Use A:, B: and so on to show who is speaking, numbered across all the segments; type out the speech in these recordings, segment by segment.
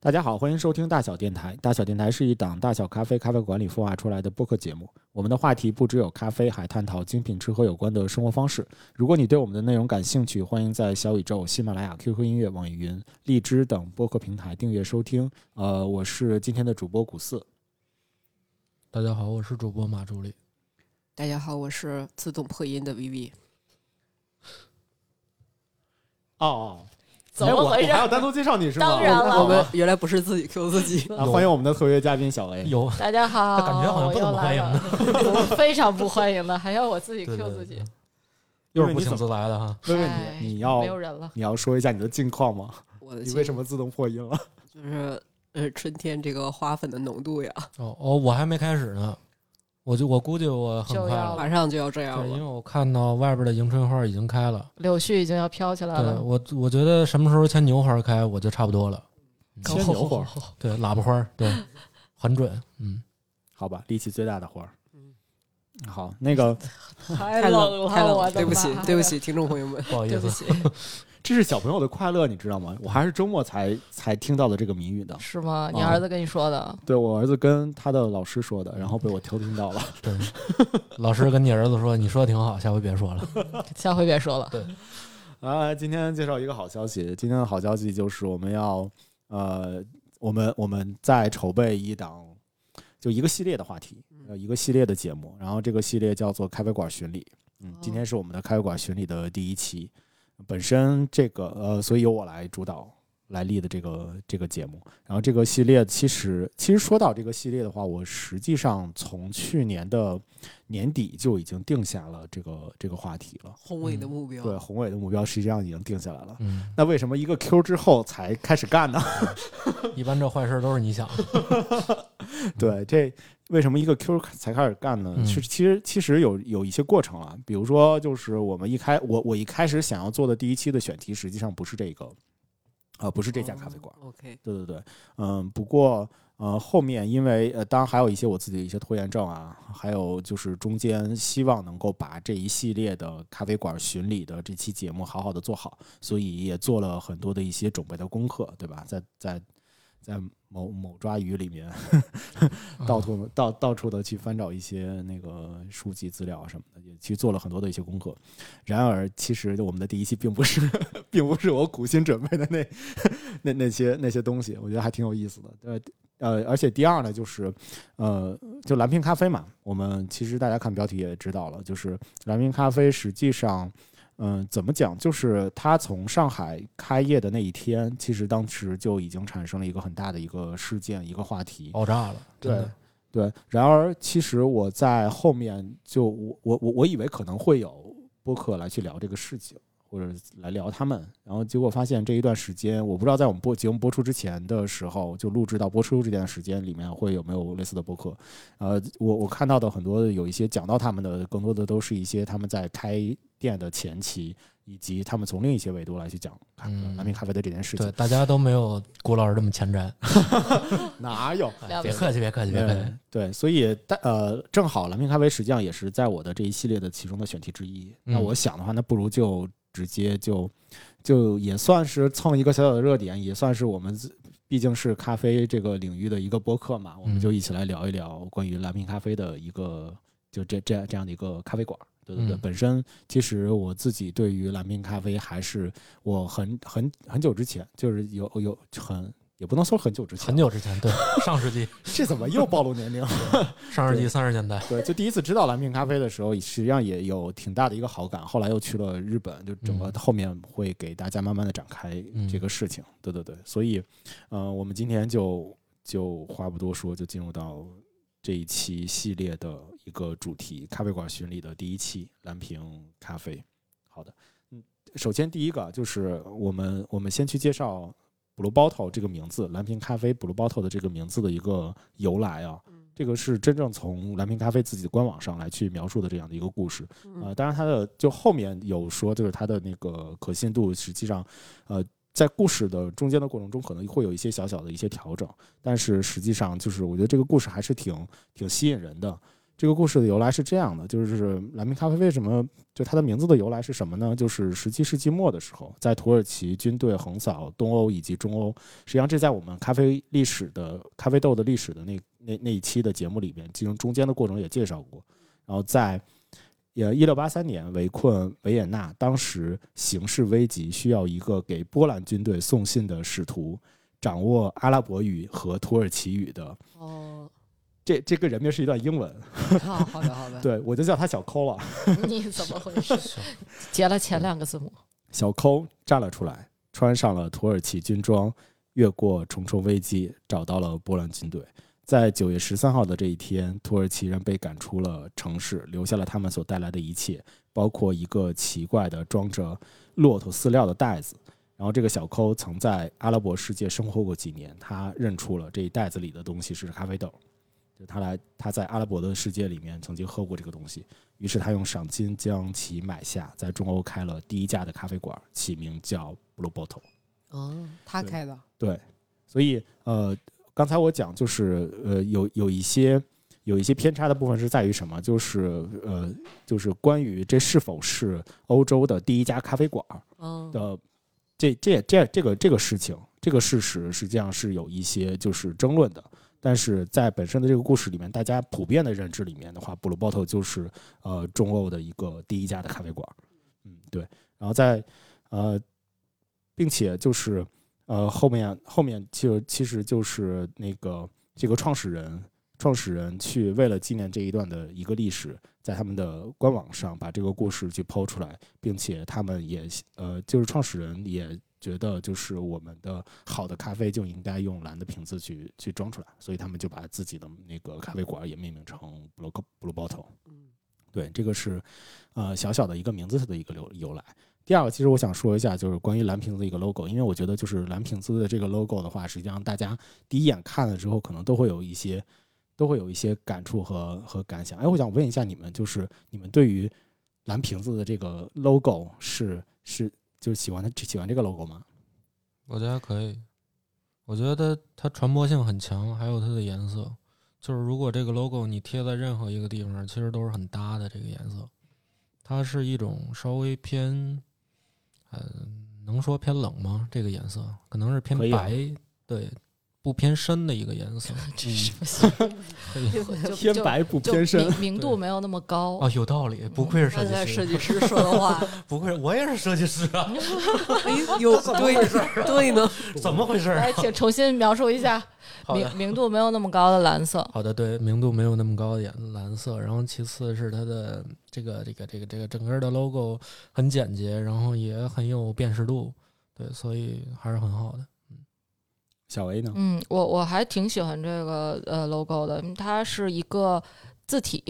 A: 大家好，欢迎收听大小电台。大小电台是一档大小咖啡咖啡馆里孵化出来的播客节目。我们的话题不只有咖啡，还探讨精品吃喝有关的生活方式。如果你对我们的内容感兴趣，欢迎在小宇宙、喜马拉雅、QQ 音乐、网易云、荔枝等播客平台订阅收听。呃，我是今天的主播古四。
B: 大家好，我是主播马助理。
C: 大家好，我是自动破音的 VV。
A: 哦哦，
D: 怎么回事？
A: 单独介绍你是
D: 吗当然了
C: 我们原来不是自己 Q 自己，
A: 啊，欢迎我们的特约嘉宾小 A。
B: 有
D: 大家好，
B: 他感觉好像不怎么欢迎呢
D: 哎呢，非常不欢迎的，还要我自己 Q 自己，，
B: 又是不请自来的哈。
A: 问问
D: 哎
A: 你，你要
D: 没有人了。
A: 你要说一下你的近况吗？
C: 我的
A: 你为
C: 么
A: 什么自动破音了？
C: 就是呃春天这个花粉的浓度呀，
B: 哦哦，我还没开始呢，我就我估计我很快
D: 就要
B: 了，
C: 马上就要这样
B: 对，因为
C: 了。
B: 我看到外边的迎春花已经开了。
D: 柳絮已经要飘起来
B: 对
D: 了，
B: 我，我觉得什么时候牵牛花开，我就差不多了。
D: 嗯
A: 牵牛花，
B: 对，喇叭花， 对，很准。嗯，
A: 好吧，力气最大的活儿。好，那个
D: 太
C: 太
D: 冷
C: 太冷
D: 我
C: 了，
D: 的
C: 对不起
D: 妈呀，
C: 对不，起，听众朋 友们。
B: 不好意
D: 对不
B: 思，
D: 起，
A: 这是小朋友的快乐，你知道吗？我还是周末才才听到的这个谜语的。
D: 是
B: 哦
D: 吗？你
A: 啊
D: 儿子跟你说的？
A: 对我儿子跟他的老师说的，然后被我偷听到了。
B: 对，老师跟你儿子说，你说的挺好，下回别 说了。
D: 下回别说了。
A: 啊，今天介绍一个好消息，今天的好消息就是我们要呃，我们我们在筹备一档就一个系列的话题，呃，一个系列的节目，然后这个系列叫做咖啡馆巡礼。嗯，今天是我们的咖啡馆巡礼的第一期，本身这个呃，所以由我来主导来立的这个这个节目。然后这个系列其实其实说到这个系列的话，我实际上从去年的年底就已经定下了这个这个话题了。
C: 宏伟的目标，
A: 对，啊宏伟的目标实际上已经定下来了。
B: 嗯，
A: 那为什么一个 Q 之后才开始干呢？
B: 一般这坏事都是你想的。
A: 对，这为什么一个 Q 才开始干呢？
B: 嗯
A: 是其实其实有有一些过程啊，比如说就是我们一开我我一开始想要做的第一期的选题，实际上不是这个，啊、不是这家咖啡馆。
C: 哦 OK，
A: 对对对，嗯，不过呃，后面因为呃，当然还有一些我自己的一些拖延症啊，还有就是中间希望能够把这一系列的咖啡馆巡礼的这期节目好好的做好，所以也做了很多的一些准备的功课，对吧？在在在某某抓鱼里面，到处到到处的去翻找一些那个书籍资料啊什么的，也去做了很多的一些功课。然而，其实我们的第一期并不是，并不是我苦心准备的那那那些那些东西，我觉得还挺有意思的。呃呃，而且第二呢，就是呃，就蓝瓶咖啡嘛，我们其实大家看标题也知道了，就是蓝瓶咖啡实际上。嗯，怎么讲？就是它从上海开业的那一天，其实当时就已经产生了一个很大的一个事件，一个话题。
B: 爆炸了，真的
A: 对对，然而其实我在后面就我我我我以为可能会有播客来去聊这个事情，或者来聊他们，然后结果发现这一段时间，我不知道在我们播节目播出之前的时候，就录制到播出这段时间里面会有没有类似的播客。呃，我我看到的很多有一些讲到他们的，更多的都是一些他们在开店的前期，以及他们从另一些维度来去讲咖
B: 嗯
A: 蓝莓咖啡的这件事情
B: 对，。大家都没有古老师这么前瞻。
A: 哪有？
B: 哎
D: 两
B: 别
D: 位
B: 客气，别客气，别客气
A: 对。对，所以但呃，正好蓝瓶咖啡实际上也是在我的这一系列的其中的选题之一。那
B: 嗯
A: 我想的话，那不如就直接就就也算是蹭一个小小的热点，也算是我们自毕竟是咖啡这个领域的一个播客嘛，我们
B: 嗯
A: 就一起来聊一聊关于蓝瓶咖啡的一个就这这样这样的一个咖啡馆儿。对对对，
B: 嗯
A: 本身其实我自己对于蓝瓶咖啡还是我很很很久之前，就是有有很也不能说很久之前，
B: 很久之前，对， 上世纪，
A: 这怎么又暴露年龄？
B: 上世纪三十年代，
A: 对，就第一次知道蓝瓶咖啡的时候，实际上也有挺大的一个好感。后来又去了日本，就整个
B: 嗯
A: 后面会给大家慢慢的展开这个事情。对对对，所以，呃，我们今天就就话不多说，就进入到这一期系列的一个主题——咖啡馆巡礼的第一期蓝瓶咖啡。好的，嗯，首先第一个就是我们我们先去介绍 Blue Bottle 这个名字，蓝瓶咖啡 Blue Bottle 的这个名字的一个由来啊。这个是真正从蓝瓶咖啡自己的官网上来去描述的这样的一个故事。呃，当然它的就后面有说，就是它的那个可信度，实际上，呃，在故事的中间的过程中，可能会有一些小小的一些调整，但是实际上就是我觉得这个故事还是挺挺吸引人的。这个故事的由来是这样的，就是蓝莓咖啡为什么就它的名字的由来是什么呢？就是十七世纪末的时候，在土耳其军队横扫东欧以及中欧，实际上这在我们咖啡历史的咖啡豆的历史的那那那一期的节目里面，其实中间的过程也介绍过。然后在也一六八三年围困维也纳，当时形势危急，需要一个给波兰军队送信的使徒，掌握阿拉伯语和土耳其语的。
C: 哦，
A: 这这个人名是一段英文，
C: 好好的好的，
A: 对我就叫他小抠了。
D: 你怎么回 事？截了前两个字母，
A: 小抠站了出来，穿上了土耳其军装，越过重重危机，找到了波兰军队。在九月十三号的这一天，土耳其人被赶出了城市，留下了他们所带来的一切，包括一个奇怪的装着骆驼饲料的袋子。然后，这个小抠曾在阿拉伯世界生活过几年，他认出了这一袋子里的东西是咖啡豆，就他来他在阿拉伯的世界里面曾经喝过这个东西。于是他用赏金将其买下，在中欧开了第一家的咖啡馆，起名叫 Blue Bottle。
C: 哦，他开的，
A: 对，所以呃，刚才我讲就是呃，有有一些有一些偏差的部分是在于什么？就是呃，就是关于这是否是欧洲的第一家咖啡馆
C: 嗯，
A: 的呃这这这这个这个事情，这个事实实际上是有一些就是争论的。但是在本身的这个故事里面，大家普遍的认知里面的话，布鲁包头就是呃中欧的一个第一家的咖啡馆，嗯，对。然后在呃，并且就是呃后面后面就其实就是那个这个创始人创始人去为了纪念这一段的一个历史，在他们的官网上把这个故事去抛出来，并且他们也呃就是创始人也觉得就是我们的好的咖啡就应该用蓝的瓶子去去装出来，所以他们就把自己的那个咖啡馆也命名成 Blue Co- Blue Bottle。
C: 嗯
A: 对，这个是呃小小的一个名字的一个由由来。第二个，其实我想说一下，就是关于蓝瓶子的一个 logo，因为我觉得就是蓝瓶子的这个 logo 的话，实际上大家第一眼看了之后，可能都会有一些都会有一些感触和和感想。哎，我想问一下你们，就是你们对于蓝瓶子的这个 logo 是是就是喜欢它喜欢这个 logo 吗？
B: 我觉得还可以。我觉得它它传播性很强，还有它的颜色，就是如果这个 logo 你贴在任何一个地方，其实都是很搭的。这个颜色，它是一种稍微偏，呃，能说偏冷吗？这个颜色可能是偏
A: 可以啊
B: 白，对，不偏深的一个颜 色。
D: 这是不行，
B: 可以
D: 就
A: 偏
D: 就
A: 白不
D: 就
A: 偏深，
D: 明明度没有那么高
B: 啊，。有道理，不愧是设
C: 看看
B: 计师，
C: 设计师说的 话，
B: 不愧是我也是设计师啊，
C: 哎，有对对呢，
B: 怎么回事儿？
D: 来，请重新描述一下
B: 哦好的
D: 明明度没有那么高的蓝色。
B: 好的，对，明度没有那么高的颜蓝色，然后其次是它的这个这个这个这个整个的 logo 很简洁，然后也很有辨识度，对，所以还是很好的。
A: 小 A 呢？
D: 嗯，我我还挺喜欢这个呃 logo 的，嗯它是一个字体、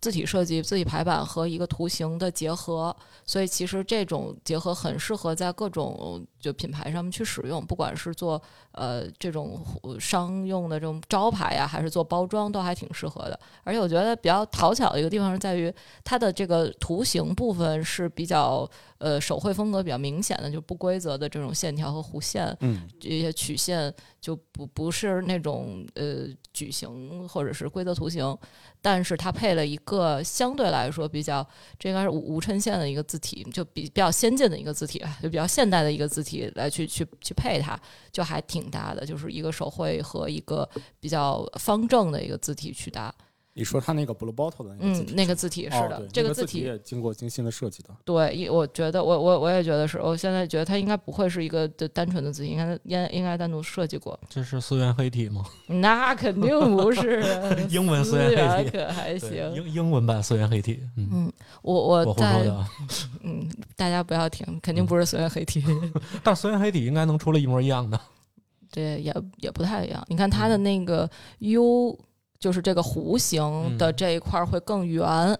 D: 字体设计、字体排版和一个图形的结合，所以其实这种结合很适合在各种就品牌上面去使用，不管是做呃这种呃商用的这种招牌呀、还是做包装，都还挺适合的。而且我觉得比较讨巧的一个地方是在于它的这个图形部分是比较呃手绘风格比较明显的，就不规则的这种线条和弧线。
A: 嗯，
D: 这些曲线就不不是那种呃矩形或者是规则图形，但是它配了一个相对来说比较，这应该是无无衬线的一个字体，就比比较先进的一个字体吧，就比较现代的一个字体来去去去配它，就还挺搭的，就是一个手绘和一个比较方正的一个字体去搭，
A: 你说他那个 blue bottle 的那个字
D: 嗯，
A: 体
D: 那个字体是
A: 哦
D: 的，
A: 对
D: 这
A: 那个
D: 个字
A: 体也经过精心的设计的。
D: 对，一我觉得我我我也觉得是，我现在觉得它应该不会是一个的单纯的字体，应该应应该单独设计过。
B: 这是思源黑体吗？，
D: 那肯定不是
B: 英文虽然
D: 思源
B: 也
D: 可还
B: 对
D: 行。
B: 英英文版思源黑体，嗯，
D: 嗯，我我
B: 我胡说
D: 在
B: 的啊。嗯
D: 嗯，大家不要听，肯定不是思源黑体，
B: 但是思源黑体应该能出来一模一样的。
D: 对，也也不太一样。你看它的
B: 嗯
D: 那个 U，就是这个弧形的
B: 嗯
D: 这一块儿会更圆。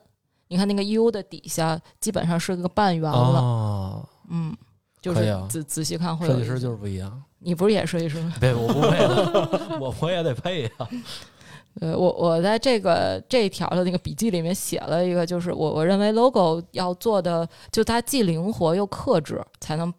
D: 你看那个 U 的底下，基本上是个半圆了。
B: 哦，
D: 嗯，就
B: 可以
D: 是
B: 啊
D: 仔仔细看会有
B: 设计
D: 一
B: 师
D: 些
B: 就是不一样。
D: 你不是也设计师吗？
B: 别，我不配了， 我我也得配啊呀、
D: 呃，我我在这个这一条的那个笔记里面写了一个，就是我我认为 logo 要做的，就它既灵活又克制，才能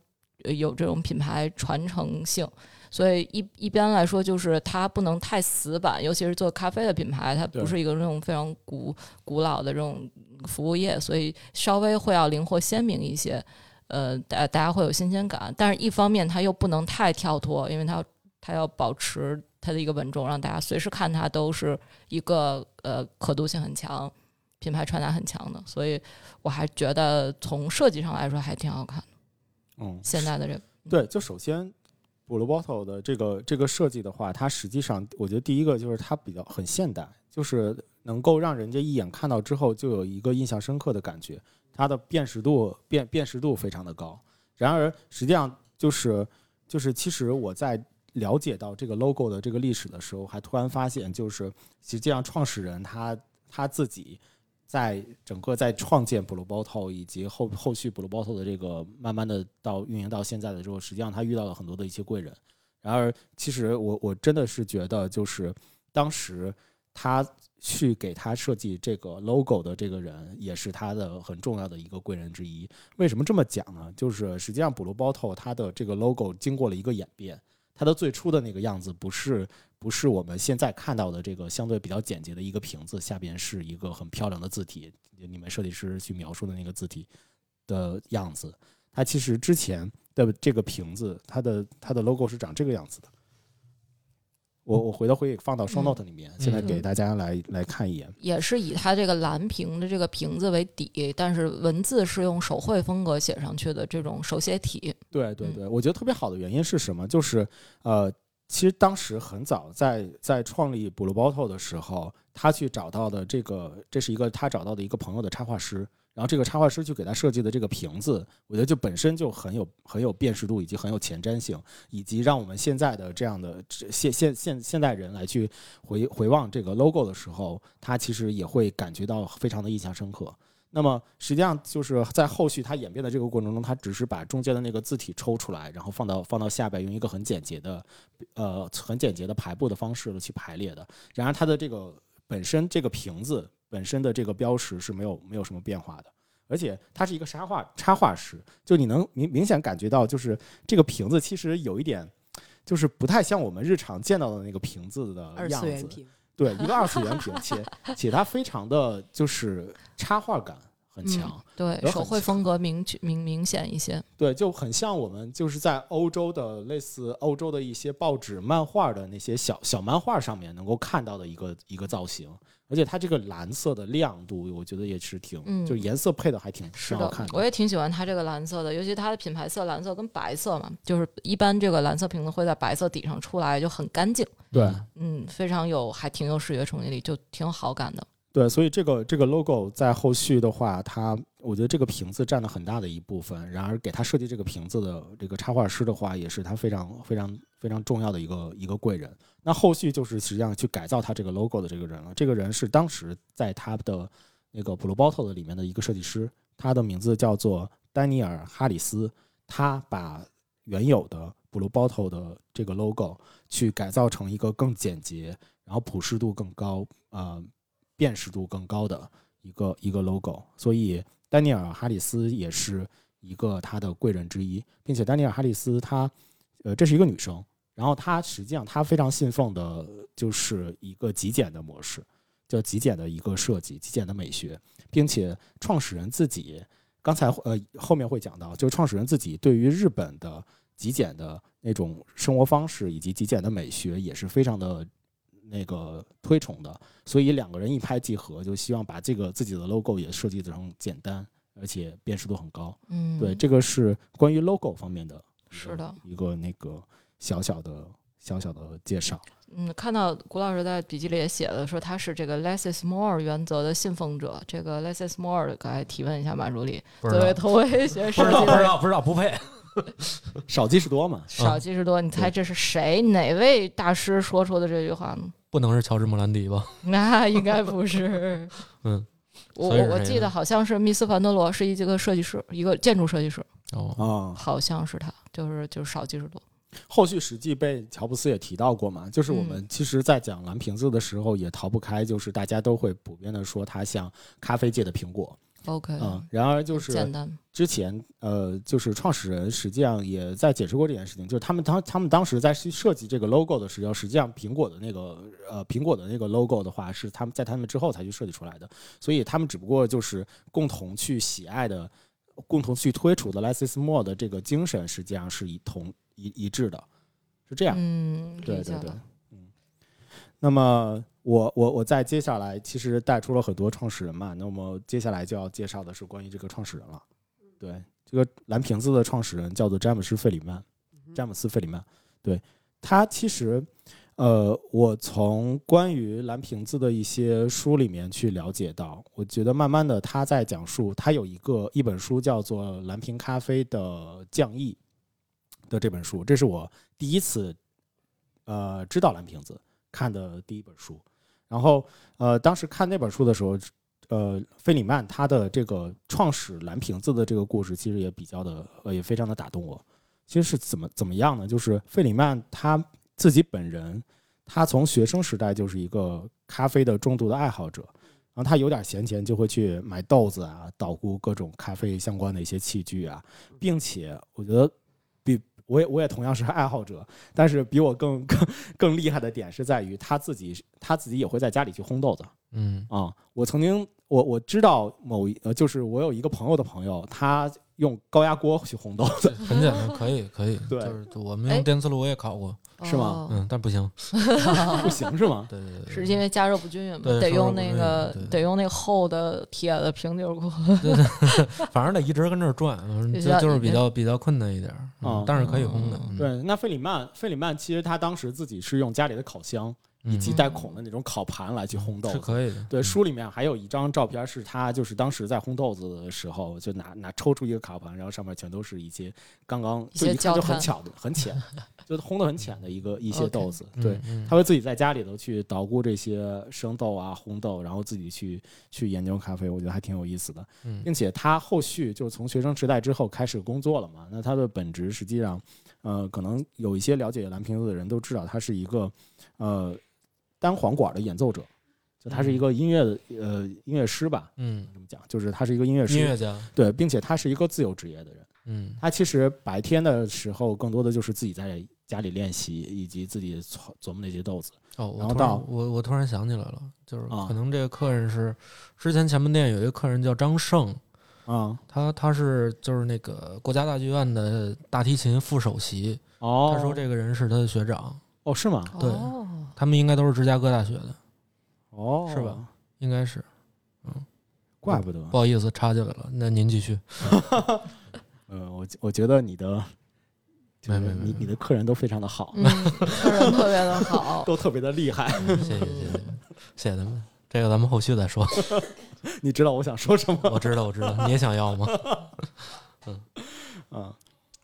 D: 呃有这种品牌传承性。所以一一般来说，就是它不能太死板，尤其是做咖啡的品牌，它
A: 对
D: 不是一个这种非常古古老的这种服务业，所以稍微会要灵活鲜明一些。呃，大大家会有新鲜感，但是一方面它又不能太跳脱，因为它要它要保持它的一个稳重，让大家随时看它都是一个呃可读性很强、品牌传达很强的，所以我还觉得从设计上来说还挺好看的。
A: 嗯，
D: 现在的这个
A: 对，就首先。b l u b o t t l 的这个这个设计的话，它实际上我觉得第一个就是它比较很现代，就是能够让人家一眼看到之后就有一个印象深刻的感觉，它的辨识度辨辨识度非常的高。然而实际上就是就是其实我在了解到这个 logo 的这个历史的时候，还突然发现就是实际上创始人他他自己在整个在创建 Blue Bottle 以及后后续 Blue Bottle 的这个慢慢的到运营到现在的时候，实际上他遇到了很多的一些贵人。然而，其实我我真的是觉得，就是当时他去给他设计这个 logo 的这个人，也是他的很重要的一个贵人之一。为什么这么讲呢？就是实际上 Blue Bottle 它的这个 logo 经过了一个演变，它的最初的那个样子不是不是我们现在看到的这个相对比较简洁的一个瓶子，下边是一个很漂亮的字体，你们设计师去描述的那个字体的样子。它其实之前的这个瓶子，它的它的 logo 是长这个样子的。我我回头会放到 show note 里面，现在给大家来来看一眼。
D: 也是以它这个蓝瓶的这个瓶子为底，但是文字是用手绘风格写上去的这种手写体。
A: 对对
D: 嗯
A: 对，我觉得特别好的原因是什么？就是呃，其实当时很早在在创立 Blue Bottle 的时候，他去找到的这个，这是一个他找到的一个朋友的插画师，然后这个插画师去给他设计的这个瓶子，我觉得就本身就很有很有辨识度，以及很有前瞻性，以及让我们现在的这样的这现现现现代人来去回回望这个 logo 的时候，他其实也会感觉到非常的印象深刻。那么实际上就是在后续它演变的这个过程中，它只是把中间的那个字体抽出来，然后放到放到下边，用一个很简洁的，呃，很简洁的排布的方式去排列的。然而它的这个本身这个瓶子本身的这个标识是没有没有什么变化的。而且它是一个插画插画师，就你能明明显感觉到，就是这个瓶子其实有一点，就是不太像我们日常见到的那个瓶子的
C: 二
A: 样
C: 次
A: 子。
C: 元品，
A: 对，一个二次元瓶，且且它非常的就是插画感很强，
D: 对
A: 有，很
D: 手绘风格明确明明显一些。
A: 对，就很像我们就是在欧洲的类似欧洲的一些报纸、漫画的那些小小漫画上面能够看到的一个一个造型，而且它这个蓝色的亮度，我觉得也是挺，
D: 嗯
A: 就是颜色配的还挺
D: 是
A: 挺好
D: 的
A: 看，
D: 我也挺喜欢它这个蓝色的，尤其它的品牌色蓝色跟白色嘛，就是一般这个蓝色瓶子会在白色底上出来，就很干净，
A: 对
D: 嗯，非常有，还挺有视觉冲击力，就挺有好感的。
A: 对，所以这个这个 logo 在后续的话，它我觉得这个瓶子占了很大的一部分。然而，给他设计这个瓶子的这个插画师的话，也是他非常非常非常重要的一个一个贵人。那后续就是实际上去改造他这个 logo 的这个人了。这个人是当时在他的那个 Blue Bottle 的里面的一个设计师，他的名字叫做丹尼尔·哈里斯。他把原有的 Blue Bottle 的这个 logo 去改造成一个更简洁，然后普适度更高，呃，辨识度更高的一个一个 logo。所以，丹尼尔·哈里斯也是一个他的贵人之一，并且丹尼尔·哈里斯她，呃，这是一个女生，然后她实际上她非常信奉的就是一个极简的模式，叫极简的一个设计、极简的美学，并且创始人自己。刚才呃后面会讲到，就是创始人自己对于日本的极简的那种生活方式以及极简的美学也是非常的那个推崇的，所以两个人一拍即合，就希望把这个自己的 logo 也设计得成简单而且辨识度很高。
D: 嗯，
A: 对，这个是关于 logo 方面的一个，
D: 是的
A: 一个那个小小的小小的介绍。
D: 嗯，看到谷老师在笔记里也写了，说他是这个 less is more 原则的信奉者。这个 less is more，该提问一下马助理，
B: 不知
D: 作
B: 道
D: 为头维 学
B: 不
D: 设
B: 知道
D: 计
B: 不知
D: 的
B: 道不知道不配。
A: 少即是多 嘛，
D: 少即是多，你猜这是谁哪位大师说出的这句话呢？
B: 不能是乔治莫兰迪吧？
D: 那应该不是。
B: 嗯，
D: 我
B: 所以
D: 我
B: 是
D: 我
B: 谁
D: 记
B: 呢
D: 得好像是密斯凡德罗是一个设计师，一个建筑设计师，
A: 啊、
B: 哦，
D: 好像是他，就是就是少即是多。
A: 后续实际被乔布斯也提到过嘛，就是我
D: 嗯
A: 们其实，在讲蓝瓶子的时候，也逃不开，就是大家都会普遍的说它像咖啡界的苹果，
D: OK，
A: 嗯，然而就是
D: 简单，
A: 之前呃，就是创始人实际上也在解释过这件事情，就是他们当他们当时在去设计这个 logo 的时候，实际上苹果的那个呃苹果的那个 logo 的话是他们在他们之后才去设计出来的，所以他们只不过就是共同去喜爱的、共同去推崇的 Less is more 的这个精神，实际上是一同一一致的，是这样。
D: 嗯，
A: 对
D: 理解
A: 对对
D: 了，，
A: 嗯。那么我我我在接下来其实带出了很多创始人嘛，那么接下来就要介绍的是关于这个创始人了。对，这个蓝瓶子的创始人叫做詹姆斯·费里曼，
C: 嗯
A: 詹姆斯·费里曼。对他其实，呃，我从关于蓝瓶子的一些书里面去了解到，我觉得慢慢的他在讲述，他有一个一本书叫做《蓝瓶咖啡的降义》的这本书，这是我第一次呃知道蓝瓶子看的第一本书，然后呃当时看那本书的时候，呃费里曼他的这个创始蓝瓶子的这个故事其实也比较的呃也非常的打动我。其实是怎么怎么样呢？就是费里曼他自己本人，他从学生时代就是一个咖啡的重度的爱好者。然后他有点闲钱，就会去买豆子啊，捣鼓各种咖啡相关的一些器具啊，并且我觉得比我也我也同样是爱好者，但是比我更更更厉害的点是在于他自己是，他自己也会在家里去烘豆子
B: 嗯
A: 啊、我曾经我我知道某一呃，就是我有一个朋友的朋友，他用高压锅去烘豆子，
B: 很简单，可以可以，
A: 对
B: 就是我们
D: 哎
B: 用电磁炉也烤过，
A: 是吗
D: 哦
B: 嗯，但不行，
A: 不行是吗？
B: 对对对，
D: 是因为加热不均匀嘛，
B: 对
D: 得用
B: 加热不
D: 那
B: 均匀
D: 个
B: 对
D: 得用那个厚的铁的平底锅，
B: 反正得一直跟这儿转，嗯
D: 比
B: 就
D: 较
B: 就是比较比较困难一点儿，
A: 哦
B: 嗯但是可以烘的
D: 嗯，
B: 嗯，
A: 对，那费里曼费里曼其实他当时自己是用家里的烤箱以及
D: 嗯
A: 带孔的那种烤盘来去烘豆
B: 是
A: 子，
B: 可以的，
A: 对，书里面还有一张照片，是他就是当时在烘豆子的时候，就拿拿抽出一个卡盘，然后上面全都是一些刚刚
D: 一
A: 就
D: 些
A: 一看
D: 焦
A: 就很
D: 炭
A: 浅的、很 浅，就是烘的很浅的一个一些
D: OK
A: 豆子。
B: 嗯
A: 对，，
B: 嗯
A: 他会自己在家里头去捣鼓这些生豆啊、烘豆，然后自己去去研究咖啡，我觉得还挺有意思的。
B: 嗯
A: 并且他后续就是从学生时代之后开始工作了嘛，那他的本职实际上，呃，可能有一些了解蓝瓶子的人都知道，他是一个呃单簧管的演奏者，就他是一个音乐呃音乐师吧，
B: 嗯，
A: 怎么讲？就是他是一个音乐师，
B: 音乐家，
A: 对，并且他是一个自由职业的人。
B: 嗯
A: 他其实白天的时候更多的就是自己在家里练习，以及自己琢琢磨那些豆子。
B: 哦，我
A: 然后
B: 突
A: 到
B: 我我突然想起来了，就是
A: 啊
B: 可能这个客人是之前前门店有一个客人叫张胜，
A: 啊、
B: 他他是就是那个国家大剧院的大提琴副首席，
A: 哦，
B: 他说这个人是他的学长，
A: 哦是吗？
B: 对
D: 哦
B: 他们应该都是芝加哥大学的，
A: 哦，
B: 是吧？应该是，
A: 怪不得。
B: 不好意思插进来了，那您继续，
A: 呃，我我觉得你的，就
B: 没
A: 是
B: 没没
A: 你
B: 没
A: 你的客人都非常的好，
D: 嗯，客人特别的 好，
A: 都特别的厉害。
D: 嗯
B: 谢谢谢 谢谢谢他们。这个咱们后续 再说，
A: 你知道我想说什 么？
B: 我知道，我知道，你也想要 吗？
A: 嗯，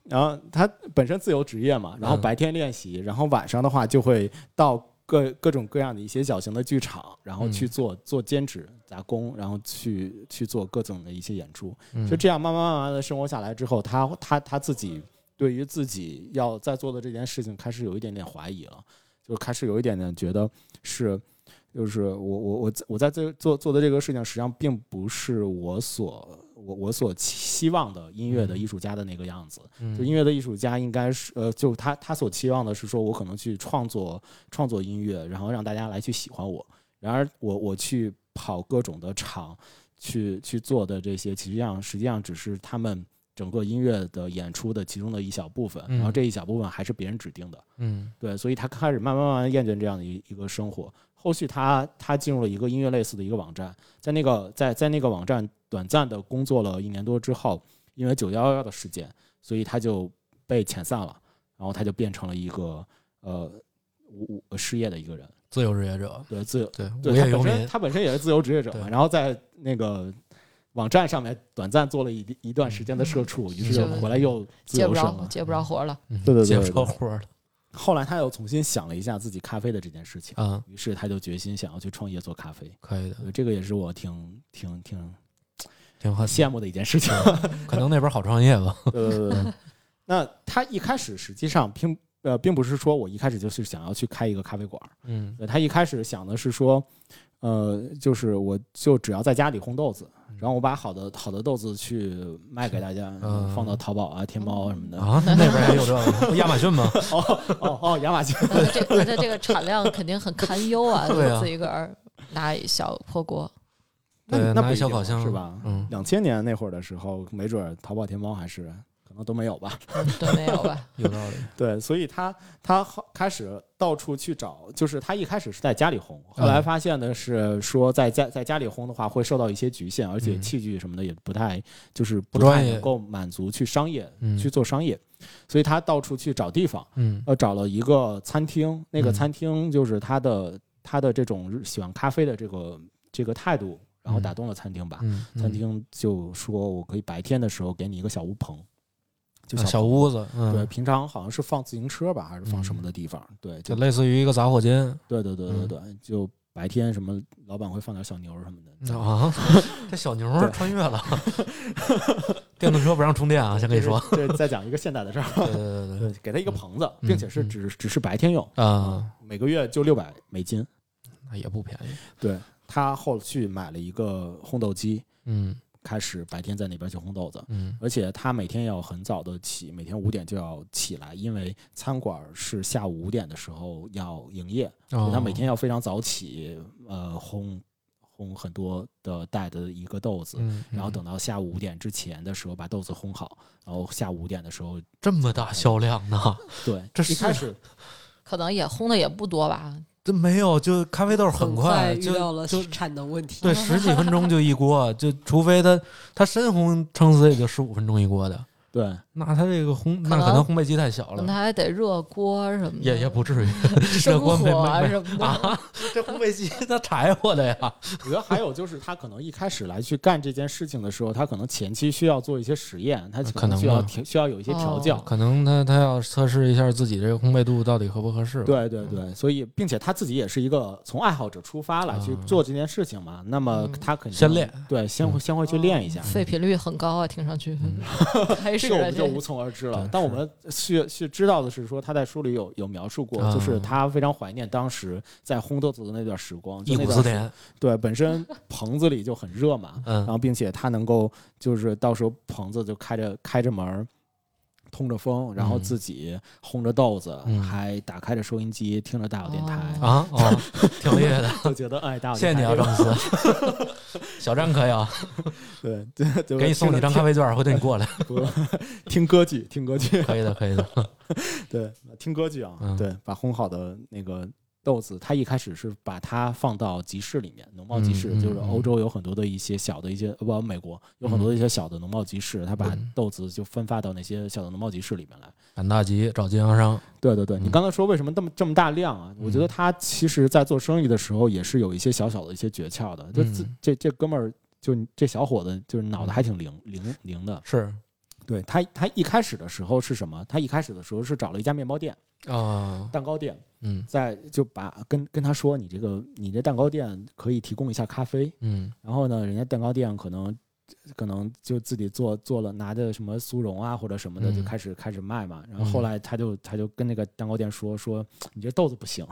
A: 然后他本身自由职业嘛，然后
B: 嗯
A: 白天练习，然后晚上的话就会到各各种各样的一些小型的剧场，然后去
B: 嗯
A: 做做兼职打工，然后去去做各种的一些演出。
B: 嗯
A: 就这样慢慢慢慢的生活下来之后，他他他自己对于自己要在做的这件事情开始有一点点怀疑了，就开始有一点点觉得是，就是我我我我在这做做的这个事情，实际上并不是我所我我所期望的音乐的艺术家的那个样子。
B: 嗯
A: 就音乐的艺术家应该是呃，就他他所期望的是说，我可能去创作创作音乐，然后让大家来去喜欢我。然而我我去跑各种的场，去去做的这些，其实上实际上只是他们整个音乐的演出的其中的一小部分，然后
B: 嗯
A: 这一小部分还是别人指定的。
B: 嗯
A: 对，所以他开始慢慢慢慢厌倦这样的一一个生活。后续他他进入了一个音乐类似的一个网站，在那个在在那个网站短暂的工作了一年多之后，因为九幺幺的事件，所以他就被遣散了，然后他就变成了一个呃无无失业的一个人，
B: 自由职业者，
A: 对自由
B: 对，无
A: 对他
B: 业游
A: 本身
B: 民，
A: 他本身也是自由职业者嘛，
B: 对
A: 然后在那个网站上面短暂做了一一段时间的社畜，于是
D: 就
A: 又回来又自
D: 接
A: 由
D: 不
A: 身
D: 着
A: 了。
D: 接不着活了，
B: 嗯
A: 对对对
B: 接不
A: 对
B: 着
A: 对
B: 活了
A: 后来他又重新想了一下自己咖啡的这件事情。
B: 啊，
A: 于是他就决心想要去创业做咖啡。
B: 可以的，
A: 呃这个也是我挺挺挺
B: 挺好，
A: 羡慕的一件 事情。
B: 可能那边好创业吧。
A: 呃，那他一开始实际上并呃，并不是说我一开始就是想要去开一个咖啡馆儿，
B: 嗯
A: 呃他一开始想的是说，呃，就是我就只要在家里烘豆子，然后我把好的好的豆子去卖给大家，
B: 嗯
A: 放到淘宝啊、天猫啊什么的。
B: 啊，那边也有这个亚马逊吗？
A: 哦哦，亚马逊，
D: 那他这那他这个产量肯定很堪忧 啊，
B: 对啊
D: 就自己个儿拿一小破锅，
A: 那
B: 对
A: 那
B: 拿
A: 不
B: 一
A: 一
B: 小
A: 定
B: 烤箱
A: 是吧？
B: 嗯，
A: 两千年那会儿的时候，没准儿淘宝、天猫还是可能都没有吧。
D: 嗯对，没有吧？
B: 有道理。
A: 对，所以他他好开始到处去找，就是他一开始是在家里烘，后来
B: 嗯
A: 发现的是说在家在家里烘的话会受到一些局限，而且
B: 嗯
A: 器具什么的也不太就是不
B: 不专
A: 太
B: 业
A: 能够满足去商业
B: 嗯
A: 去做商业，所以他到处去找地方，
B: 嗯
A: 呃，找了一个餐厅，那个
B: 嗯
A: 餐厅就是他的他的这种喜欢咖啡的这个这个态度，然后打
B: 嗯
A: 动了餐厅吧，
B: 嗯，嗯
A: 餐厅就说我可以白天的时候给你一个小屋棚，就
B: 啊
A: 小
B: 小屋子，
A: 对，
B: 嗯，
A: 平常好像是放自行车吧，还是放什么的地方？对，
B: 就嗯
A: 就
B: 类似于一个杂货间。
A: 对对对对对，就白天什么老板会放点小牛什么的。
B: 啊， 这小牛
A: 对
B: 穿越了， 电动车不让充电啊！先跟你说，
A: 这，这再讲一个现代的事儿，
B: 对 对对对
A: 对，给他一个棚子，
B: 嗯
A: 并且是只只是白天用，
B: 啊，
A: 每个月就六百美金。
B: 那也不便宜。
A: 对他后续买了一个烘豆机，
B: 嗯
A: 开始白天在那边去烘豆子。
B: 嗯
A: 而且他每天要很早的起，每天五点就要起来，因为餐馆是下午五点的时候要营业，
B: 嗯哦
A: 所以他每天要非常早起，呃，烘烘很多的带的一个豆子，
B: 嗯，
A: 然后等到下午五点之前的时候把豆子烘好，然后下午五点的时候，
B: 这么大销量呢？
A: 对，
B: 这
A: 一开
B: 是
A: 始
D: 可能也烘的也不多吧，
B: 这没有，就咖啡豆很
C: 快遇
B: 就
C: 到了
B: 就
C: 产能问题。
B: 对，十几分钟就一锅， 就除非他他深烘撑死也就十五分钟一锅的，
A: 对
B: 那他这个烘
D: 可
B: 那
D: 能
B: 可能烘焙机太小
D: 可能
B: 了，
D: 他还得热锅什么的，
B: 也也不至于热
D: 生
B: 锅没
D: 火啊
B: 没
D: 什么
B: 没
D: 的。
B: 啊， 这烘焙机他柴火的呀，
A: 我觉得还有就是他可能一开始来去干这件事情的时候，他可能前期需要做一些实验，他
B: 可能
A: 需要
B: 吧
A: 调需要有一些调
D: 哦
A: 教。
B: 可能他他要测试一下自己这个烘焙度到底合不合适吧，
A: 对对对，所以并且他自己也是一个从爱好者出发来去
B: 啊
A: 做这件事情嘛，那么
D: 嗯
A: 他肯定
B: 先练，
A: 对，嗯先嗯会先会去
C: 哦
A: 练一下。
D: 废品率很高啊，听上去。
B: 嗯
D: 开
A: 这
D: 始
A: 个我
D: 了
A: 们就无从而知了
B: 对。
A: 但我
B: 是
A: 们是是知道的是说，他在书里有有描述过，
B: 啊
A: 就是他非常怀念当时在烘豆子的那段时光，就
B: 忆
A: 那
B: 苦
A: 段
B: 思
A: 时
B: 甜，
A: 对本身棚子里就很热嘛，然
B: 嗯
A: 后并且他能够就是到时候棚子就开着开着门儿。通着风，然后
B: 嗯
A: 自己烘着豆子，
B: 嗯
A: 还打开着收音机，听着大小电台，
D: 哦
B: 啊哦，挺厉害的，
A: 就觉得哎，大小
B: 谢谢
A: 电
B: 你
A: 台
B: 啊，
A: 这
B: 詹
A: 个
B: 姆斯， 小张可 以啊，
A: 对对，就
B: 给你送你
A: 听
B: 一张咖啡券，回头你过来，
A: 不听歌剧，听歌剧，
B: 可以的，可以的，
A: 对，听歌剧啊，
B: 嗯
A: 对，把烘好的那个豆子，它一开始是把它放到集市里面，农贸集市、
B: 嗯嗯
A: 就是
B: 嗯
A: 欧洲有很多的一些小的一些，呃不，美国有很多的一些小的农贸集市，它把
B: 嗯
A: 豆子就分发到那些小的农贸集市里面来。
B: 赶大集找经销商，
A: 对对对，你
B: 嗯
A: 刚才说为什么这么这么大量啊？我觉得
B: 嗯
A: 他其实在做生意的时候也是有一些小小的一些诀窍的，就这
B: 嗯
A: 这这哥们儿。就这小伙子，就是脑子还挺灵灵灵的。
B: 是
A: 对他，他一开始的时候是什么？他一开始的时候是找了一家面包店、
B: 啊，
A: 蛋糕店，
B: 嗯
A: 再就把跟跟他说，你这个你这蛋糕店可以提供一下咖啡，
B: 嗯
A: 然后呢，人家蛋糕店可能可能就自己做做了，拿着什么苏蓉啊或者什么的，
B: 嗯
A: 就开始开始卖嘛。然后后来他就他就跟那个蛋糕店说说，你这豆子不行，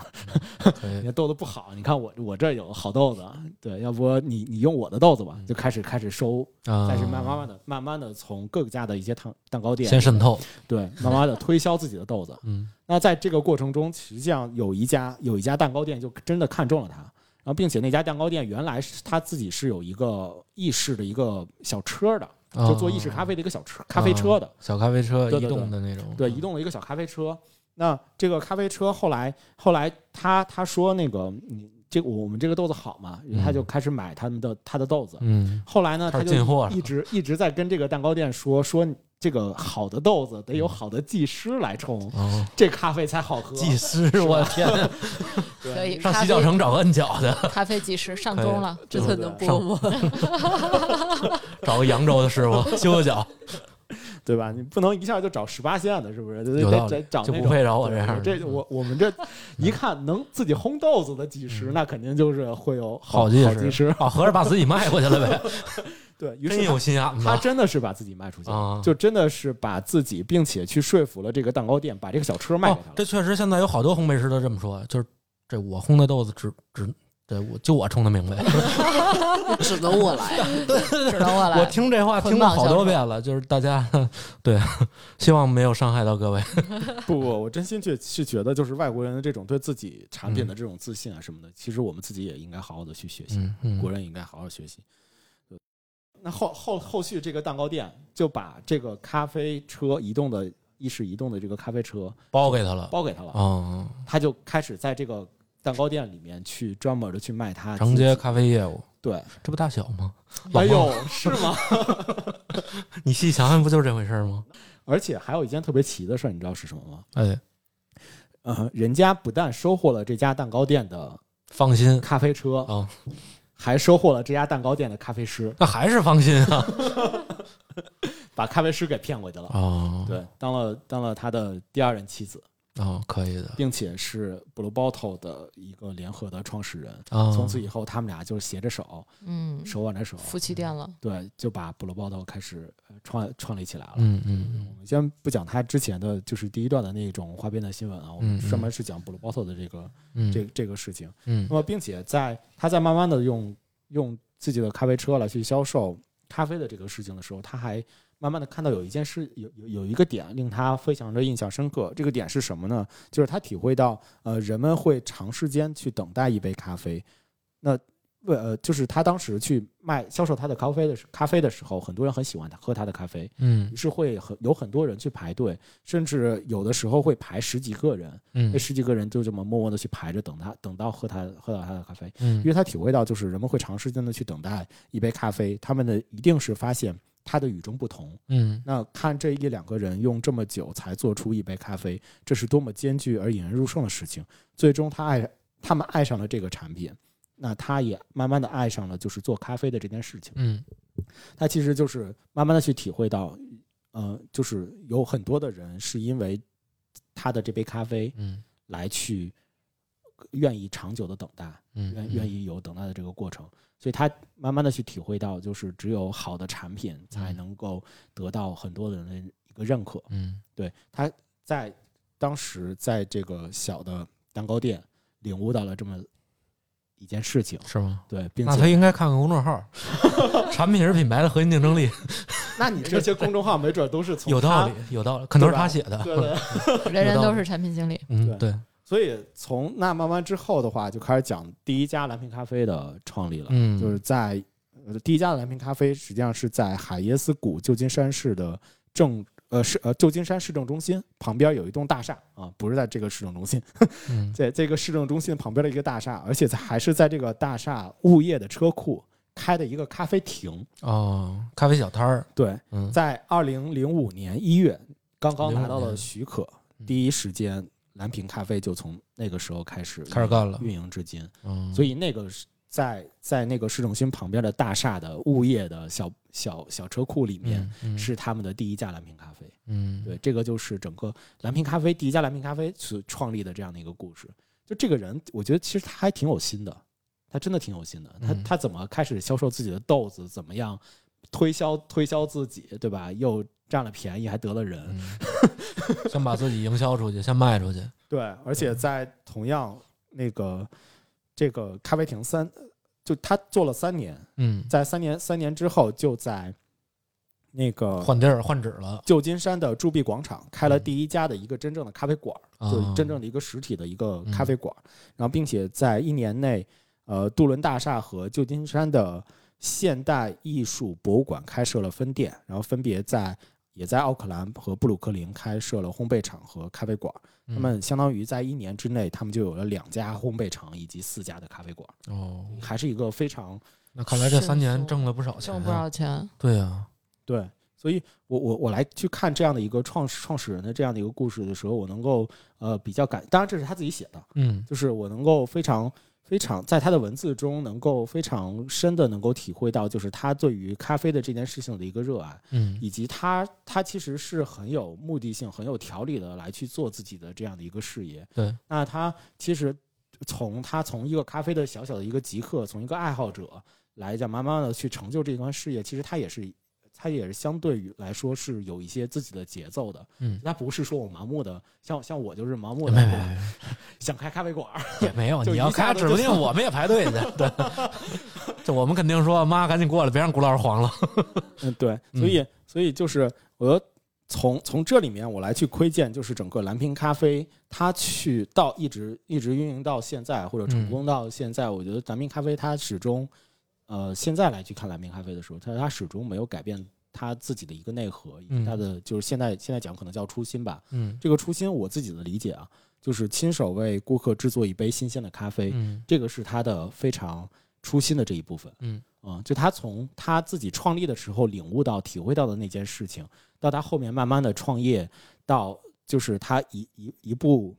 B: 可以
A: 你。这豆子不好，你看我我这儿有好豆子，对，要不你你用我的豆子吧，就开始开始收，
B: 嗯啊，
A: 但是慢慢慢的慢慢的从各家的一些蛋蛋糕店
B: 先渗透，
A: 对，慢慢的推销自己的豆子。
B: 嗯
A: 那在这个过程中，实际上有一家有一家蛋糕店就真的看中了他，然后并且那家蛋糕店原来是他自己是有一个意式的一个小车的，
B: 啊
A: 就做意式咖啡的一个小车咖啡车的，
B: 小咖啡车
A: 对
B: 移
A: 对
B: 动的那种，
A: 对，移动的一个小咖啡车。那这个咖啡车后来后来他他说那个你这个我们这个豆子好嘛，他就开始买他们的他的豆子。
B: 嗯，
A: 后来呢，他
B: 开始
A: 就
B: 进货了
A: 一直一直在跟这个蛋糕店说说这个好的豆子得有好的技师来冲，
B: 哦，
A: 这咖啡才好喝。
B: 技师，我天，
A: 对
D: 可以
B: 上
D: 咖
B: 洗
D: 啡
B: 脚城找个摁脚的，
D: 咖啡技师上钟了，
C: 这
A: 对
C: 可
A: 对
C: 能
A: 对
C: 播吗？
B: 找个扬州的师傅修修脚，
A: 对吧？你不能一下就找十八线的，是不是？得
B: 有道
A: 得
B: 理
A: 得找
B: 就
A: 那
B: 不
A: 种。
B: 配找我这
A: 对
B: 样儿。
A: 这我我们这一看能自己烘豆子的技师，
B: 嗯
A: 那肯定就是会有
B: 好技
A: 技
B: 师
A: 技师。
B: 啊，合着把自己卖过去了呗，
A: 对于
B: 真
A: 是
B: 有心眼子
A: 他，他真的是把自己卖出去了，
B: 啊
A: 就真的是把自己，并且去说服了这个蛋糕店，把这个小车卖给
B: 哦
A: 他了。
B: 这确实现在有好多烘焙师都这么说，就是这我烘的豆子只只对我就我冲的明白。
C: 只能我 来。
D: 只能我来。
B: 我听这话听过好多遍了，就是大家对，希望没有伤害到各位。
A: 不不，我真心去是觉得，就是外国人的这种对自己产品的这种自信啊什么的，其实我们自己也应该好好的去学习，
B: 嗯
A: 国
B: 嗯，
A: 人也应该好好学习。对那后后后续这个蛋糕店就把这个咖啡车移动的意式移动的这个咖啡车
B: 包给他了。
A: 包给他了，
B: 嗯，
A: 他就开始在这个蛋糕店里面去专门的去卖他
B: 承
A: 自己
B: 接咖啡业务，
A: 对，
B: 这不大小吗？老
A: 哎
B: 孟
A: 呦，是吗？
B: 你细想想，不就是这回事儿吗？
A: 而且还有一件特别奇的事儿，你知道是什么吗？
B: 哎，
A: 呃，人家不但收获了这家蛋糕店的
B: 放心，
A: 咖啡车，
B: 哦
A: 还收获了这家蛋糕店的咖啡师，
B: 那还是放心 啊。
A: 把咖啡师给骗过去了。
B: 哦，
A: 对，当了当了他的第二任妻子，
B: 哦，可以的。
A: 并且是 Blue Bottle 的一个联合的创始人。
B: 啊，
A: 从此以后，他们俩就携着手，
D: 嗯，
A: 手挽着手，
D: 夫妻店了，
A: 对，就把 Blue Bottle 开始呃创创立起来了。
B: 嗯嗯嗯
A: 我们先不讲他之前的，就是第一段的那种花边的新闻啊，我们
B: 嗯嗯
A: 专门是讲 Blue Bottle 的这个
B: 嗯，
A: 这这个事情。
B: 嗯
A: 那么，并且在他在慢慢的用用自己的咖啡车来去销售咖啡的这个事情的时候，他还慢慢的看到有一件事，有有有一个点令他非常的印象深刻。这个点是什么呢？就是他体会到，呃，人们会长时间去等待一杯咖啡。那为呃，就是他当时去卖销售他的咖啡的时咖啡的时候，很多人很喜欢他喝他的咖啡，
B: 嗯
A: 于是会很有很多人去排队，甚至有的时候会排十几个人。那
B: 嗯
A: 十几个人就这么默默的去排着等他，等到喝他喝到他的咖啡，因
B: 嗯
A: 为他体会到就是人们会长时间的去等待一杯咖啡，他们的一定是发现他的与众不同。
B: 嗯
A: 那看这一两个人用这么久才做出一杯咖啡，这是多么艰巨而引人入胜的事情。最终他爱他们爱上了这个产品，那他也慢慢的爱上了就是做咖啡的这件事情。
B: 嗯
A: 他其实就是慢慢的去体会到，呃，就是有很多的人是因为他的这杯咖啡，
B: 嗯
A: 来去愿意长久的等待，
B: 嗯，
A: 愿愿意有等待的这个过程。所以他慢慢的去体会到，就是只有好的产品才
B: 嗯
A: 能够得到很多人的一个认可。
B: 嗯
A: 对，他在当时在这个小的蛋糕店领悟到了这么一件事情，
B: 是吗？
A: 对，并
B: 那他
A: 且
B: 应该看看公众号， 产品是品牌的核心竞争力，
A: 那你这些公众号没准都是从
B: 有道
A: 他
B: 理，有道理，可能是
A: 对吧
B: 他写的。
A: 对对。
D: 人人
B: 有道
D: 都
B: 理
D: 是产品经理。
B: 嗯，对，
A: 所以从那慢慢之后的话，就开始讲第一家蓝瓶咖啡的创立了。
B: 嗯，
A: 就是在呃第一家的蓝瓶咖啡实际上是在海耶斯谷旧金山市的正呃市呃旧金山市政中心旁边有一栋大厦啊，不是在这个市政中 心，
B: 嗯
A: 在这个市政中心旁边的一个大厦，而且在还是在这个大厦物业的车库开的一个咖啡亭。
B: 哦，咖啡小摊儿，
A: 对，
B: 嗯，
A: 在二零零五年一月刚刚拿到
B: 05
A: 了
B: 年
A: 许可，
B: 嗯
A: 第一时间蓝瓶咖啡就从那个时候开始
B: 开始干了
A: 运营至今。
B: 嗯，
A: 所
B: 以
A: 以那个是在在那个市中心旁边的大厦的物业的小小小车库里面，
B: 嗯
A: 是他们的第一家蓝瓶咖啡。
B: 嗯，
A: 对，这个就是整个蓝瓶咖啡第一家蓝瓶咖啡所创立的这样的一个故事。就这个人，我觉得其实他还挺有心的，他真的挺有心的。他
B: 嗯
A: 他怎么开始销售自己的豆子，怎么样推销推销自己，对吧？又占了便宜，还得了人。
B: 嗯，先把自己营销出去，先卖出去，
A: 对，而且在同样那个这个咖啡亭三，就他做了三年，
B: 嗯，
A: 在三年三年之后，就在那个
B: 换地儿换址了，
A: 旧金山的铸币广场开了
B: 嗯
A: 第一家的一个真正的咖啡馆，
B: 啊嗯
A: 就是真正的一个实体的一个咖啡馆。然后，并且在一年内，呃，杜伦大厦和旧金山的现代艺术博物馆开设了分店，然后分别在。也在奥克兰和布鲁克林开设了烘焙厂和咖啡馆，
B: 嗯
A: 他们相当于在一年之内，他们就有了两家烘焙厂以及四家的咖啡馆，
B: 哦，
A: 还是一个非常
B: 那看来这
D: 迅
B: 三年
D: 速
B: 挣了不少钱
D: 挣不
B: 啊，
D: 少钱，
B: 对啊呀，
A: 对，所以我我我来去看这样的一个创始创始人的这样的一个故事的时候，我能够呃比较感，当然这是他自己写的，
B: 嗯
A: 就是我能够非常非常在他的文字中能够非常深的能够体会到，就是他对于咖啡的这件事情的一个热爱，
B: 嗯
A: 以及他他其实是很有目的性、很有条理的来去做自己的这样的一个事业。
B: 对，
A: 那他其实从他从一个咖啡的小小的一个极客，从一个爱好者来讲，慢慢的去成就这段事业，其实他也是他也是相对于来说是有一些自己的节奏的。
B: 嗯，
A: 他不是说我盲目的，像像我就是盲目
B: 没
A: 的
B: 没没
A: 想开咖啡馆儿，
B: 也没有，
A: 就
B: 你要
A: 一下
B: 开，
A: 子
B: 指不
A: 就
B: 定我们也排队去。对， 就我们肯定说妈，赶紧过来，别让谷老师黄了。
A: 嗯，对，所以、所以就是我从从这里面我来去窥见，就是整个蓝瓶咖啡，它去到一直一直运营到现在，或者成
B: 嗯
A: 功到现在，我觉得蓝瓶咖啡它始终，呃，现在来去看蓝瓶咖啡的时候，它它始终没有改变它自己的一个内核，以及它
B: 嗯
A: 的就是现在现在讲可能叫初心吧。
B: 嗯
A: 这个初心我自己的理解啊，就是亲手为顾客制作一杯新鲜的咖啡，
B: 嗯
A: 这个是他的非常初心的这一部分。
B: 嗯
A: 啊、就他从他自己创立的时候领悟到、体会到的那件事情，到他后面慢慢的创业，到就是他一一一步，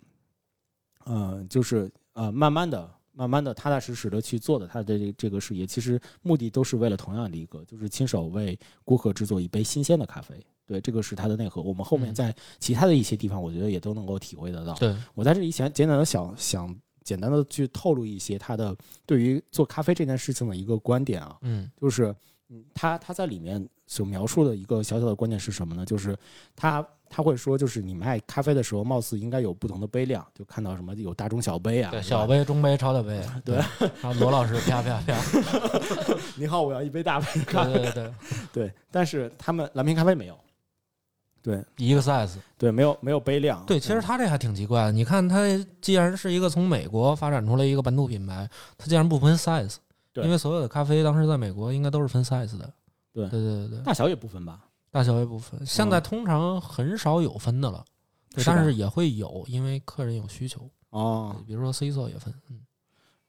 A: 呃，就是呃，慢慢的、慢慢的、踏踏实实的去做的他的这这个事业，其实目的都是为了同样的一个，就是亲手为顾客制作一杯新鲜的咖啡。对，这个是他的内核。我们后面
B: 嗯
A: 在其他的一些地方，我觉得也都能够体会得到。
B: 对，
A: 我在这里想简短的想想简单的去透露一些他的对于做咖啡这件事情的一个观点啊，
B: 嗯
A: 就是嗯他他在里面所描述的一个小小的观点是什么呢？就是他他会说，就是你卖咖啡的时候，貌似应该有不同的杯量，就看到什么有大中小杯啊，
B: 对，
A: 是吧
B: 小。杯、中杯、超小杯，
A: 对，
B: 然后罗老师啪啪 啪，
A: 你好，我要一杯大杯的咖啡。
B: 对对对，
A: 对，但是他们蓝瓶咖啡没有，
B: 一个 size。
A: 对，没有没有杯量。
B: 对，其实
A: 嗯
B: 他这还挺奇怪的。你看，他既然是一个从美国发展出来一个本土品牌，他竟然不分 size，
A: 对
B: 因为所有的咖啡当时在美国应该都是分 size 的。
A: 对
B: 对对对对，
A: 大小也不分吧？
B: 大小也不分。现在通常很少有分的了，对
A: 是吧
B: 但是也会有，因为客人有需求。
A: 哦
B: 对，比如说 C 座也分，嗯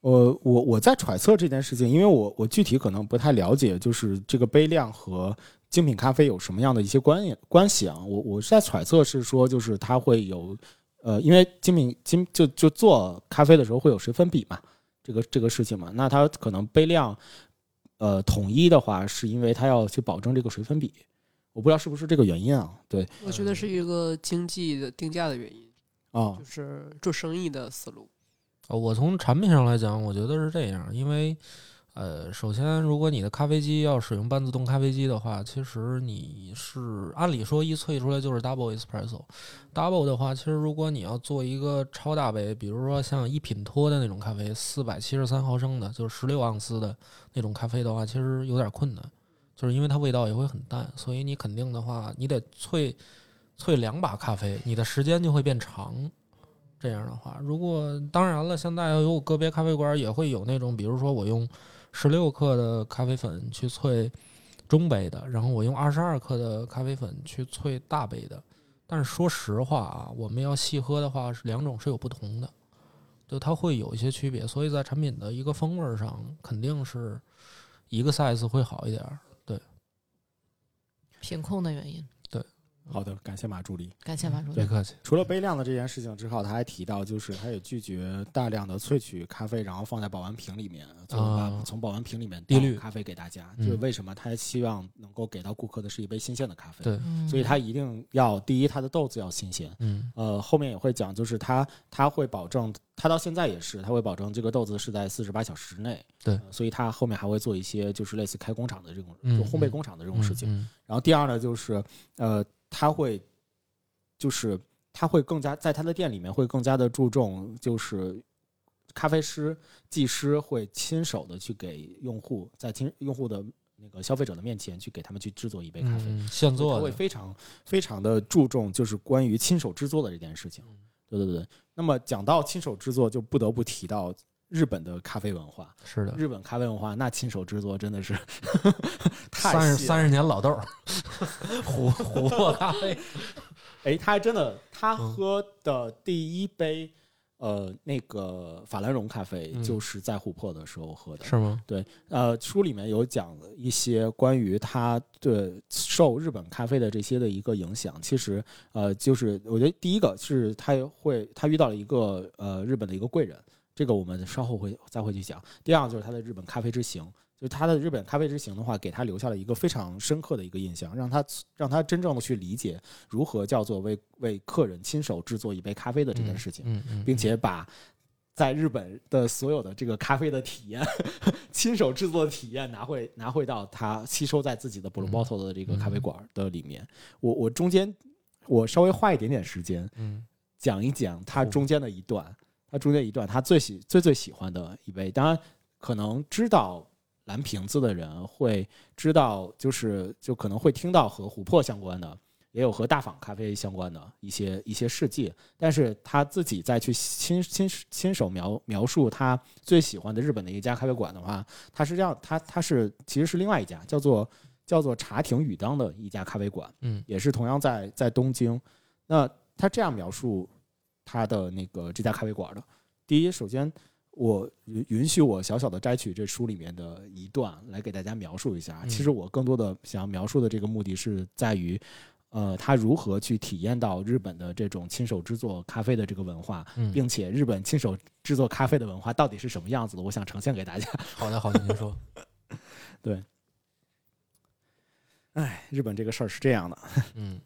A: 我呃我我在揣测这件事情，因为我我具体可能不太了解，就是这个杯量和精品咖啡有什么样的一些关系关系啊？我我是在揣测是说，就是它会有，呃，因为精品精就就做咖啡的时候会有水粉比嘛，这个这个事情嘛，那它可能杯量，呃，统一的话，是因为它要去保证这个水粉比，我不知道是不是这个原因啊？对
C: 我觉得是一个经济的定价的原因，
A: 啊
C: 就，是做生意的思路。
B: 呃我从产品上来讲，我觉得是这样，因为。呃，首先，如果你的咖啡机要使用半自动咖啡机的话，其实你是按理说一萃出来就是 double espresso。double 的话，其实如果你要做一个超大杯，比如说像一品脱的那种咖啡，四百七十三毫升的，就是十六盎司的那种咖啡的话，其实有点困难，就是因为它味道也会很淡，所以你肯定的话，你得萃萃两把咖啡，你的时间就会变长。这样的话，如果当然了，现在有个别咖啡馆也会有那种，比如说我用十六克的咖啡粉去萃中杯的，然后我用二十二克的咖啡粉去萃大杯的。但是说实话啊，我们要细喝的话，是两种是有不同的，就它会有一些区别，所以在产品的一个风味儿上，肯定是一个 size 会好一点儿。
D: 品控的原因。
A: 好的，感谢马助理。
D: 感谢马主
B: 别
D: 任。
B: 客气，
A: 除了杯量的这件事情之后，他还提到，就是他也拒绝大量的萃取咖啡，然后放在保温瓶里面，从
B: 啊
A: 从保温瓶里面
B: 滴
A: 倒
B: 滤
A: 咖啡给大家。
B: 嗯
A: 就是为什么他希望能够给到顾客的是一杯新鲜的咖啡。
B: 对
D: 嗯
A: 所以他一定要第一，他的豆子要新鲜。
B: 嗯
A: 呃，后面也会讲，就是他他会保证，他到现在也是，他会保证这个豆子是在四十八小时内。
B: 对
A: 呃所以他后面还会做一些就是类似开工厂的这种，
B: 嗯
A: 就烘焙工厂的这
B: 这
A: 种事情。
B: 嗯
A: 然后第二呢，就是呃，他会就是他会更加在他的店里面会更加的注重，就是咖啡师、技师会亲手的去给用户在亲用户的那个消费者的面前去给他们去制作一杯
B: 嗯
A: 咖啡，
B: 嗯现
A: 所以他
B: 做
A: 会
B: 的，
A: 非常非常的注重就是关于亲手制作的这件事情。
B: 嗯
A: 对对对。那么讲到亲手制作，就不得不提到日本的咖啡文化。
B: 是的，
A: 日本咖啡文化，那亲手制作真的是 太
B: 三十
A: 细了
B: 三十年老 豆儿，琥琥珀咖啡，
A: 哎，他还真的，他
B: 嗯
A: 喝的第一杯，呃，那个法兰绒咖啡
B: 嗯
A: 就是在琥珀的时候喝的。
B: 是吗？
A: 呃，书里面有讲一些关于他对受日本咖啡的这些的一个影响。其实，呃，就是我觉得第一个是他会他遇到了一个呃日本的一个贵人，这个我们稍后会再会去讲。第二个就是它的日本咖啡之行，就是它的日本咖啡之行的话，给他留下了一个非常深刻的一个印象，让他让他真正的去理解如何叫做为为客人亲手制作一杯咖啡的这件事情。
B: 嗯嗯，
A: 并且把在日本的所有的这个咖啡的体验， 亲手制作的体验拿回拿回到他吸收在自己的 Blue
B: 嗯
A: Bottle 的这个咖啡馆的里面。我我中间我稍微花一点点时间
B: 嗯
A: 讲一讲他
B: 哦
A: 中间的一段，他中间一段他最喜最最喜欢的一杯，当然可能知道。蓝瓶子的人会知道，就是就可能会听到和琥珀相关的，也有和大坊咖啡相关的一些一些事迹，但是他自己再去亲亲亲手描描述他最喜欢的日本的一家咖啡馆的话，他是这样，他他是其实是另外一家叫做叫做茶亭宇当的一家咖啡馆，
B: 嗯
A: 也是同样在在东京。那他这样描述他的那个这家咖啡馆的，第一，首先我允允许我小小的摘取这书里面的一段来给大家描述一下。
B: 嗯
A: 其实我更多的想要描述的这个目的是在于，呃，他如何去体验到日本的这种亲手制作咖啡的这个文化，
B: 嗯，
A: 并且日本亲手制作咖啡的文化到底是什么样子的，我想呈现给大家。
B: 好的好的，您说，
A: 哎，日本这个事儿是这样的。
B: 嗯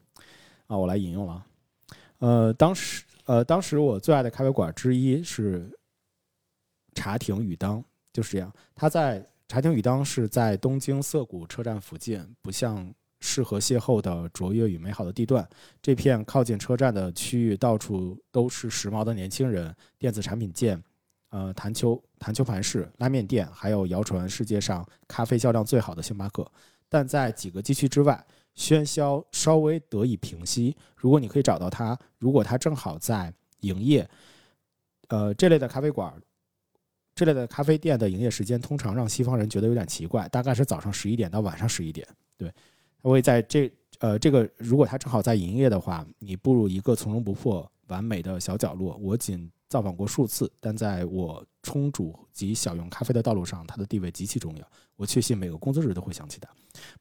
A: 啊，我来引用了啊。呃，当时呃，当时我最爱的咖啡馆之一是茶亭宇当，就是这样。它在茶亭宇当是在东京涩谷车站附近，不像适合邂逅的卓越与美好的地段。这片靠近车站的区域，到处都是时髦的年轻人、电子产品店、呃弹球弹球盘室、拉面店，还有谣传世界上咖啡销量最好的星巴克。但在几个街区之外，喧嚣稍微得以平息。如果你可以找到它，如果它正好在营业，呃，这类的咖啡馆，这类的咖啡店的营业时间通常让西方人觉得有点奇怪，大概是早上十一点到晚上十一点。对，它会在这呃这个，如果它正好在营业的话，你步入一个从容不迫、完美的小角落。我仅造访过数次，但在我冲煮及小用咖啡的道路上，它的地位极其重要。我确信每个工作日都会想起它。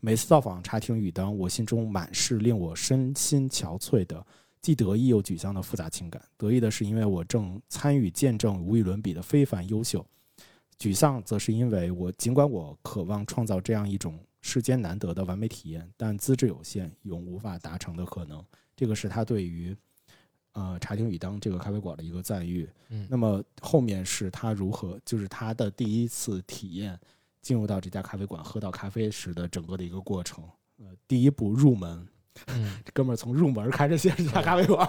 A: 每次造访茶厅与当，我心中满是令我身心憔悴的，既得意又沮丧的复杂情感。得意的是因为我正参与见证无与伦比的非凡优秀；沮丧则是因为我尽管我渴望创造这样一种世间难得的完美体验，但资质有限，永无法达成的可能。这个是他对于呃茶厅与当这个咖啡馆的一个赞誉。
B: 嗯
A: 那么后面是他如何，就是他的第一次体验进入到这家咖啡馆喝到咖啡时的整个的一个过程。呃，第一步入门，
B: 嗯
A: 这哥们儿从入门开始写这家咖啡馆。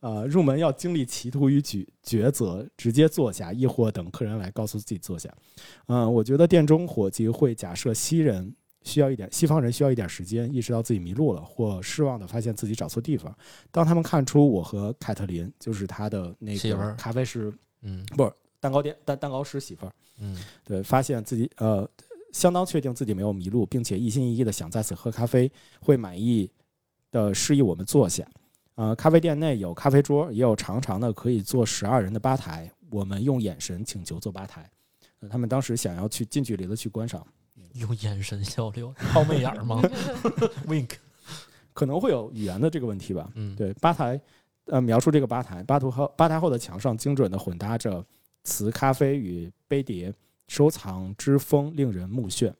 A: 呃，入门要经历歧途与举抉择，直接坐下，亦或等客人来告诉自己坐下。嗯、我觉得店中伙计会假设西人需要一点，西方人需要一点时间，意识到自己迷路了，或失望的发现自己找错地方。当他们看出我和凯特琳，就是他的那
B: 媳妇
A: 个
B: 儿
A: 咖啡师，
B: 嗯
A: 不是蛋糕店蛋蛋糕师媳妇儿，
B: 嗯
A: 对，发现自己呃相当确定自己没有迷路，并且一心一意的想在此喝咖啡，会满意的示意我们坐下。呃，咖啡店内有咖啡桌，也有长长的可以坐十二人的吧台。我们用眼神请求坐吧台。呃他们当时想要去近距离的去观赏，
B: 用眼神交流，抛媚眼儿吗？Wink，
A: 可能会有语言的这个问题吧。
B: 嗯
A: 对，吧台，呃，描述这个吧台，吧图后吧台后的墙上精准的混搭着瓷咖啡与杯碟，收藏之风令人目眩。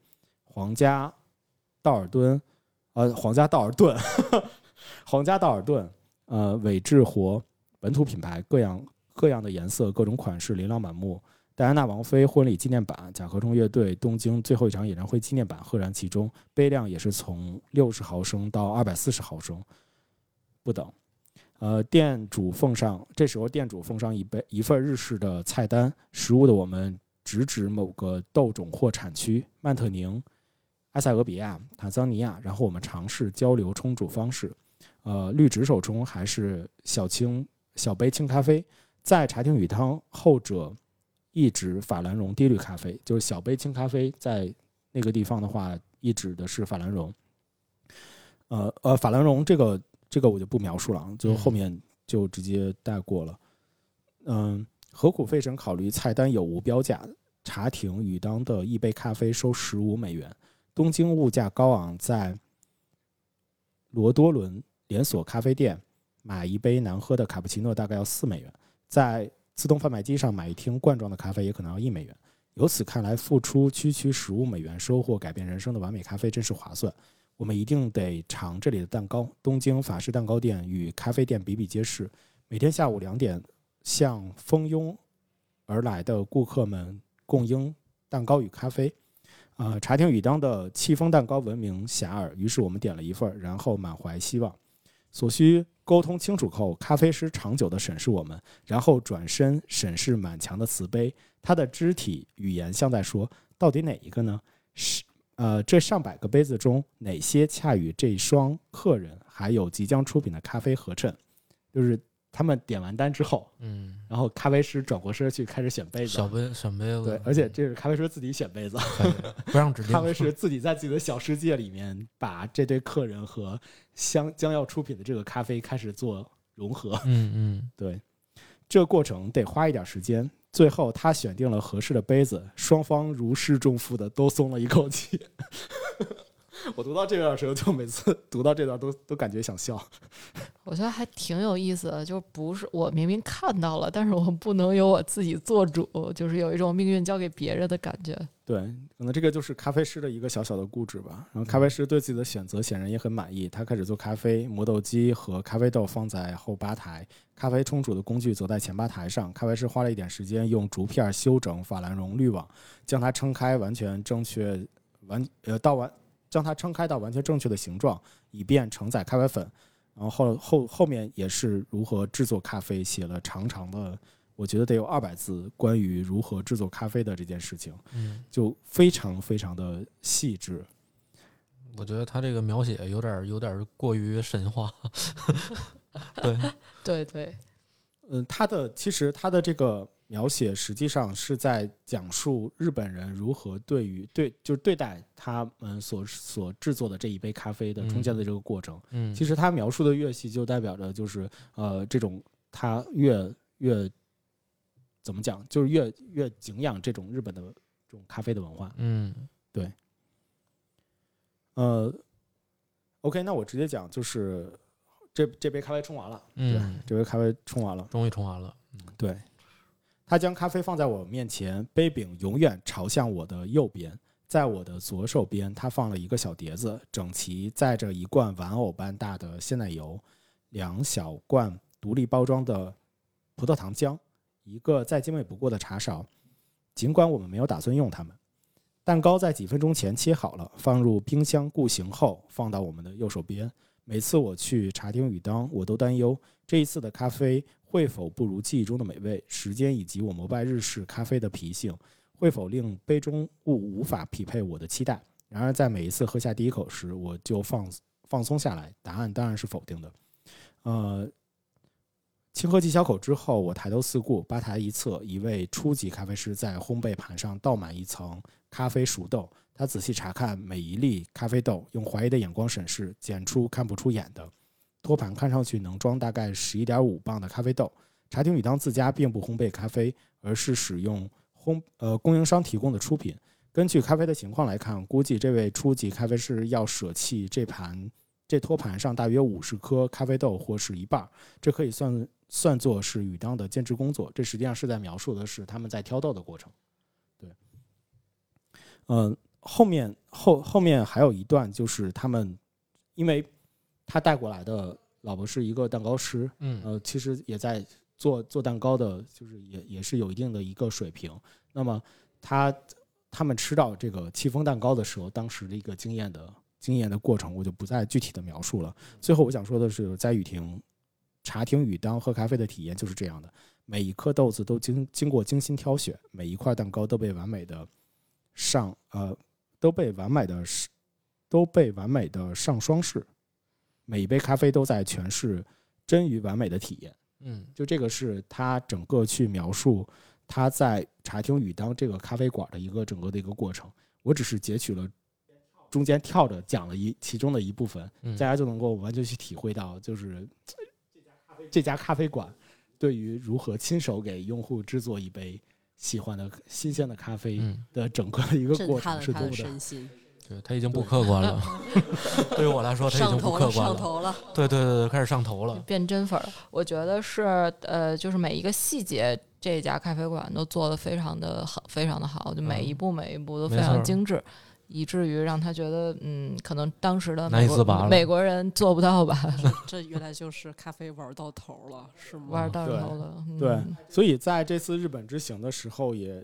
A: 皇家道尔顿，呃，皇家道尔顿， 皇家道尔顿，呃，韦志活本土品牌，各样各样的颜色，各种款式琳琅满目。戴安娜王妃婚礼纪念版、甲壳虫乐队东京最后一场演唱会纪念版赫然其中，杯量也是从六十毫升到二百四十毫升不等。呃，店主奉上，这时候店主奉上一杯一份日式的菜单，食物的我们直指某个豆种或产区，曼特宁、埃塞俄比亚、坦桑尼亚，然后我们尝试交流冲煮方式，呃，绿植手冲还是小青小杯青咖啡，在茶厅与汤后者一指法兰绒低滤咖啡，就是小杯青咖啡在那个地方的话，一指的是法兰绒。呃呃，法兰绒这个这个我就不描述了，啊，就
B: 嗯
A: 后面就直接带过了。嗯，何苦费神考虑菜单有无标价？茶亭与当的一杯咖啡收十五美元。东京物价高昂，在罗多伦连锁咖啡店买一杯难喝的卡布奇诺大概要四美元，在自动贩卖机上买一听罐装的咖啡也可能要一美元。由此看来，付出区区十五美元收获改变人生的完美咖啡真是划算。我们一定得尝这里的蛋糕。东京法式蛋糕店与咖啡店比比皆是。每天下午两点，向蜂拥而来的顾客们供应蛋糕与咖啡。呃，茶厅与当的戚风蛋糕闻名遐迩，于是我们点了一份儿，然后满怀希望。所需沟通清楚后，咖啡师长久地审视我们，然后转身审视满墙的慈悲。他的肢体语言像在说：“到底哪一个呢？是呃，这上百个杯子中，哪些恰与这双客人还有即将出品的咖啡合衬？”就是他们点完单之后，
B: 嗯，
A: 然后咖啡师转过身去开始选杯子
B: 小
A: 了。
B: 杯小杯子，
A: 对，而且这是咖啡师自己选杯子，
B: 可以不让指定
A: 咖 啡师自己在自己的小世界里面，把这对客人和将将要出品的这个咖啡开始做融合。
B: 嗯嗯，
A: 对，这个过程得花一点时间。最后，他选定了合适的杯子，双方如释重负的都松了一口气。 我读到这段的时候，就每次读到这段都都感觉想笑。
D: 我觉得还挺有意思的，就不是我明明看到了，但是我不能由我自己做主，就是有一种命运交给别人的感觉。
A: 对，可能这个就是咖啡师的一个小小的固执吧。然后咖啡师对自己的选择显然也很满意，他开始做咖啡，磨豆机和咖啡豆放在后吧台，咖啡冲煮的工具则在前吧台上。咖啡师花了一点时间用竹片修整法兰绒滤网，将它撑开，完全正确完呃到完将它撑开到完全正确的形状，以便承载咖啡粉。然后后后后面也是如何制作咖啡，写了长长的，我觉得得有二百字关于如何制作咖啡的这件事情。
B: 嗯，
A: 就非常非常的细致。
B: 我觉得他这个描写有点有点过于 神话，对，
D: 对对，
A: 嗯，他的其实他的这个描写实际上是在讲述日本人如何对于对就是对待他们所所制作的这一杯咖啡的中间的这个过程。
B: 嗯，
A: 其实他描述的越细，就代表着就是呃这种他越越怎么讲，就是越越敬仰这种日本的这种咖啡的文化。
B: 嗯
A: 呃，OK，那我直接讲就是这这杯咖啡冲完了，
B: 嗯，
A: 这杯咖啡冲完了。
B: 终于冲完了，
A: 对，他将咖啡放在我面前，杯柄永远朝向我的右边，在我的左手边，他放了一个小碟子，整齐载着一罐玩偶般大的鲜奶油，两小罐独立包装的葡萄糖浆，一个再精美不过的茶勺。尽管我们没有打算用它们，蛋糕在几分钟前切好了，放入冰箱固形后，放到我们的右手边。每次我去茶厅与当，我都担忧这一次的咖啡会否不如记忆中的美味，时间以及我膜拜日式咖啡的脾性，会否令杯中物无法匹配我的期待？然而，在每一次喝下第一口时，我就放放松下来。答案当然是否定的。呃，轻喝几小口之后，我抬头四顾，吧台一侧一位初级咖啡师在烘焙盘上倒满一层咖啡熟豆。他仔细查看每一粒咖啡豆，用怀疑的眼光审视，捡出看不出眼的。托盘看上去能装大概十一点五磅的咖啡豆。茶厅与当自家并不烘焙咖啡，而是使用烘呃供应商提供的出品。根据咖啡的情况来看，估计这位初级咖啡师要舍弃这盘这托盘上大约五十颗咖啡豆，或是一半儿。这可以算算作是与当的兼职工作。这实际上是在描述的是他们在挑豆的过程。对，嗯、后面后后面还有一段就是他们，因为他带过来的老婆是一个蛋糕师，
B: 嗯
A: 呃，其实也在做做蛋糕的，就是也也是有一定的一个水平。那么他他们吃到这个戚风蛋糕的时候，当时的一个经验的经验的过程，我就不再具体的描述了。最后我想说的是，在雨婷茶厅与当喝咖啡的体验就是这样的，每一颗豆子都经经过精心挑选，每一块蛋糕都被完美的上呃都被完美的都被完美的上双饰，每一杯咖啡都在诠释真与完美的体验。
B: 嗯
A: 就这个是他整个去描述他在茶厅与当这个咖啡馆的一个整个的一个过程。我只是截取了中间跳着讲了一其中的一部分，
B: 嗯，
A: 大家就能够完全去体会到，就是呃这家咖啡馆对于如何亲手给用户制作一杯喜欢的新鲜的咖啡
B: 嗯，
A: 的整个的一个过
C: 震
A: 程
C: 撼了
A: 是
C: 他
A: 多么
C: 的
A: 的
C: 身心，
B: 对他已经不客 观了，对于我来说他已经
C: 上
B: 不
C: 头
B: 客观
C: 上头了，
B: 啊对对对对，开始上头了，嗯
D: 变真粉儿，我觉得是呃，就是每一个细节这一家咖啡馆都做的非常的好，非常的好，就每一步每一步都
B: 嗯没
D: 非
B: 错
D: 常
B: 儿
D: 精致，以至于让他觉得，嗯，可能当时的
B: 难
D: 美
B: 以
D: 国
B: 自拔了
D: 美国人做不到 吧，
C: 这原来就是咖啡玩到头了，是吗？
D: 玩到
A: 啊对
D: 头了。嗯、
A: 对，所以在这次日本之行的时候，也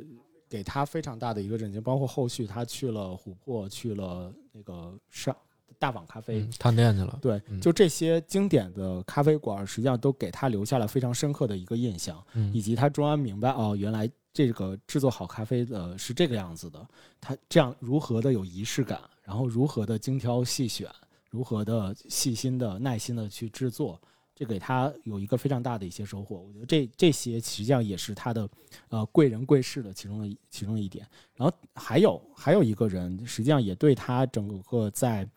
A: 给他非常大的一个震惊，包括后续他去了琥珀，去了那个上大碗咖啡。
B: 嗯，探店去了，
A: 对，
B: 嗯
A: 就这些经典的咖啡馆，实际上都给他留下了非常深刻的一个印象，以
B: 嗯，
A: 及他终于明白哦，原来这个制作好咖啡的呃是这个样子的，他这样如何的有仪式感，然后如何的精挑细选，如何的细心的、耐心的去制作，这给他有一个非常大的一些收获。我觉得这这些实际上也是他的呃贵人贵事的其中的一其中的一点。然后还有还有一个人，实际上也对他整个在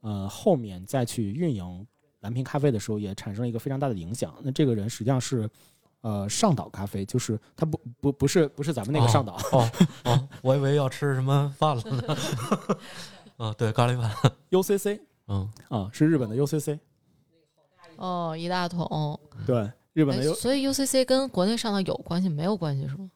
A: 呃后面再去运营蓝瓶咖啡的时候，也产生了一个非常大的影响。那这个人实际上是。呃，上岛咖啡就是他不不不是不是咱们那个
B: 哦
A: 上岛，
B: 哦哦，我以为要吃什么饭了呢， 啊，对，咖喱饭，
A: UCC
B: 嗯，
A: 啊，是日本的 UCC，
D: 哦，一大桶。
A: 对，日本
D: 哎
A: 的 U
D: 所以 UCC 跟国内上的有关系，没有关系是吗？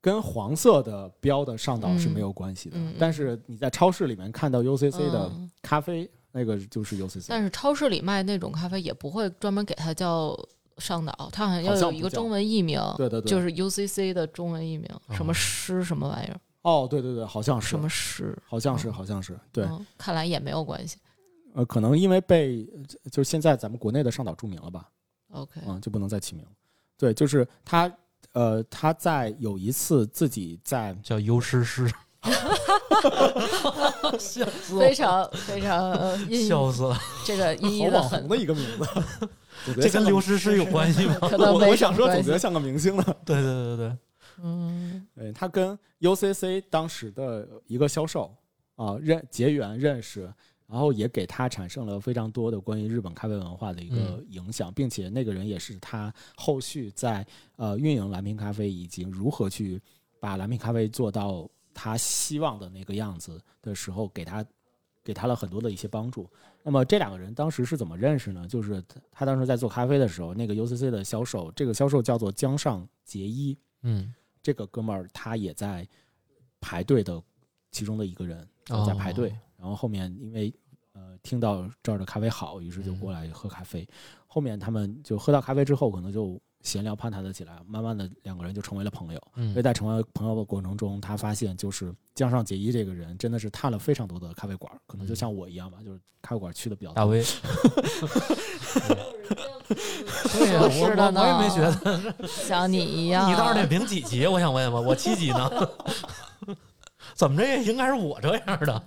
A: 跟黄色的标的上岛是
D: 嗯
A: 没有关系的
D: 嗯嗯，
A: 但是你在超市里面看到 UCC 的
D: 嗯
A: 咖啡，那个就是 UCC，
D: 但是超市里卖那种咖啡也不会专门给它叫上岛，它好像要
A: 好像
D: 有
A: 不
D: 一个
A: 叫
D: 中文译名，
A: 对对对，
D: 就是 UCC 的中文译名，什
B: 哦
D: 么诗什么玩意儿，
A: 哦，对对对，好像是
D: 什，么诗，
A: 好像是，好像是，对，
D: 嗯，看来也没有关系。
A: 呃，可能因为被就是现在咱们国内的上岛注明了吧，
D: OK，
A: 嗯，就不能再起名了，对，就是他，呃，他在有一次自己在
B: 叫优诗诗，笑死我
D: 非，常非常呃 音
B: 笑死了，
D: 这个音
A: 好
D: 译的
A: 网红
D: 很，
A: 的一个名字，总觉得
B: 这
A: 像
B: 跟
A: 个
B: 刘诗诗有关系吗？
D: 可能
A: 我我
D: 没什么
A: 想 说，总
D: 关
A: 觉得
D: 系。
A: 像个明星了。
B: 对对对对
D: 嗯，
A: 对，呃他跟 UCC 当时的一个销售啊认结缘认识，然后也给他产生了非常多的关于日本咖啡文化的一个
B: 嗯
A: 影响，并且那个人也是他后续在呃运营蓝瓶咖啡以及如何去把蓝瓶咖啡做到他希望的那个样子的时候，给他给他了很多的一些帮助。那么这两个人当时是怎么认识呢？就是他他当时在做咖啡的时候，那个 UCC 的销售，这个销售叫做江上结一，
B: 嗯
A: 这个哥们儿他也在排队的其中的一个人
B: 哦
A: 在排队，然后后面因为呃听到这儿的咖啡好，于是就
B: 嗯
A: 过来喝咖啡。后面他们就喝到咖啡之后，可能就闲聊攀谈了起来，慢慢的两个人就成为了朋友。
B: 嗯
A: 所以
B: 嗯，
A: 在成为朋友的过程中，他发现就是江上结一这个人真的是探了非常多的咖啡馆儿，可能就
B: 嗯
A: 像我一样吧，就是咖啡馆儿去的比较
B: 大
A: 多。
B: 威， 对
A: 啊
B: 呀，
D: 是
B: 我
D: 的
B: 我
D: 呢
B: 我也没 觉得。
D: 像 你一样，
B: 你倒是得评几级？我想问问，我七级呢？ 怎么着也应该是我这样的。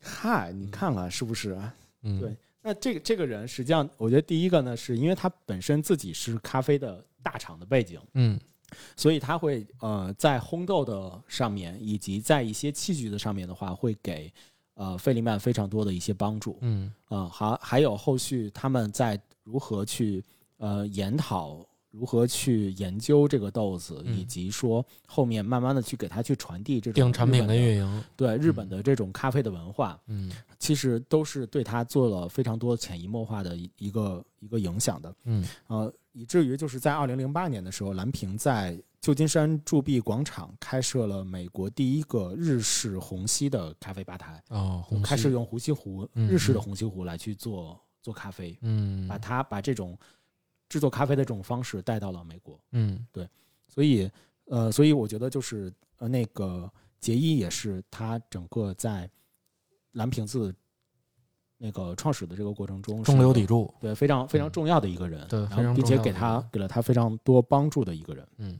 A: 嗨，你看看是不是啊？
B: 嗯
A: 对那这个这个人实际上，我觉得第一个呢，是因为他本身自己是咖啡的大厂的背景。
B: 嗯
A: 所以它会呃在烘豆的上面，以及在一些器具的上面的话，会给呃费利曼非常多的一些帮助。
B: 嗯
A: 啊，还还有后续他们在如何去呃研讨、如何去研究这个豆子，
B: 嗯
A: 以及说后面慢慢的去给它去传递这种
B: 定产
A: 日
B: 品
A: 本
B: 的运营，
A: 对日本的这种咖啡的文化，
B: 嗯
A: 其实都是对他做了非常多潜移默化的一一个一个影响的。
B: 嗯
A: 呃，以至于就是在二零零八年的时候，蓝屏在旧金山铸币广场开设了美国第一个日式虹吸的咖啡吧台，
B: 哦，红
A: 开始
B: 旗
A: 用虹吸壶，
B: 嗯
A: 日式的
B: 嗯
A: 虹吸壶来去做做咖啡，
B: 嗯
A: 把它把这种制作咖啡的这种方式带到了美国，
B: 嗯
A: 所以呃，所以我觉得就是呃那个杰伊也是他整个在蓝瓶子那个创始的这个过程中是
B: 中流
A: 一个
B: 砥柱，
A: 对，非常非常
B: 嗯
A: 重要的一个人，
B: 对
A: 然后
B: 非常
A: 并且
B: 重要
A: 给
B: 的
A: 他
B: 一个
A: 给了他非常多帮助的一个人。
B: 嗯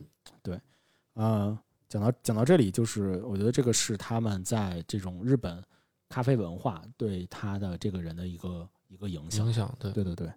A: 呃，讲到讲到这里，就是我觉得这个是他们在这种日本咖啡文化对他的这个人的一个一个影响
B: 影。响对
A: 对对对，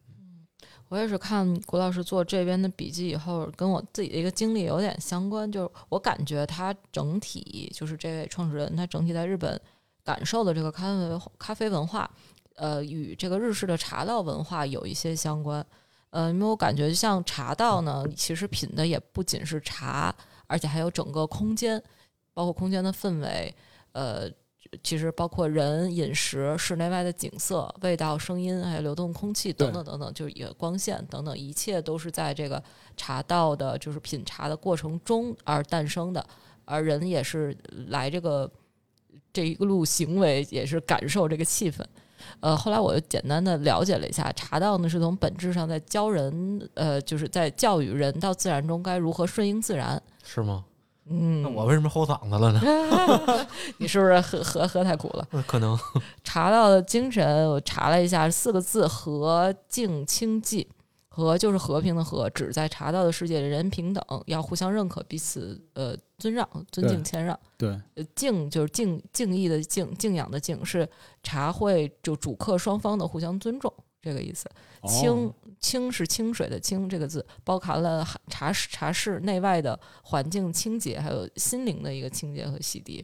D: 我也是看谷老师做这边的笔记以后，跟我自己的一个经历有点相关，就是我感觉他整体就是这位创始人，他整体在日本感受的这个咖啡文咖啡文化，呃，与这个日式的茶道文化有一些相关。呃，因为我感觉像茶道呢，其实品的也不仅是茶，而且还有整个空间，包括空间的氛围，呃，其实包括人、饮食、室内外的景色、味道、声音，还有流动空气等等等等，就是也光线等等，一切都是在这个茶道的，就是品茶的过程中而诞生的。而人也是来这个这一路行为，也是感受这个气氛。呃，后来我又简单的了解了一下，茶道呢是从本质上在教人，呃，就是在教育人到自然中该如何顺应自然。
B: 是吗？
D: 嗯，
B: 那我为什么齁嗓子了呢？
D: 你是不是喝喝喝太苦了？
B: 可能
D: 茶道的精神，我查了一下，四个字：和静清寂。和就是和平的和，指在茶道的世界里人平等，要互相认可，彼此呃尊让、尊敬、
A: 对
D: 谦让。
A: 对，
D: 呃敬就是敬敬意的敬，敬仰的敬是茶会就主客双方的互相尊重这个意思。清
A: 哦、
D: 清是清水的清这个字，包含了哈茶室茶室内外的环境清洁，还有心灵的一个清洁和洗涤。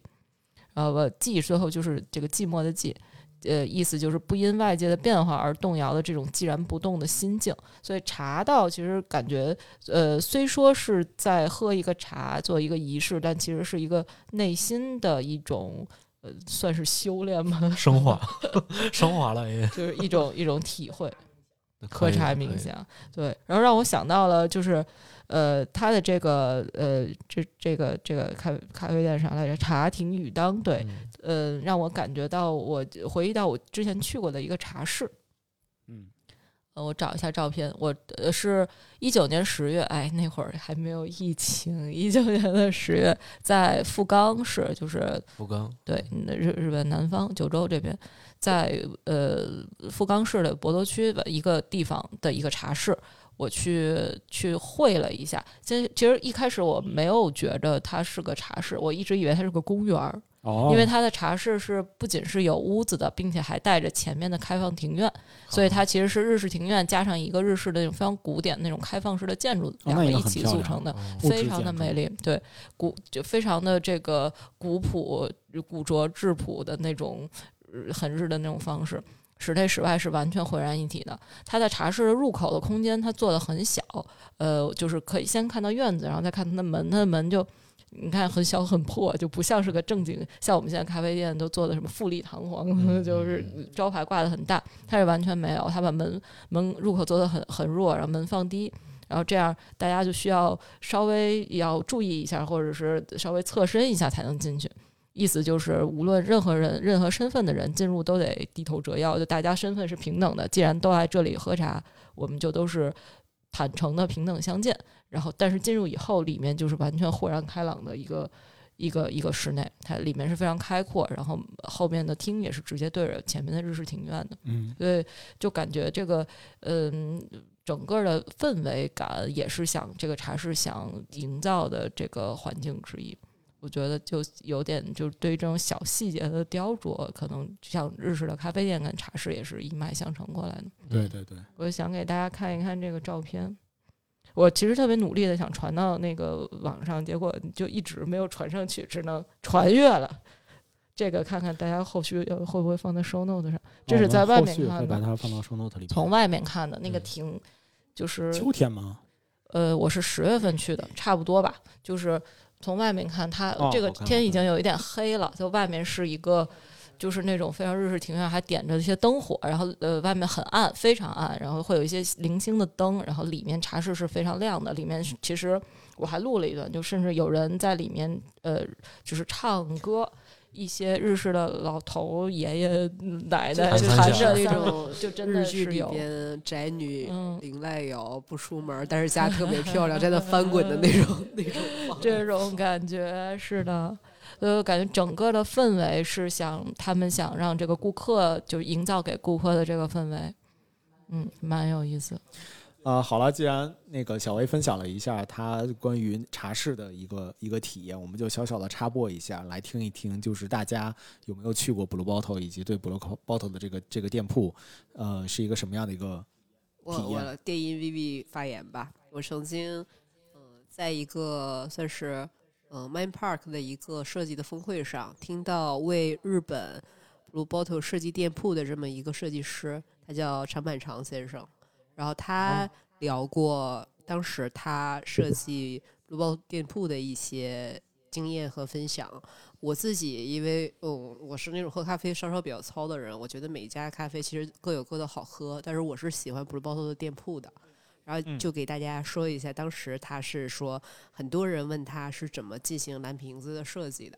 D: 呃，我寂最后就是这个寂寞的寂，呃，意思就是不因外界的变化而动摇的这种寂然不动的心境。所以茶道其实感觉，呃，虽说是在喝一个茶做一个仪式，但其实是一个内心的一种，呃，算是修炼吗？
B: 升华，升华了也
D: 就是一种一种体会。
B: 可
D: 喝
B: 以
D: 茶
B: 可以
D: 冥想，对，然后让我想到了就是，呃，他的这个呃，这这个这个咖咖啡店啥来着？茶亭雨当，对，
B: 嗯
D: 嗯、让我感觉到我回忆到我之前去过的一个茶室，
A: 嗯，
D: 呃，我找一下照片，我呃是一九年十月，哎，那会儿还没有疫情，一九年的十月，在富冈市，就是
B: 福冈
D: 对，那日日本南方九州这边，在呃富冈市的博多区的一个地方的一个茶室，我去去会了一下。其实其实一开始我没有觉着它是个茶室，我一直以为它是个公园儿，
A: 哦，
D: 因为它的茶室是不仅是有屋子的，并且还带着前面的开放庭院，所以它
A: 哦
D: 其实是日式庭院加上一个日式的那种非常古典那种开放式的建筑，
A: 哦那
D: 两个
A: 应该
D: 一
A: 很
D: 起
A: 漂
D: 组
A: 亮
D: 成的。
B: 哦
A: 物
D: 非
A: 质
D: 常的
A: 建筑
D: 美丽，对古就非常的这个古朴、古拙、质朴的那种呃很日的那种方式，室内室外是完全浑然一体的。它在茶室的入口的空间，它做的很小，呃，就是可以先看到院子，然后再看它的门，它的门就。你看很小很破，就不像是个正经，像我们现在咖啡店都做的什么富丽堂皇，
B: 嗯
D: 就是招牌挂的很大，它是完全没有，它把门门入口做的很很弱，然后门放低，然后这样大家就需要稍微要注意一下，或者是稍微侧身一下才能进去。意思就是，无论任何人、任何身份的人进入都得低头折腰，就大家身份是平等的。既然都来这里喝茶，我们就都是坦诚的、平等相见。然后，但是进入以后，里面就是完全豁然开朗的一个一个一个室内，它里面是非常开阔，然后后面的厅也是直接对着前面的日式庭院的。
A: 嗯
D: 对，就感觉这个嗯，整个的氛围感也是想这个茶室想营造的这个环境之一。我觉得就有点就是对这种小细节的雕琢，可能像日式的咖啡店跟茶室也是一脉相承过来的。
A: 对对对，
D: 我就想给大家看一看这个照片。我其实特别努力的想传到那个网上，结果就一直没有传上去，只能传阅了。这个看看大家后续要会不会放在 show note 上，这
A: 哦
D: 是
A: 我们
D: 在外
A: 后
D: 面
A: 续
D: 看
A: 会把
D: 的
A: 它放到 show note 里边。
D: 从外面看的那个
B: 嗯
D: 亭，就是
A: 秋天吗？
D: 呃，我是十月份去的，差不多吧。就是从外面看，它
A: 哦
D: 这个
A: 我看
D: 天
A: 我
D: 已
A: 看
D: 经有一点黑了，就外面是一个就是那种非常日式庭院，还点着一些灯火，然后呃外面很暗，非常暗，然后会有一些零星的灯，然后里面茶室是非常亮的，里面是其实我还录了一段，就甚至有人在里面呃就是唱歌。一些日式的老头、爷爷、奶
C: 就
D: 奶
B: 是
D: 弹
B: 是
D: 着
C: 那
D: 三
C: 种
D: 就真的
C: 日剧
D: 是
C: 里
D: 有，
C: 边宅女
D: 嗯，
C: 林濑遥不出门，但是家特别漂 亮，在那翻滚的那种那种 房子。
D: 这种感觉是的，呃，感觉整个的氛围是想他们想让这个顾客就营造给顾客的这个氛围，嗯，蛮有意思。
A: 啊、好了，既然那个小薇分享了一下她关于茶室的一个一个体验，我们就小小的插播一下，来听一听，就是大家有没有去过 Blue Bottle，以及对 Blue Bottle 的这个这个店铺，呃，是一个什么样的一个？
C: 我
A: 体验
C: 我电音 VV 发言吧，我曾经嗯、呃在一个算是嗯、呃 Mind Park 的一个设计的峰会上，听到为日本 Blue Bottle 设计店铺的这么一个设计师，他叫长坂长先生，然后
A: 哦
C: 他聊过当时他设计 Blue Bottle 店铺的一些经验和分享。我自己因为嗯，我是那种喝咖啡稍稍比较糙的人，我觉得每一家咖啡其实各有各的好喝，但是我是喜欢 Blue Bottle 的店铺的。然后
A: 嗯
C: 就给大家说一下，当时他是说，很多人问他是怎么进行蓝瓶子的设计的，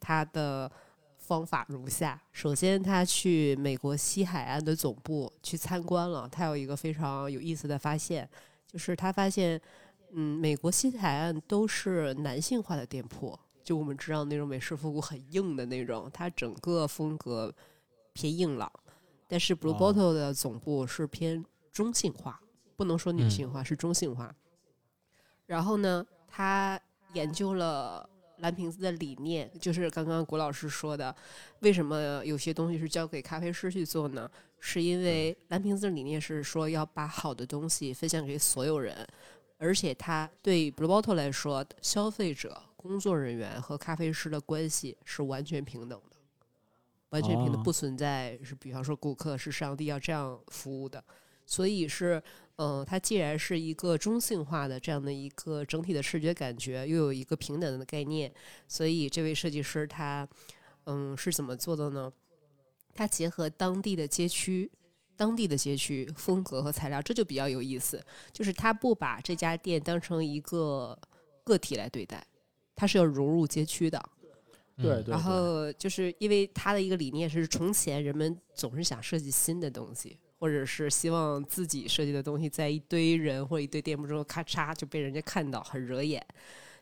C: 他的方法如下：首先，他去美国西海岸的总部去参观了，他有一个非常有意思的发现，就是他发现，嗯，美国西海岸都是男性化的店铺，就我们知道那种美式复古很硬的那种，它整个风格偏硬朗，但是 Blue
A: 哦
C: Bottle 的总部是偏中性化，不能说女
B: 嗯
C: 性化，是中性化。然后呢，他研究了蓝瓶子的理念，就是刚刚谷老师说的，为什么有些东西是交给咖啡师去做呢？是因为蓝瓶子的理念是说要把好的东西分享给所有人，而且它对 Blue Bottle 来说，消费者、工作人员和咖啡师的关系是完全平等的，完全平等，
A: 哦
C: 不存在是比方说顾客是上帝要这样服务的，所以是。嗯，它既然是一个中性化的这样的一个整体的视觉感觉，又有一个平等的概念，所以这位设计师他，嗯，是怎么做的呢？它结合当地的街区、当地的街区风格和材料，这就比较有意思。就是它不把这家店当成一个个体来对待，它是要融入街区的。
A: 对
B: 嗯
A: 对
C: 然后就是因为他的一个理念是，从前人们总是想设计新的东西，或者是希望自己设计的东西在一堆人或者一堆店铺中咔嚓就被人家看到，很惹眼。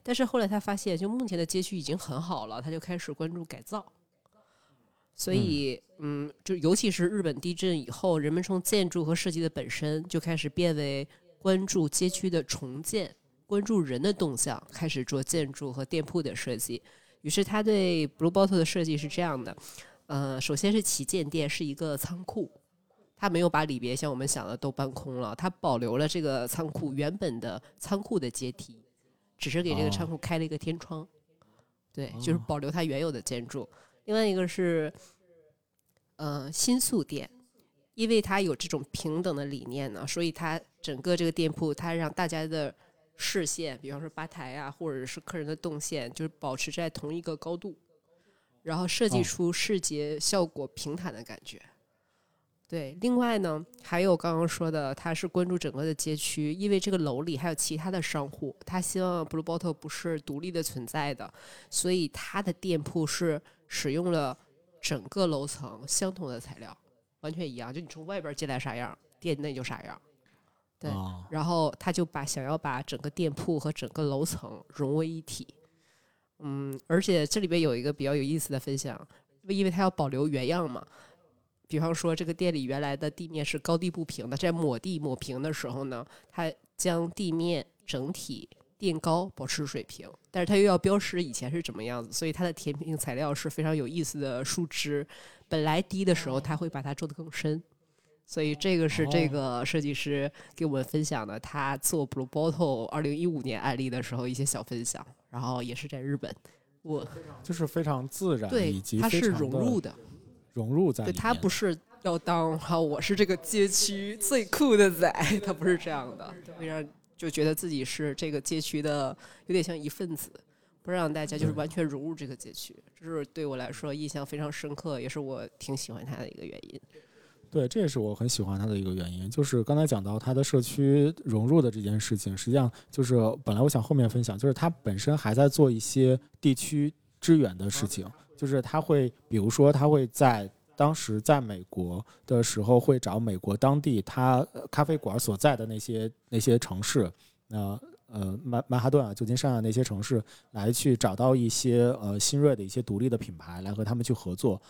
C: 但是后来他发现，就目前的街区已经很好了，他就开始关注改造。所以，嗯，就尤其是日本地震以后，人们从建筑和设计的本身就开始变为关注街区的重建，关注人的动向，开始做建筑和店铺的设计。于是他对 Blue Bottle 的设计是这样的，呃，首先是旗舰店是一个仓库，他没有把里边像我们想的都搬空了，他保留了这个仓库原本的仓库的阶梯，只是给这个
A: 哦
C: 仓库开了一个天窗，对，就是保留它原有的建筑。另外一个是，呃，新宿店，因为它有这种平等的理念呢，所以它整个这个店铺，它让大家的视线，比方说吧台啊，或者是客人的动线，就是保持在同一个高度，然后设计
A: 哦
C: 出视觉效果平坦的感觉。对，另外呢，还有刚刚说的，他是关注整个的街区，因为这个楼里还有其他的商户，他希望 Blue Bottle 不是独立的存在的，所以他的店铺是使用了整个楼层相同的材料，完全一样，就你从外边进来啥样，店内就啥样。对
A: 啊
C: 然后他就把想要把整个店铺和整个楼层融为一体。嗯，而且这里边有一个比较有意思的分享，因为他要保留原样嘛。比方说，这个店里原来的地面是高低不平的，在抹地抹平的时候呢，他将地面整体垫高，保持水平，但是它又要标识以前是怎么样子，所以它的填平材料是非常有意思的树枝。本来低的时候，它会把它做得更深，所以这个是这个设计师给我们分享的，他做 Blue Bottle 二零一五年案例的时候一些小分享，然后也是在日本，我
A: 就是非常自然，
C: 对
A: 以及
C: 它
A: 非
C: 是
A: 常
C: 融
A: 地
C: 入的，
A: 融入在里
C: 对
A: 面，
C: 他不是要当哈，我是这个街区最酷的仔， 他不是这样的，他会让就觉得自己是这个街区的有点像一份子，不让大家就是
A: 对
C: 完全融入这个街区，这是对我来说印象非常深刻，也是我挺喜欢他的一个原因。
A: 对，这也是我很喜欢它的一个原因，就是刚才讲到它的社区融入的这件事情，实际上就是本来我想后面分享，就是它本身还在做一些地区支援的事情，就是它会，比如说它会在。当时在美国的时候，会找美国当地它呃咖啡馆所在的那些那些城市，呃呃曼曼哈顿啊、旧金山啊那些城市，来去找到一些呃新锐的一些独立的品牌，来和他们去合作，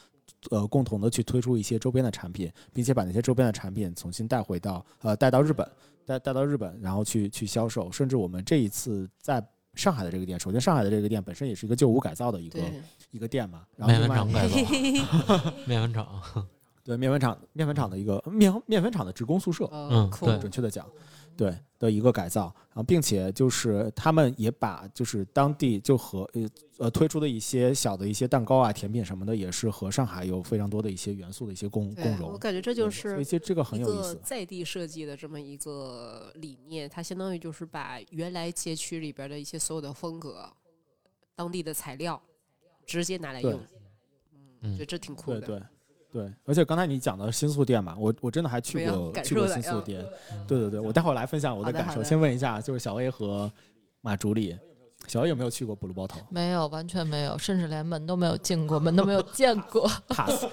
A: 呃共同的去推出一些周边的产品，并且把那些周边的产品重新带回到呃带到日本，带带到日本，然后去去销售。甚至我们这一次在上海的这个店，首先上海的这个店本身也是一个旧屋改造的一个
C: 对，
A: 一个店嘛，然后
B: 面
A: 另
B: 粉
A: 外
B: 厂改造， 面粉厂，
A: 对面粉厂面粉厂的一个面面粉厂的职工宿舍，
C: 嗯
B: 嗯
C: 酷，
B: 对
A: 准确的讲，对的一个改造，然后并且就是他们也把就是当地就和呃呃推出的一些小的一些蛋糕啊、甜品什么的，也是和上海有非常多的一些元素的一些共共
C: 对，我
A: 融，
C: 感觉这
A: 对
C: 就是
A: 所以这这个很
C: 一
A: 有意
C: 个
A: 思，
C: 在地设计的这么一个理念，它相当于就是把原来街区里边的一些所有的风格当地的材料，直接拿来
A: 对
C: 用。嗯，
B: 嗯
C: 觉得这挺酷
A: 对
C: 的。
A: 对对，而且刚才你讲的新宿店嘛，我我真的还去
C: 没有
A: 过
C: 感
A: 去
C: 受
A: 过
C: 的
A: 新宿
C: 嗯
A: 店，对对对，我待会儿来分享我
C: 好
A: 的
C: 的
A: 感
C: 好
A: 受。
C: 的
A: 先问一下，就是小 A 和马助理，小 A 有没有去过布鲁包 头
D: 没有，完全没有，甚至连门都没有进过，门都没有见 过。
A: ？pass，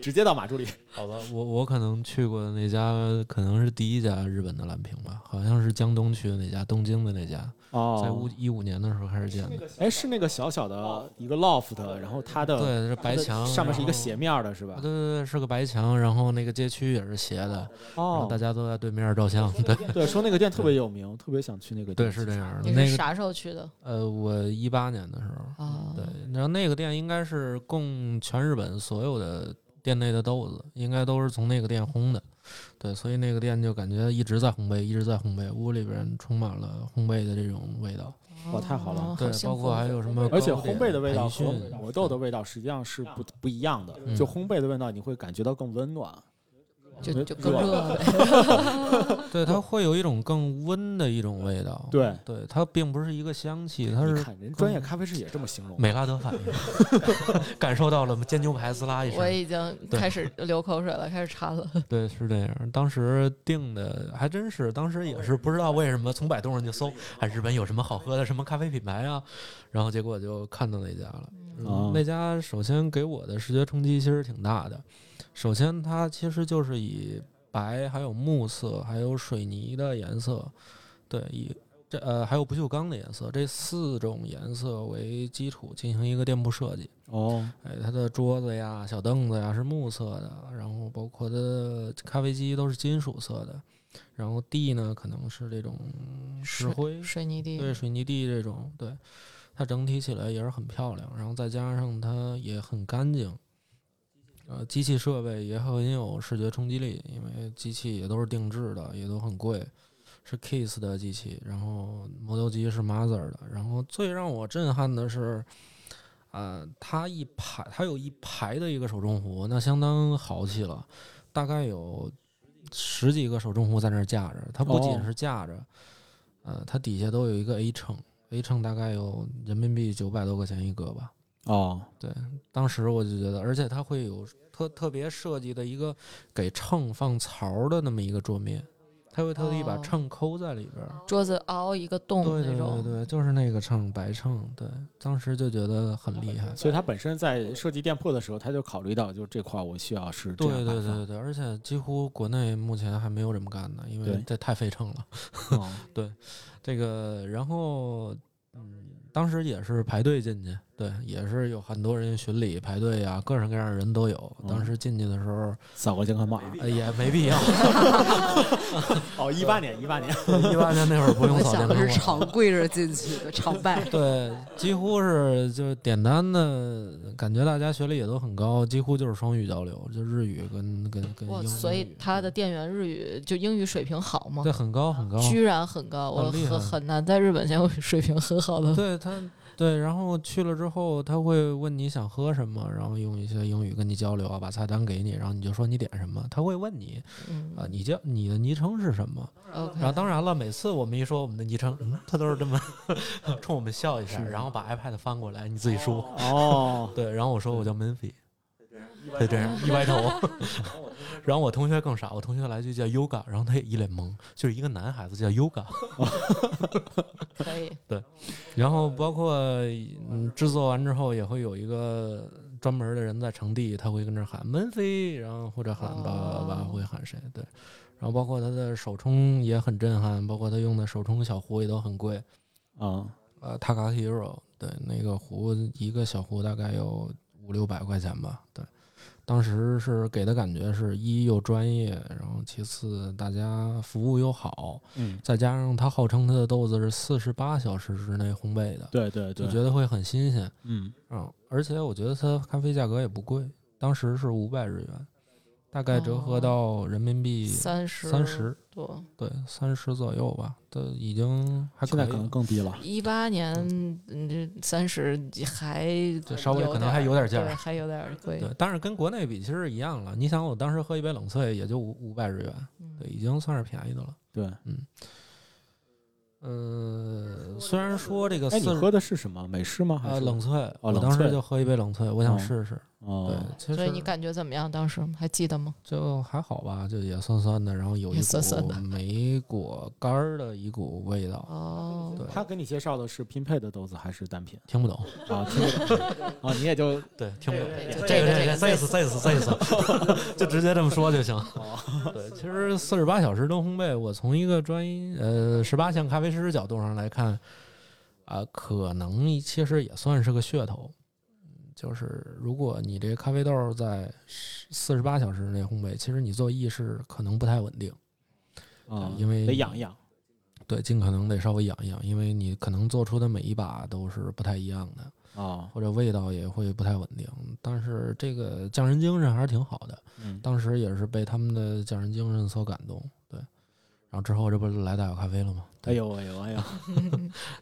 A: 直接到马助理。
B: 好吧，我我可能去过的那家可能是第一家日本的蓝屏吧，好像是江东区的那家，东京的那家， 在五
A: 哦，
B: 一五年的时候开始建的。
A: 哎，是那个小小的一个 loft，然后它的
B: 对，是白
A: 它的
B: 墙，
A: 上面是一个
B: 然后
A: 斜面儿的是吧
B: 对？对对，是个白墙，然后那个街区也是斜的，然后
A: 哦
B: 大，家都在对面照相。 对
A: 对，说那个店特别有名，特别想去那个店。
B: 对，是这样的。
D: 你
B: 那
D: 是
B: 个
D: 啥时候去的
B: 呃，我一八年的时候，
D: 啊？
B: 对，然后那个店应该是供全日本所有的店内的豆子，应该都是从那个店烘的。对，所以那个店就感觉一直在烘焙，一直在烘焙，屋里边充满了烘焙的这种味道。
A: 哇太好了
D: 哦
B: 对，
D: 幸
B: 包括
D: 福
B: 还有什么糕
A: 而且
B: 点，
A: 烘焙的味道
B: 培
A: 和
B: 训
A: 磨豆的味道实际上是不不一样的，
B: 嗯
A: 就烘焙的味道你会感觉到更温暖。
D: 就就更
A: 热
D: 热了呗。
B: 对，它会有一种更温的一种味道。
A: 对
B: 对，它并不是一个香气，它
A: 你
B: 是
A: 看人专业咖啡师也这么形容。
B: 美拉德反应，感受到了吗？煎牛排滋啦一
D: 我
B: 声，
D: 已经
B: 对
D: 开始流口水了，开始馋了。
B: 对，是这样。当时定的还真是，当时也是不知道为什么从百度上就搜，啊，日本有什么好喝的什么咖啡品牌啊，然后结果就看到那家了。嗯
A: 哦
B: 那家首先给我的视觉冲击其实挺大的。首先，它其实就是以白、还有木色、还有水泥的颜色，对，以这呃还有不锈钢的颜色这四种颜色为基础进行一个店铺设计。
A: 哦，
B: 哎，它的桌子呀、小凳子呀是木色的，然后包括它的咖啡机都是金属色的，然后地呢可能是这种石
D: 水
B: 灰，
D: 水泥地，
B: 对水泥地这种，对它整体起来也是很漂亮，然后再加上它也很干净，呃，机器设备也很有视觉冲击力，因为机器也都是定制的，也都很贵，是 Kiss 的机器，然后磨豆机是 Mother 的，然后最让我震撼的是。呃，它一排，它有一排的一个手中壶，那相当豪气了，大概有十几个手中壶在那儿架着。它不
A: 哦
B: 仅是架着，呃，它底下都有一个 A 秤，A 秤大概有人民币九百多块钱一个吧。
A: 哦，
B: 当时我就觉得，而且它会有特特别设计的一个给秤放槽儿的那么一个桌面，它会特地把
D: 哦
B: 秤抠在里边儿。
D: 桌子凹一个洞
B: 对
D: 那
B: 对对
D: 种。
B: 对，就是那个秤，白秤。对，当时就觉得很厉害。
A: 所以他本身在设计店铺的时候，他就考虑到，就这块儿我需要是这
B: 对
A: 样摆
B: 对
A: 放
B: 对对，而且几乎国内目前还没有这么干的，因为
A: 对
B: 这太费秤了。
A: 哦
B: 嗯这个，然后嗯，当时也是排队进去，对，也是有很多人巡礼排队啊，各式各样的人都有。
A: 嗯
B: 当时进去的时候，
A: 扫个健康码。
B: 呃也没必要，
A: 哦，一八年，一八年。
B: 一八年那会儿不用
C: 我
B: 扫
C: 想
B: 健
C: 的是
B: 康码。。
C: 常跪着进去的，常拜
B: 对，几乎是就是点单的感觉，大家学历也都很高，几乎就是双语交流，就日语跟跟跟英
D: 哇，
B: 语。
D: 所以他的店员日语就英语水平好吗
B: 对？很高很高，
D: 居然很高，我
B: 很厉害
D: 很很难在日本见过水平很好的。
B: 对他，对，然后去了之后，他会问你想喝什么，然后用一些英语跟你交流啊，把菜单给你，然后你就说你点什么，他会问你
D: 嗯
B: 啊、你叫你的昵称是什么？
D: ，OK，
B: 然后当然了，每次我们一说我们的昵称，嗯，他都是这么 冲我们笑一下，然后把 iPad 翻过来，你自己输。
A: 哦，
B: 对，然后我说我叫 Minfi，对，这样一歪头。 然后我同学更傻，我同学来句叫 Yoga，然后他也一脸懵，就是一个男孩子叫 Yoga。
D: 可以，
B: 然后包括嗯，制作完之后也会有一个专门的人在场地，他会跟这喊门飞，然后或者喊吧吧吧，
D: 哦
B: 会喊谁对。然后包括他的手冲也很震撼，包括他用的手冲小壶也都很贵，
A: 嗯，
B: 呃，Taka Hero 对那个壶一个小壶大概有五六百块钱吧，对。当时是给的感觉是一又专业，然后其次大家服务又好，
A: 嗯，
B: 再加上他号称他的豆子是四十八小时之内烘焙的，
A: 对对
B: 就
A: 对，
B: 觉得会很新鲜。
A: 嗯，
B: 嗯，而且我觉得它咖啡价格也不贵，当时是五百日元，大概折合到人民币
D: 哦三十
B: 三十，
D: 多，
B: 对，三十左右吧。这已经还
A: 现
B: 可
A: 在
B: 以
A: 可能
B: 了，
A: 更低了。
D: 一八年，嗯，这三十还
B: 对稍微
D: 有
B: 可能
D: 点
B: 还有点价
D: 对
B: 儿
D: 还有点儿贵。
B: 对，但是跟国内比其实一样了。你想，我当时喝一杯冷萃也就五五百日元，
D: 嗯
A: 哎
B: 对，已经算是便宜的了。
A: 对，
B: 嗯，呃，虽然说这个
A: 哎，
B: 四
A: 你
B: 十
A: 喝的是什么？美式吗？还
B: 呃
A: 是
B: 冷萃，我
A: 冷
B: 当时
A: 萃
B: 就喝一杯冷萃，我想
A: 哦
B: 试试。对
A: 哦，，
B: 其实
D: 所以你感觉怎么样？当时还记得吗？
B: 就还好吧，就也酸酸的，然后有一
D: 也
B: 股
D: 酸酸的
B: 梅果干儿的一股味道，
D: 哦，
B: 对
A: 他给你介绍的是拼配的豆子还是单 品
B: 听不懂，
A: 啊？听不懂啊，你也就
B: 对，听不懂。
D: 对
B: 这
D: 这个这
B: 这
D: 个哦
B: 这次这次这次，就直接这么说就行。 对，其实四十八小时灯烘焙，我从一个专一呃十八线咖啡师角度上来看，啊、可能其实也算是个噱头。就是如果你这咖啡豆在四十八小时内烘焙，其实你做意式可能不太稳定。
A: 啊，
B: 因为
A: 得养一养。
B: 对，尽可能得稍微养一养，因为你可能做出的每一把都是不太一样的，
A: 啊，
B: 或者味道也会不太稳定。但是这个匠人精神还是挺好的，
A: 嗯，
B: 当时也是被他们的匠人精神所感动。对，然后之后这不是来大小咖啡了吗？
A: 哎呦哎呦哎呦，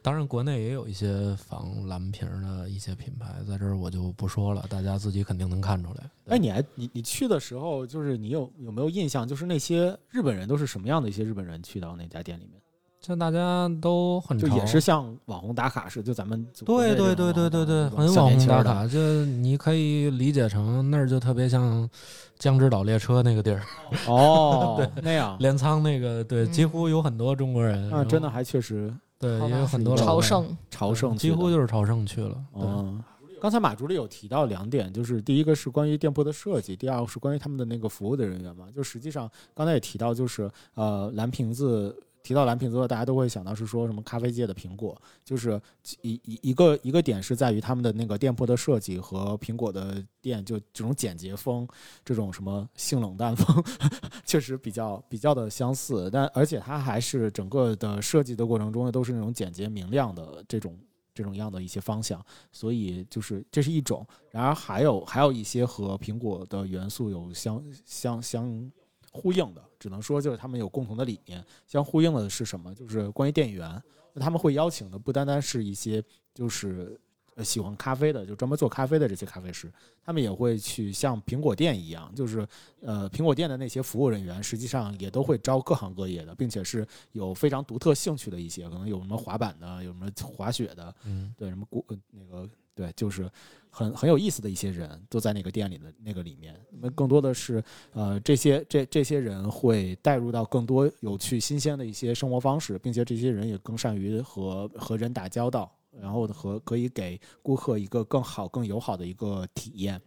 B: 当然国内也有一些仿蓝瓶儿的一些品牌，在这儿我就不说了，大家自己肯定能看出来。对
A: 哎，你还你你去的时候，就是你有有没有印象？就是那些日本人都是什么样的一些日本人去到那家店里面？
B: 像大家都很
A: 就也
B: 潮
A: 是像网红打卡似的，就咱们就国内
B: 对
A: 这种
B: 对对对对对，
A: 那种
B: 很
A: 小
B: 网
A: 年
B: 红
A: 轻
B: 打
A: 儿的
B: 卡，就你可以理解成那儿就特别像江之岛列车那个地儿，
A: 啊 哦，那样
B: 镰仓那个，对，几乎有很多中国人，然
A: 那
B: 后
A: 啊真的还确实
B: 对，
D: 嗯好吧
B: 也有很多
A: 是
B: 老
A: 一个
D: 朝
B: 外
D: 圣，
A: 朝圣去
B: 几
A: 的，
B: 乎就是朝圣去了，对，
A: 嗯。刚才马助理有提到两点，就是第一个是关于店铺的设计，第二个是关于他们的那个服务的人员嘛。就实际上刚才也提到，就是呃蓝瓶子，提到蓝瓶子的话，大家都会想到是说什么咖啡界的苹果，就是一一一个一个点是在于他们的那个店铺的设计和苹果的店就这种简洁风，这种什么性冷淡风， 确实比较比较的相似。但而且它还是整个的设计的过程中呢，都是那种简洁明亮的这种这种样的一些方向。所以就是这是一种，然而还有还有一些和苹果的元素有相相相呼应的，只能说就是他们有共同的理念。相呼应的是什么？就是关于店员，他们会邀请的不单单是一些就是呃喜欢咖啡的，就专门做咖啡的这些咖啡师，他们也会去像苹果店一样，就是呃苹果店的那些服务人员，实际上也都会招各行各业的，并且是有非常独特兴趣的一些，可能有什么滑板的，有什么滑雪的，
B: 嗯，
A: 对，什么古呃那个对，就是很很有意思的一些人都在那个店里的那个里面。那更多的是呃，这些这这些人会带入到更多有趣、新鲜的一些生活方式，并且这些人也更善于和和人打交道。然后和可以给顾客一个更好、更友好的一个体验，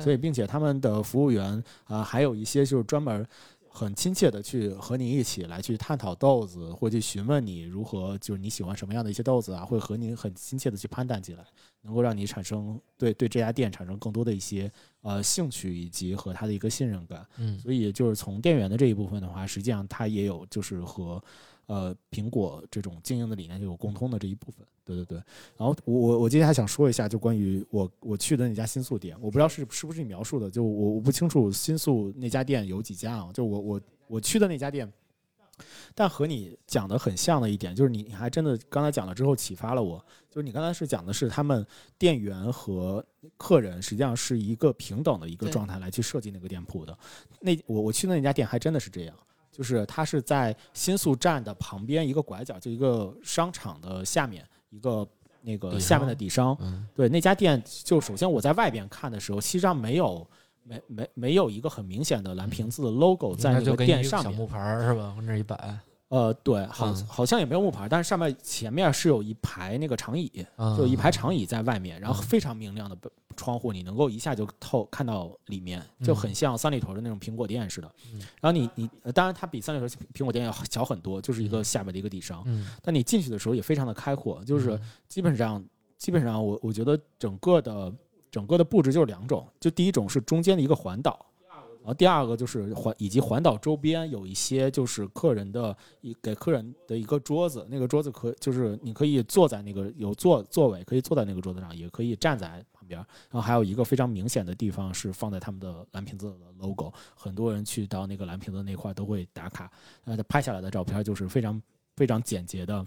A: 所以并且他们的服务员啊、呃还有一些就是专门很亲切的去和你一起来去探讨豆子，会去询问你如何就是你喜欢什么样的一些豆子啊，会和你很亲切的去攀谈起来，能够让你产生对对这家店产生更多的一些呃兴趣以及和他的一个信任感。
B: 嗯
A: 所以就是从店员的这一部分的话，实际上它也有就是和呃苹果这种经营的理念有共通的这一部分。对对对。然后我我我今天还想说一下，就关于我我去的那家新宿店，我不知道是是不是你描述的，就我我不清楚新宿那家店有几家啊，就我我我去的那家店。但和你讲的很像的一点，就是你你还真的刚才讲了之后启发了我，就是你刚才是讲的是他们店员和客人实际上是一个平等的一个
D: 对
A: 状态来去设计那个店铺的。那我我去的那家店还真的是这样，就是它是在新宿站的旁边一个拐角，就一个商场的下面一个那
B: 底
A: 个
B: 商
A: 下面的底商。
B: 嗯
A: 对那家店，就首先我在外边看的时候，其实上没有没没没有一个很明显的蓝瓶子的 logo 在
B: 嗯那
A: 那
B: 就
A: 个
B: 跟
A: 店
B: 一个
A: 上
B: 小
A: 面。
B: 木牌儿是吧？往这一摆，
A: 呃，对，好
B: 嗯
A: 好像也没有木牌，但是上面前面是有一排那个长椅，
B: 嗯
A: 就一排长椅在外面，然后
B: 嗯
A: 非常明亮的被窗户，你能够一下就透看到里面，就很像三里屯的那种苹果店似的
B: 嗯。
A: 然后你你呃当然它比三里屯苹果店要小很多，就是一个下面的一个底商。
B: 嗯，
A: 但你进去的时候也非常的开阔，就是
B: 嗯
A: 基本上基本上我我觉得整个的整个的布置就是两种，就第一种是中间的一个环岛。然后第二个就是环以及环岛周边有一些就是客人的一给客人的一个桌子，那个桌子可就是你可以坐在那个有座座位，可以坐在那个桌子上，也可以站在旁边。然后还有一个非常明显的地方是放在他们的蓝瓶子的 logo，很多人去到那个蓝瓶子那块都会打卡，呃，拍下来的照片就是非常非常简洁的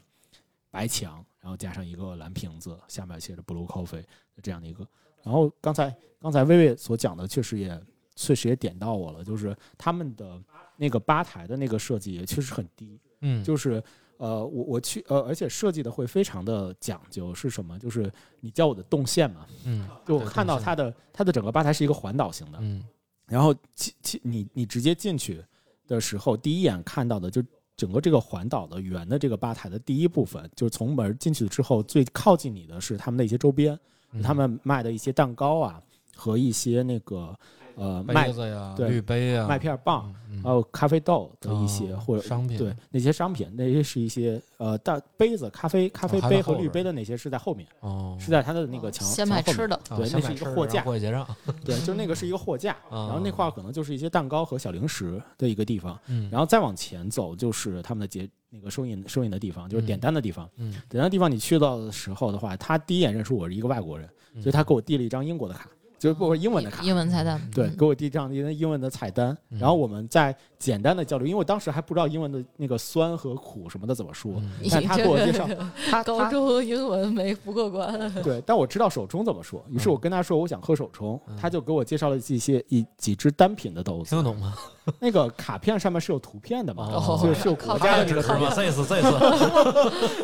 A: 白墙，然后加上一个蓝瓶子，下面写着 “Blue Coffee” 的这样的一个。然后刚才刚才薇薇所讲的，确实也确实也点到我了，就是他们的那个吧台的那个设计也确实很低，
B: 嗯，
A: 就是呃，我我去呃，而且设计的会非常的讲究，是什么？就是你叫我的动线嘛，
B: 嗯
A: 就我
B: 对
A: 看
B: 动
A: 到
B: 线
A: 它的它的整个吧台是一个环岛型的，
B: 嗯
A: 然后其其你你直接进去的时候，第一眼看到的就整个这个环岛的圆的这个吧台的第一部分，就是从门进去之后最靠近你的是他们的一些周边，
B: 嗯，
A: 他们卖的一些蛋糕啊和一些那个呃麦
B: 杯子呀、
A: 对
B: 绿杯呀、
A: 麦片棒，啊
B: 嗯，
A: 还有咖啡豆的一些、
B: 哦
A: 或者
B: 商品，
A: 对，那些商品，那些是一些呃大杯子、咖啡、咖啡
B: 哦还在
A: 杯和
B: 后
A: 绿
B: 边
A: 杯的那些是在后面，
B: 哦，
A: 是在它的那个墙
D: 先
A: 墙
D: 买
A: 后面
D: 吃的，
B: 啊
A: 对
B: 先
A: 那
B: 买
A: 是一个
B: 吃的
A: 货
B: 然后
A: 架
B: 过去结账，
A: 对，就是那个是一个货架，
B: 哦
A: 然后那块儿可能就是一些蛋糕和小零食的一个地方，
B: 嗯，
A: 然后再往前走就是他们的结那个收银收银的地方，就是点
B: 嗯
A: 单的地方。
B: 嗯
A: 点单的地方你去到的时候的话，他第一眼认出我是一个外国人，
B: 嗯
A: 所以他给我递了一张英国的卡，就是不是英文的卡，
D: 英文菜单，
A: 对，
D: 嗯
A: 给我递一张英文的菜单，
B: 嗯
A: 然后我们再简单的交流，因为我当时还不知道英文的那个酸和苦什么的怎么说，
B: 嗯
D: 你
A: 但他给我
D: 这
A: 介
D: 个
A: 绍，他
D: 高
A: 他
D: 中英文没不过关，
A: 对，但我知道手冲怎么说，于是我跟他说我想喝手冲，
B: 嗯
A: 他就给我介绍了一些一几只单品的豆
B: 听
A: 子
B: 得，懂吗？
A: 那个卡片上面是有图片的嘛，
B: 哦
A: 所以是有国家的这个
B: 是
A: 图
B: 吗？
A: 片，
B: 这次这次，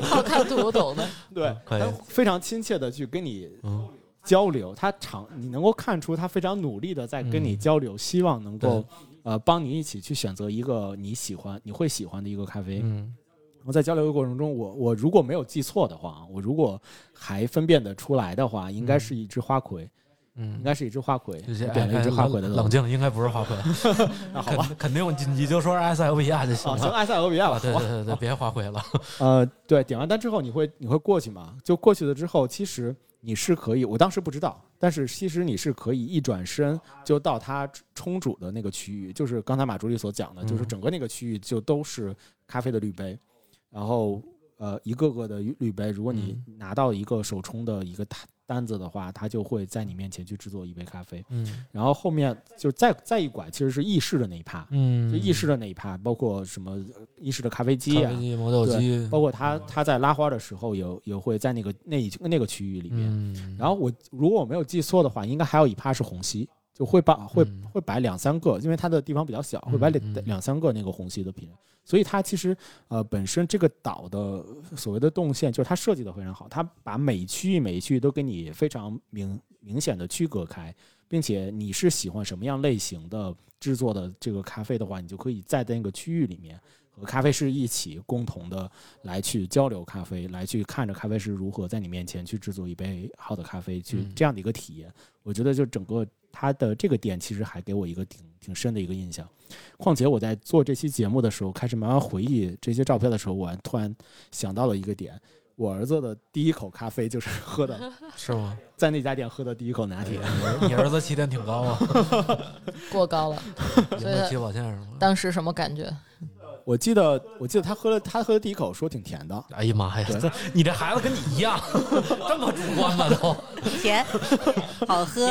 D: 靠看图懂的。
A: 对，
B: 可以
A: 他非常亲切的去跟你
B: 嗯
A: 交流，他常你能够看出他非常努力的在跟你
B: 嗯
A: 交流，希望能够
B: 对
A: 呃帮你一起去选择一个你喜欢、你会喜欢的一个咖啡。
B: 嗯
A: 然后在交流的过程中，我我如果没有记错的话，我如果还分辨得出来的话，应该是一只花魁，应
B: 嗯，
A: 该是一只花魁，
B: 这些哎
A: 我点了一只花魁的
B: 冷冷
A: 豆子。
B: 静，应该不是花魁，
A: 那好吧，
B: 肯肯定你你就说是埃塞俄比啊亚就行
A: 哦，行，
B: 了。
A: 埃塞俄比亚吧，
B: 啊，对
A: 好吧
B: 对对对，别花魁了。
A: 呃，对，点完单之后你会你会过去吗？就过去了之后，其实你是可以，我当时不知道，但是其实你是可以一转身就到它冲煮的那个区域，就是刚才马助理所讲的，就是
B: 嗯
A: 整个那个区域就都是咖啡的滤杯，然后呃一个个的滤杯，如果你
B: 嗯
A: 拿到一个手冲的一个单单子的话，它就会在你面前去制作一杯咖啡，
B: 嗯
A: 然后后面就再再一拐，其实是意式的那一趴。
B: 嗯，
A: 就意式的那一趴，包括什么呃意式的咖啡机啊
B: 咖啡，机、磨豆
A: 对
B: 机，
A: 包括他他在拉花的时候也也会在那个那一那个区域里面。
B: 嗯，
A: 然后我如果我没有记错的话，应该还有一趴是虹吸，就会把会
B: 嗯
A: 会摆两三个，因为它的地方比较小，会摆
B: 嗯
A: 两
B: 嗯
A: 两三个那个虹吸的品。所以它其实呃本身这个岛的所谓的动线，就是它设计的非常好，它把每一区域每一区域都给你非常明明显的区隔开，并且你是喜欢什么样类型的制作的这个咖啡的话，你就可以在那个区域里面和咖啡师一起共同的来去交流咖啡，来去看着咖啡师如何在你面前去制作一杯好的咖啡，去
B: 嗯
A: 这样的一个体验。我觉得就整个它的这个点，其实还给我一个挺挺深的一个印象。况且我在做这期节目的时候，开始慢慢回忆这些照片的时候，我还突然想到了一个点。我儿子的第一口咖啡就是喝的，
B: 是吗？
A: 在那家店喝的第一口拿铁。
B: 你儿子起点挺高啊，
D: 过高了，
B: 赢
D: 所以
B: 得
D: 他
B: 起跑线是吗？
D: 当时什么感觉？
A: 我记得，我记得他喝了，他喝的第一口说挺甜的，
B: 哎呀妈呀，
A: 对
B: 这你这孩子跟你一 样，这么主观吗？都
C: 甜， 好喝，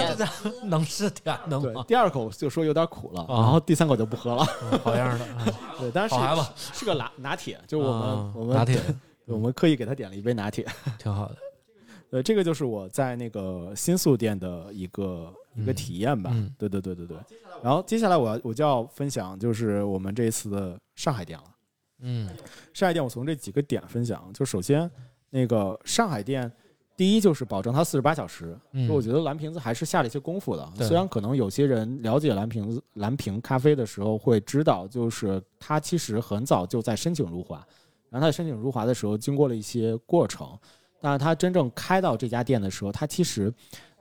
B: 能是甜的
A: 对
B: 吗，？
A: 第二口就说有点苦了，
B: 啊
A: 然后第三口就不喝 了。
B: 嗯好样的， 嗯
A: 对，但是
B: 好孩子，
A: 是个拿拿铁，就是我们、
B: 啊
A: 我们
B: 拿铁
A: 对 我们刻意给他点了一杯拿铁。
B: 挺好的。
A: 呃，这个就是我在那个新宿店的一个、一个
B: 嗯
A: 体验吧。
B: 嗯
A: 对对对对对。然后接下来我要我就要分享就是我们这一次的上海店了。
B: 嗯
A: 上海店我从这几个点分享，就首先那个上海店。第一就是保证它四十八小时，
B: 嗯，
A: 所以我觉得蓝瓶子还是下了一些功夫的。
B: 对
A: 虽然可能有些人了解蓝瓶子、蓝瓶咖啡的时候会知道，就是它其实很早就在申请入华，然后它在申请入华的时候经过了一些过程，但是它真正开到这家店的时候，它其实，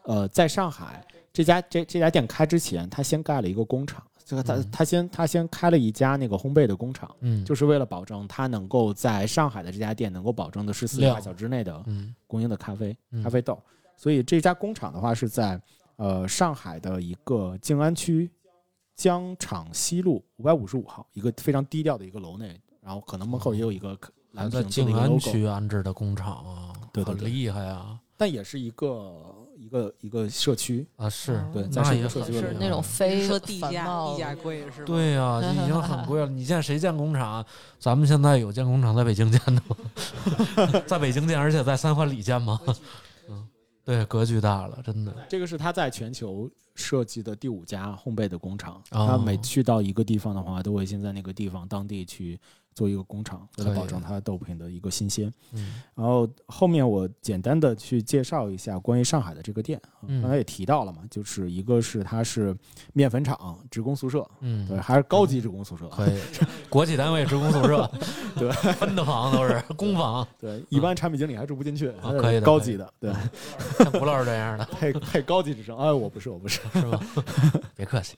A: 呃，在上海这家这这家店开之前，它先盖了一个工厂，就是它
B: 嗯
A: 它先它先开了一家那个烘焙的工厂，
B: 嗯
A: 就是为了保证它能够在上海的这家店能够保证的是四十八
B: 量
A: 小时之内的
B: 嗯
A: 供应的咖啡
B: 嗯
A: 咖啡豆。所以这家工厂的话是在呃上海的一个静安区江厂西路五百五十五号一个非常低调的一个楼内，然后可能门口也有一个蓝
B: 哦在
A: 瓶子的一
B: 静
A: 个
B: 安
A: logo，
B: 区安置的工厂啊，
A: 对对
B: 很
A: 对
B: 厉害啊
A: 但也是一个一个一个社区。
B: 啊是，
A: 对，
D: 嗯
A: 在
B: 那
A: 是一个
B: 也
A: 社区
B: 很
A: 的
D: 是
A: 楼
D: 那种非
C: 说地
D: 繁
C: 价
D: 茂
C: 地价贵是吗？
B: 对呀、 这已经很贵了。你见谁建工厂？啊咱们现在有建工厂在北京建的 吗？ 在北京建，而且在三环里建吗？ 嗯，对，格局大了，真的。
A: 这个是他在全球设计的第五家烘焙的工厂。
B: 哦
A: 他每去到一个地方的话，都会先在那个地方当地去做一个工厂，为
B: 可
A: 了
B: 以
A: 保证它豆品的一个新鲜。
B: 嗯
A: 然后后面我简单的去介绍一下关于上海的这个店，啊
B: 嗯
A: 刚才也提到了嘛，就是一个是它是面粉厂、职工宿舍，
B: 嗯，
A: 对，还是高级职工宿舍，
B: 可以， 国企单位职工宿舍，对， 分的房都是公房，
A: 对，一般产品经理还住不进去，还是
B: 嗯啊可以的
A: 高
B: 可以
A: 级的，对，
B: 像不乐是这样的，
A: 配配高级职称，哎，我不是，我不是，
B: 是吧？别客气，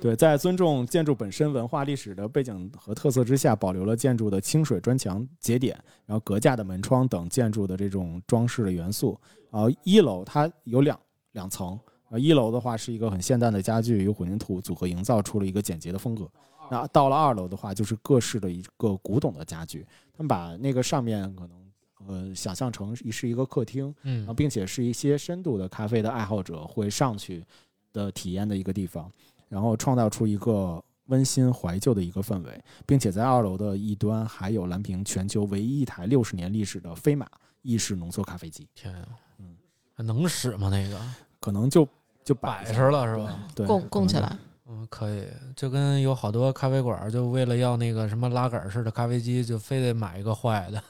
A: 对，在尊重建筑本身文化历史的背景和特色之下，保留了建筑的清水砖墙节点，然后格架的门窗等建筑的这种装饰的元素。啊，一楼它有两两层，啊，一楼的话是一个很现代的家具与混凝土组合营造出了一个简洁的风格。那到了二楼的话，就是各式的一个古董的家具，他们把那个上面可能呃想象成是是一个客厅，啊，
B: 嗯
A: 并且是一些深度的咖啡的爱好者会上去的体验的一个地方，然后创造出一个温馨怀旧的一个氛围，并且在二楼的一端还有蓝屏全球唯一一台六十年历史的飞马意式浓缩咖啡机，
B: 天啊
A: 嗯，
B: 还能使吗？那个
A: 可能就就摆
B: 摆
A: 一下
B: 设了是吧？
A: 对，
D: 供
A: 可
D: 供起
A: 能
D: 来，
B: 嗯，可以，就跟有好多咖啡馆儿，就为了要那个什么拉杆式的咖啡机，就非得买一个坏 的，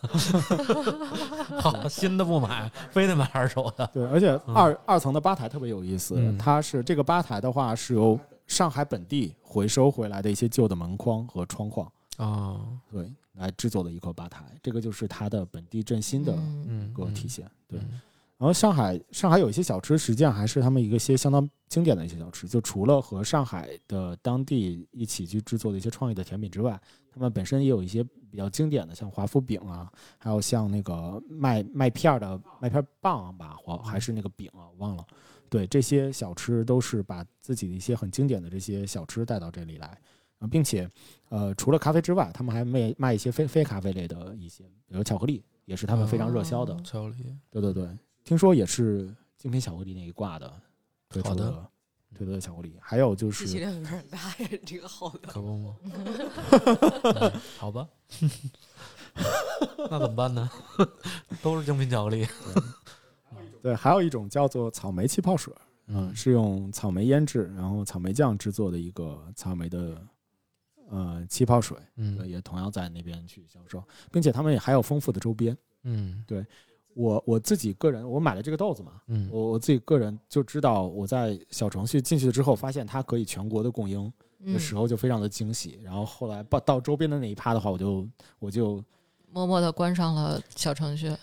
B: 好新的不买，非得买二手的。
A: 对，而且二、二层的吧台特别有意思，
B: 嗯
A: 它是这个吧台的话是由上海本地回收回来的一些旧的门框和窗框，
B: 哦，
A: 对，来制作的一个吧台，这个就是它的本地振兴的
D: 嗯，
B: 嗯，
A: 一个
B: 嗯
A: 体，现，对。
B: 嗯
A: 然后上海上海有一些小吃，实际上还是他们一个些相当经典的一些小吃。就除了和上海的当地一起去制作的一些创意的甜品之外，他们本身也有一些比较经典的，像华夫饼啊，还有像那个麦麦片儿的麦片棒吧，或还是那个饼啊，我忘了。对，这些小吃都是把自己的一些很经典的这些小吃带到这里来，啊，并且，呃，除了咖啡之外，他们还卖卖一些非非咖啡类的一些，比如巧克力，也是他们非常热销的。
D: 哦
B: 巧克力，
A: 对对对，听说也是精品巧克力那一挂的推出
B: 好的
A: 的推出的巧克力，还有就
C: 这些
A: 是
C: 量有点大呀，这个好的。
B: 可不 吗？嗯好吧，那怎么办呢？都是精品巧克力。
A: 对，还有一种叫做草莓气泡水，嗯，是用草莓腌制，然后草莓酱制作的一个草莓的呃气泡水，对，
B: 嗯
A: 也同样在那边去销售，并且他们也还有丰富的周边。
B: 嗯
A: 我我自己个人，我买了这个豆子嘛，
B: 嗯，
A: 我我自己个人就知道，我在小程序进去之后，发现它可以全国的供应，的
D: 嗯，
A: 时候就非常的惊喜。然后后来到到周边的那一趴的话，我就我就
D: 默默的关上了小程序，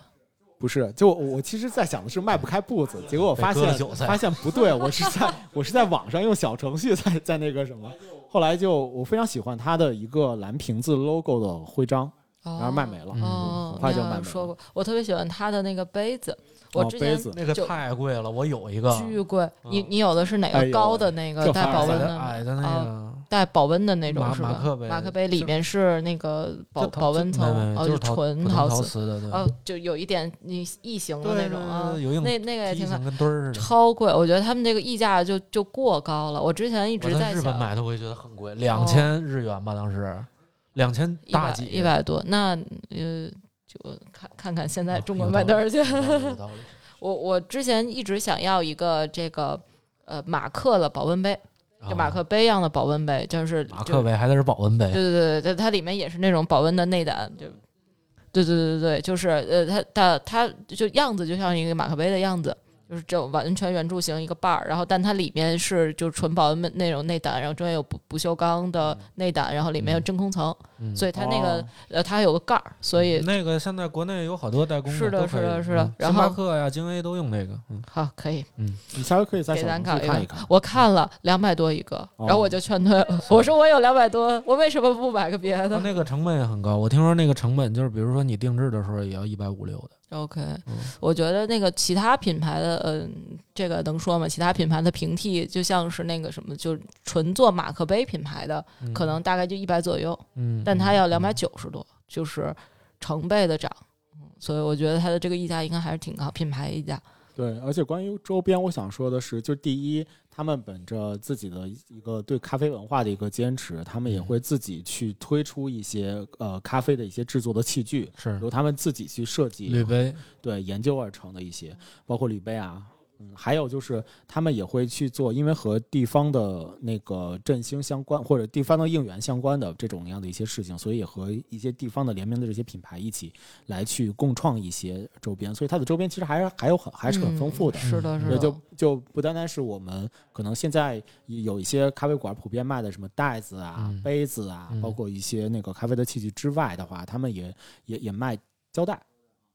A: 不是，就我我其实在想的是迈不开步子，结果我发
B: 被割
A: 现
B: 了韭菜
A: 发现不对，我是在我是在网上用小程序在在那个什么。后来就我非常喜欢它的一个蓝瓶子 logo 的徽章，
D: 然
A: 然后卖没了。
B: 嗯
D: 哦，
A: 很快就
D: 那
A: 卖没
D: 说
A: 了
D: 过，我特别喜欢它的那个杯子，我
A: 哦
D: 之
A: 杯
D: 前
A: 子
B: 那个
D: 就
B: 太贵了，我有一个
D: 巨贵。你
B: 嗯
D: 你有的是哪
A: 哎
D: 个
A: 呦
D: 高的那个
A: 这
D: 带
A: 反而
D: 保
A: 是哎
D: 温
A: 在
D: 的
B: 矮
D: 那
B: 的那
D: 啊
B: 个。
D: 带保温的那种
B: 马
D: 是吧？
B: 马克杯
D: 马克杯里
B: 就
D: 面是那个保
B: 就陶
D: 保温
B: 就
D: 层
B: 没，没
D: 哦，
B: 就是陶
D: 纯
B: 普通
D: 陶
B: 陶
D: 瓷，
B: 瓷的，对，
D: 哦，就有一点你异形的
B: 对
D: 那种
B: 对
D: 啊
B: 对，有一种
D: 那那个也
B: 梯
D: 挺可
B: 形跟墩儿似的。
D: 超贵，我觉得他们这个溢价就就过高了。我之前一
B: 我
D: 直
B: 在
D: 在
B: 日
D: 想，
B: 本买的，我也觉得很贵，两千日元吧，当时两千
D: 一
B: 大
D: 百
B: 几，
D: 一百多，那呃就看看看现在
B: 哦
D: 中
B: 有
D: 国
B: 道
D: 卖多少
B: 理
D: 钱。
B: 有 道理有道理
D: 我我之前一直想要一个这个呃马克的保温杯，就马克杯一样的保温杯，就是
B: 哦马
D: 就
B: 克杯还得是保温杯
D: 对，对对对对，它里面也是那种保温的内胆，就对对对对对，就是呃，它它它就样子就像一个马克杯的样子，就是这种完全圆柱形一个把儿，然后但它里面是就纯保温那种内胆，然后中间有不不锈钢的内胆，然后里面有真空层，
B: 嗯
D: 所以它那个、
A: 哦
D: 呃它还有个盖儿，所以
A: 嗯
B: 那个现在国内有好多代工
D: 是的
B: 都可以
D: 是的是的
B: 嗯
D: 然
B: 星巴
D: 后
B: 克呀、精 A 都用那个，嗯，
D: 好可以。
A: 你下回可以在
D: 给
A: 小
D: 咱
A: 程
D: 搞
A: 序
D: 一个
A: 看一看。
D: 我看了两百多一个，
A: 哦
D: 然后我就劝退了。我说我有两百多，我为什么不买个别
B: 它
A: 哦
D: 的
B: 那个成本也很高。我听说那个成本就是，比如说你定制的时候也要一百五六的，
D: ？OK，
A: 哦
B: 嗯
D: 我觉得那个其他品牌的，嗯、这个能说吗？其他品牌的平替就像是那个什么，就纯做马克杯品牌的，
B: 嗯
D: 可能大概就一百左右，
B: 嗯，
D: 但它
B: 嗯
D: 要两
B: 嗯
D: 百九十多，就是成倍的涨。嗯所以我觉得它的这个溢价应该还是挺高，品牌溢价。
A: 对，而且关于周边，我想说的是，就第一，他们本着自己的一个对咖啡文化的一个坚持，他们也
B: 嗯
A: 会自己去推出一些呃咖啡的一些制作的器具，
B: 是
A: 由他们自己去设计
B: 滤杯，
A: 对研究而成的一些，包括滤杯啊，嗯，还有就是他们也会去做，因为和地方的那个振兴相关，或者地方的应援相关的这种样的一些事情，所以也和一些地方的联名的这些品牌一起来去共创一些周边，所以它的周边其实还是还有很还是很丰富的。
D: 嗯是的，是
A: 对，
D: 的，
A: 就就不单单是我们可能现在有一些咖啡馆普遍卖的什么袋子啊、
B: 嗯
A: 杯子啊，
B: 嗯
A: 包括一些那个咖啡的器具之外的话，他们也也也卖胶带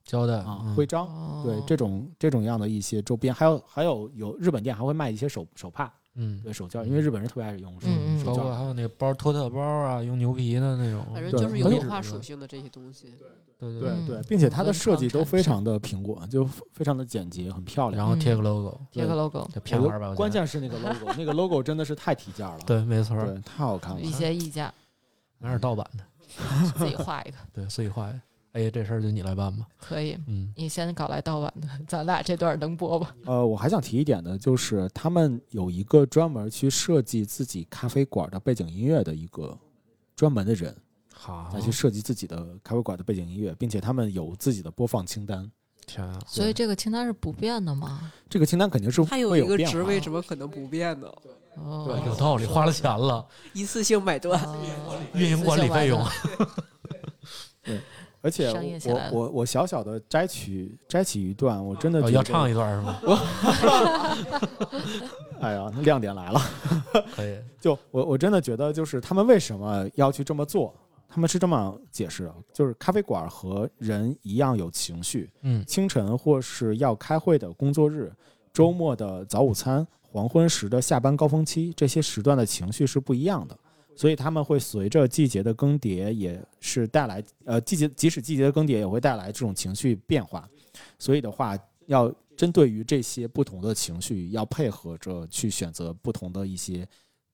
B: 胶带
A: 啊、
B: 嗯
A: 徽章，
D: 哦
A: 对这种这种样的一些周边，还有还有有日本店还会卖一些手手帕、
B: 嗯
A: 对手绢，因为日本人特别爱用手
D: 嗯嗯
A: 手
B: 包括
A: 绢。
B: 还有那包托特包啊，用牛皮的那种，
C: 反正
A: 对
C: 就是有
A: 很
C: 文
A: 有
C: 化
B: 属
C: 属性的这些东西。
B: 对对
A: 对
D: 嗯
A: 对，并且它的
D: 文
A: 设计
D: 创
A: 都
D: 产
A: 非
D: 品
A: 常的平稳，就非常的简洁，很漂
B: 然
A: 亮。
B: 后贴
D: 嗯
B: 个 logo，
D: 贴个 logo，
B: 就骗
A: 我
B: 我
A: 就
B: 二百块钱。
A: 关键是那个 logo，那个 logo 真的是太提价了，
B: 对，没错儿，
A: 对，太好看了
D: 一。些溢价，
B: 哪有盗版的？
D: 自己画一个
B: 对，自己画的。哎，这事儿就你来办吧。
D: 可以。
B: 嗯，
D: 你先搞来盗版的，咱俩这段能播吧？
A: 呃，我还想提一点的，就是他们有一个专门去设计自己咖啡馆的背景音乐的一个专门的人，
B: 好
A: 来去设计自己的咖啡馆的背景音乐，并且他们有自己的播放清单。
B: 天啊！
D: 所以这个清单是不变的吗？
A: 这个清单肯定是
C: 它
A: 会
C: 有
A: 有
C: 一个
A: 变
C: 职
A: 化啊
C: 位，
A: 的
C: 怎么可能不变呢？
B: 对
D: 哦，
B: 有道理，花了钱了，
C: 一次性买断，
D: 哦
B: 运营管理费用。
A: 而且
D: 商业起
A: 我
D: 来了
A: 我我小小的摘取摘取一段，我真的、
B: 哦要唱，一段是吗？
A: 哎呀，亮点来了！
B: 可以。
A: 就我我真的觉得，就是他们为什么要去这么做？他们是这么解释的，就是咖啡馆和人一样有情绪，
B: 嗯
A: 清晨或是要开会的工作日、周末的早午餐、黄昏时的下班高峰期，这些时段的情绪是不一样的，所以他们会随着季节的更迭，也是带来呃季节，即使季节的更迭也会带来这种情绪变化，所以的话要。针对于这些不同的情绪，要配合着去选择不同的一些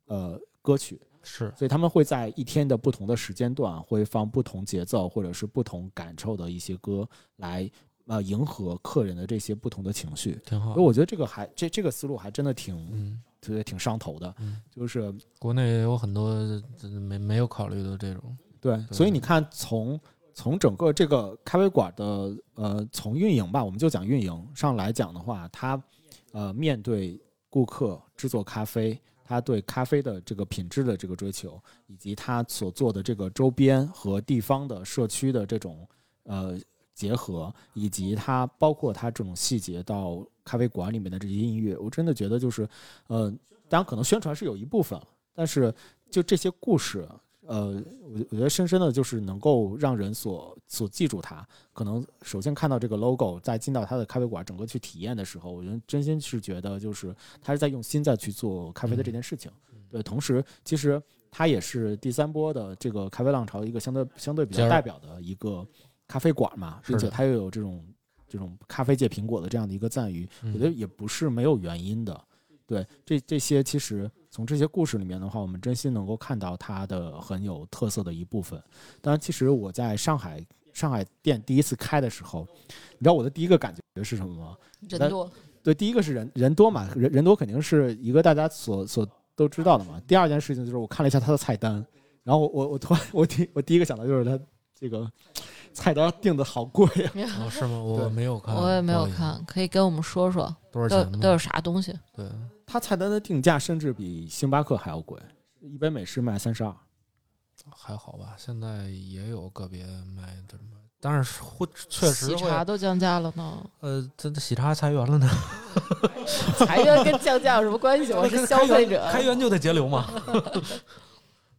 A: 呃歌曲，
B: 是
A: 所以他们会在一天的不同的时间段会放不同节奏或者是不同感受的一些歌来呃迎合客人的这些不同的情绪。
B: 挺好
A: 所以。我觉得这个还这这个思路还真的挺
B: 嗯，
A: 特别挺上头的
B: 嗯，
A: 就是
B: 国内也有很多呃没没有考虑的这种。
A: 对，所以你看从。从整个这个咖啡馆的呃，从运营吧，我们就讲运营上来讲的话，它呃面对顾客制作咖啡，它对咖啡的这个品质的这个追求，以及它所做的这个周边和地方的社区的这种呃结合，以及它包括它这种细节到咖啡馆里面的这些音乐，我真的觉得就是呃，当然可能宣传是有一部分，但是就这些故事，呃，我我觉得深深的就是能够让人所所记住它。可能首先看到这个 logo，再进到它的咖啡馆，整个去体验的时候，我觉得真心是觉得就是他是在用心再去做咖啡的这件事情。对，同时其实它也是第三波的这个咖啡浪潮一个相对相对比
B: 加
A: 较
B: 入
A: 代表的一个咖啡馆嘛，
B: 是
A: 并
B: 的
A: 且它又有这种这种咖啡界苹果的这样的一个赞誉，
B: 嗯
A: 我觉得也不是没有原因的。对，这这些其实从这些故事里面的话，我们真心能够看到它的很有特色的一部分。当然，其实我在上海上海店第一次开的时候，你知道我的第一个感觉是什么吗？
D: 人多，
A: 对，第一个是人人多嘛，人人多肯定是一个大家所所都知道的嘛。第二件事情就是我看了一下他的菜单，然后我我我突然我第我第一个想到就是他这个菜单定的好贵啊，
B: 哦，是吗？我
A: 对
B: 没有看，
D: 我也没
B: 不
D: 有
B: 好意思，
D: 看，可以给我们说说
B: 多少
D: 都
B: 钱
D: 都
B: 的
D: 有
B: 吗？
D: 啥东西？
B: 对，
A: 他菜单的定价甚至比星巴克还要贵，一杯美式卖三十二。
B: 还好吧。现在也有个别卖的什么，但是会确实
D: 喜
B: 会
D: 茶都降价了 呢，
B: 呃，这这喜茶裁员了呢。
D: 裁员跟降价有什么关系？我是消费者，
B: 开源就得节流 嘛，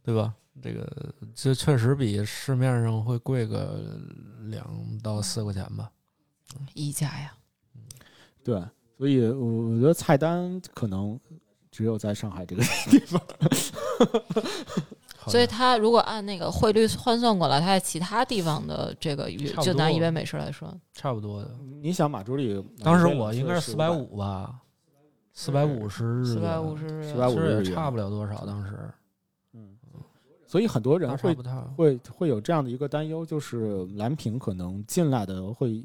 B: 对吧？这个这确实比市面上会贵个两到四块钱吧。
D: 溢价呀，
A: 对，所以我我觉得菜单可能只有在上海这个地方。
B: 好
D: 所以
B: 像
D: 它如果按那个汇率换算过来，它在其他地方的这个与
B: 差不多
D: 就拿一杯美式来说，
B: 差不多的。
A: 你想马助理，
B: 当时我应该是四百
A: 550，
B: 五吧，四百五十，
D: 四百五，十，
A: 450
B: 其实也
A: 元
B: 差不了多少。当时
A: 嗯，所以很多人
B: 大差
A: 会
B: 不差。
A: 会会有这样的一个担忧，就是蓝瓶可能进来的会，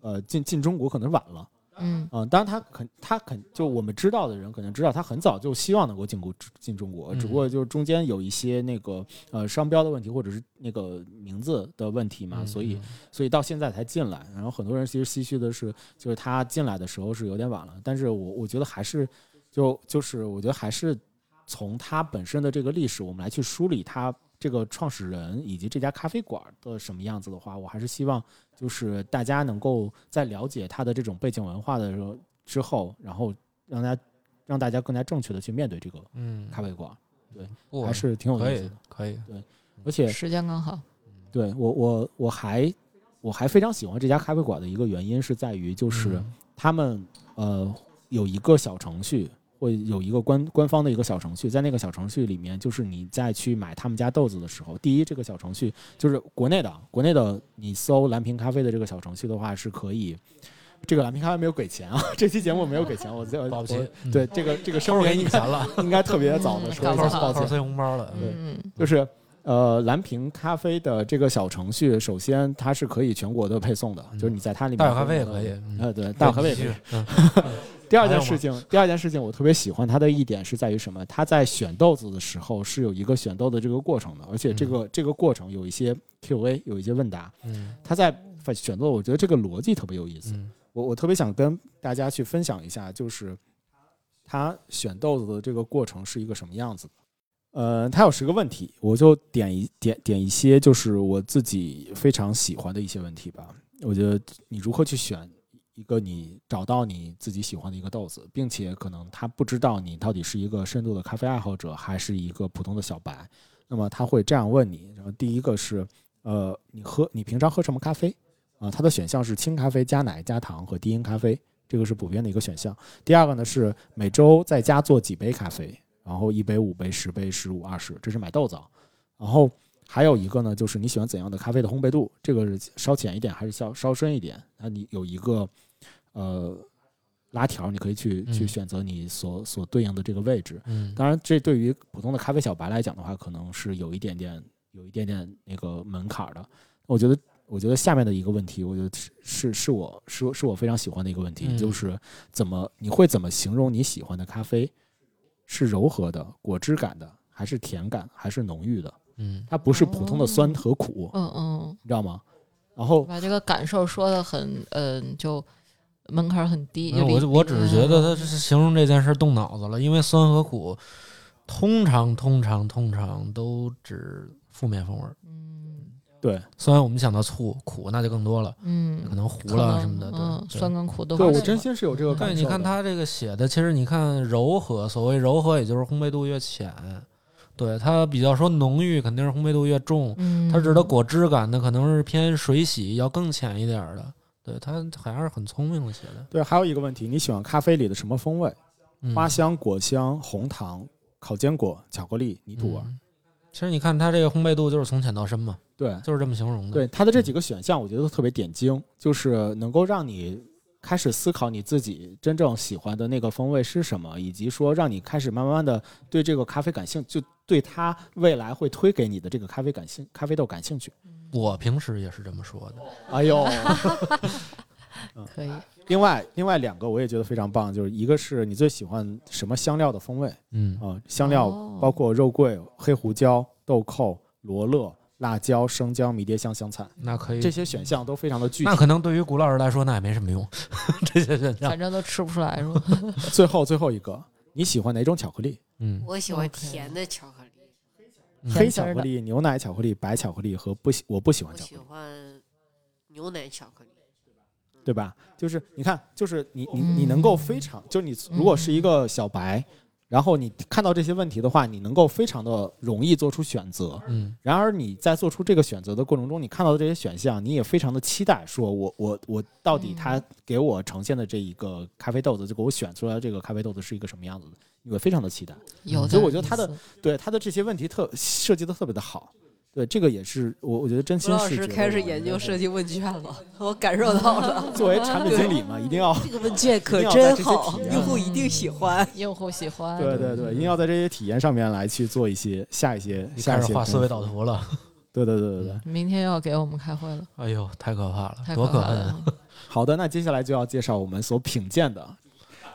A: 呃，进进中国可能晚了，
D: 嗯
A: 嗯，当然他肯他肯就我们知道的人肯定知道，他很早就希望能够进国进中国，
B: 嗯
A: 只不过就是中间有一些那个呃商标的问题，或者是那个名字的问题嘛，
B: 嗯
A: 所以
B: 嗯
A: 所以到现在才进来。然后很多人其实唏嘘的是，就是他进来的时候是有点晚了，但是我我觉得还是就就是我觉得还是从他本身的这个历史，我们来去梳理他这个创始人以及这家咖啡馆的什么样子的话，我还是希望就是大家能够在了解他的这种背景文化的时候之后，然后让大家让大家更加正确的去面对这个
B: 嗯，
A: 咖啡馆，
B: 不
A: 还是挺有
B: 可
A: 意思
B: 以
A: 的。
B: 可以，
A: 而且
D: 时间刚好，
A: 对我我我还我还非常喜欢这家咖啡馆的一个原因是在于，就是
B: 嗯
A: 他们呃有一个小程序，或有一个官官方的一个小程序，在那个小程序里面，就是你再去买他们家豆子的时候，第一，这个小程序就是国内的啊，国内的你搜蓝瓶咖啡的这个小程序的话是可以。这个蓝瓶咖啡没有给钱啊，这期节目没有给钱，我在
B: 保
A: 我
B: 不齐
A: 对这个这个声明应该
B: 钱了，
A: 应该特别早的
D: 嗯
A: 时候，
D: 搞不好
A: 抱
B: 抱
A: 歉，
B: 塞红包了，
A: 对
D: 嗯，嗯
A: 就是呃，蓝瓶咖啡的这个小程序，首先它是可以全国的配送的，
B: 嗯
A: 就是你在它里面
B: 大小咖啡也可以，嗯
A: 呃，对，大小咖啡也可以。
B: 嗯
A: 第二
B: 还有
A: 件
B: 吗
A: 事情，第二件事情，我特别喜欢它的一点是在于什么？它在选豆子的时候是有一个选豆的这个过程的，而且这个、这个过程有一些 Q&A，有一些问答。
B: 嗯
A: 它在选豆，我觉得这个逻辑特别有意思。
B: 嗯
A: 我我特别想跟大家去分享一下，就是他选豆子的这个过程是一个什么样子的。呃，他有十个问题，我就点一点点一些，就是我自己非常喜欢的一些问题吧。我觉得你如何去选一个你找到你自己喜欢的一个豆子，并且可能他不知道你到底是一个深度的咖啡爱好者还是一个普通的小白，那么他会这样问你。然后第一个是，呃，你喝你平常喝什么咖啡？啊、它的选项是轻咖啡加奶加糖和低因咖啡，这个是普遍的一个选项。第二个呢是每周在家做几杯咖啡，然后一杯、五杯、十杯、十五、二十，这是买豆子啊。然后还有一个呢，就是你喜欢怎样的咖啡的烘焙度，这个是稍浅一点还是稍稍深一点？那你有一个呃拉条，你可以去去
B: 嗯
A: 选择你所所对应的这个位置。
B: 嗯，
A: 当然，这对于普通的咖啡小白来讲的话，可能是有一点点有一点点那个门槛儿的。我觉得，我觉得下面的一个问题，我觉得是是是我是我是我非常喜欢的一个问题，
B: 嗯
A: 就是怎么你会怎么形容你喜欢的咖啡？是柔和的、果汁感的，还是甜感，还是浓郁的？
B: 嗯
A: 它不是普通的
B: 哦
A: 酸和苦，
D: 嗯嗯，
A: 你知道吗？然后
D: 把这个感受说的很，嗯，就门槛很低。
B: 没有我就我只是
D: 嗯
B: 觉得他这是形容这件事动脑子了，因为酸和苦通常通常通常都指负面风味儿。
D: 嗯
A: 对，
B: 虽然我们想到醋苦，那就更多了，
D: 嗯，
B: 可能糊
D: 可
B: 了
D: 能
B: 什么的。
D: 嗯，
B: 对
D: 酸跟苦都
A: 对我
D: 会喜
A: 真
D: 欢
A: 心是有这个感
B: 对，
A: 受。
B: 你看
A: 它，
B: 它这个写的，其实你看柔和，所谓柔和也就是烘焙度越浅，对它比较说浓郁，肯定是烘焙度越重。
D: 嗯，
B: 它指的果汁感呢，可能是偏水洗要更浅一点儿的。对，它还是很聪明的写的。
A: 对，还有一个问题，你喜欢咖啡里的什么风味？
B: 嗯
A: 花香、果香、红糖、烤坚果、巧克力、泥土味儿。
B: 嗯其实你看它这个烘焙度就是从浅到深嘛，
A: 对
B: 就是这么形容的。
A: 对，它的这几个选项，我觉得都特别点睛，就是能够让你开始思考你自己真正喜欢的那个风味是什么，以及说让你开始慢慢的对这个咖啡感兴，就对它未来会推给你的这个咖啡感兴咖啡豆感兴趣。
B: 我平时也是这么说的。
A: 哎 呦，
D: 可以，
A: 另外另外两个我也觉得非常棒，就是一个是你最喜欢什么香料的风味
B: 嗯
A: 啊、香料
D: 哦
A: 包括肉桂、黑胡椒、豆蔻、罗勒、辣椒、生姜、迷迭香、香菜。
B: 那可以。
A: 这些选项都非常的具体
B: 那。可能对于古老师来说，那也没什么用。 这些选项
D: 反，正都吃不出来是 吧？
A: 最后最后一个，你喜欢哪种巧克力？
B: 嗯，
C: 我喜欢
D: OK
C: 甜的巧克力，
B: 嗯
A: 黑
D: 甜心
A: 巧
D: 儿
A: 克
D: 的
A: 力、牛奶巧克力、白巧克力和不喜我不喜欢
C: 我
A: 巧克
C: 喜
A: 力，
C: 欢牛奶巧克力。
A: 对吧？就是你看，就是你你
D: 嗯
A: 你能够非常，就是你如果是一个小白，然后你看到这些问题的话，你能够非常的容易做出选择。
B: 嗯
A: 然而你在做出这个选择的过程中，你看到的这些选项，你也非常的期待，说我我我到底它给我呈现的这一个咖啡豆子，就给我选出来的这个咖啡豆子是一个什么样子的，你会非常的期待。
D: 有的意
A: 嗯
D: 思，
A: 所以我觉得他的对他的这些问题特设计的特别的好，对这个也是我我觉得真
C: 吴
A: 心
C: 老
A: 是觉
C: 师
A: 得
C: 开
A: 我
C: 始
A: 们
C: 研究设计问卷了， 我感受 到了
A: 作为产品经理嘛，一定要
C: 这个问卷可
A: 一定要在
C: 真
A: 这些啊
C: 好，
A: 体验
C: 用户一定喜欢。
D: 用户喜欢，
A: 对对对，一定要在这些体验上面来去做一些下一些
B: 你
A: 下
B: 开
A: 一
B: 始
A: 些
B: 画思维
A: 功
B: 导
A: 夫。
B: 图嗯了。
A: 对对对对对，
D: 明天又要给我给我们开会了，
B: 哎呦，太可怕了，
D: 太
B: 多
D: 可
B: 可
D: 怕
B: 恨！
D: 了
B: 啊！。
A: 好的，那接下来就要介绍我们所品鉴的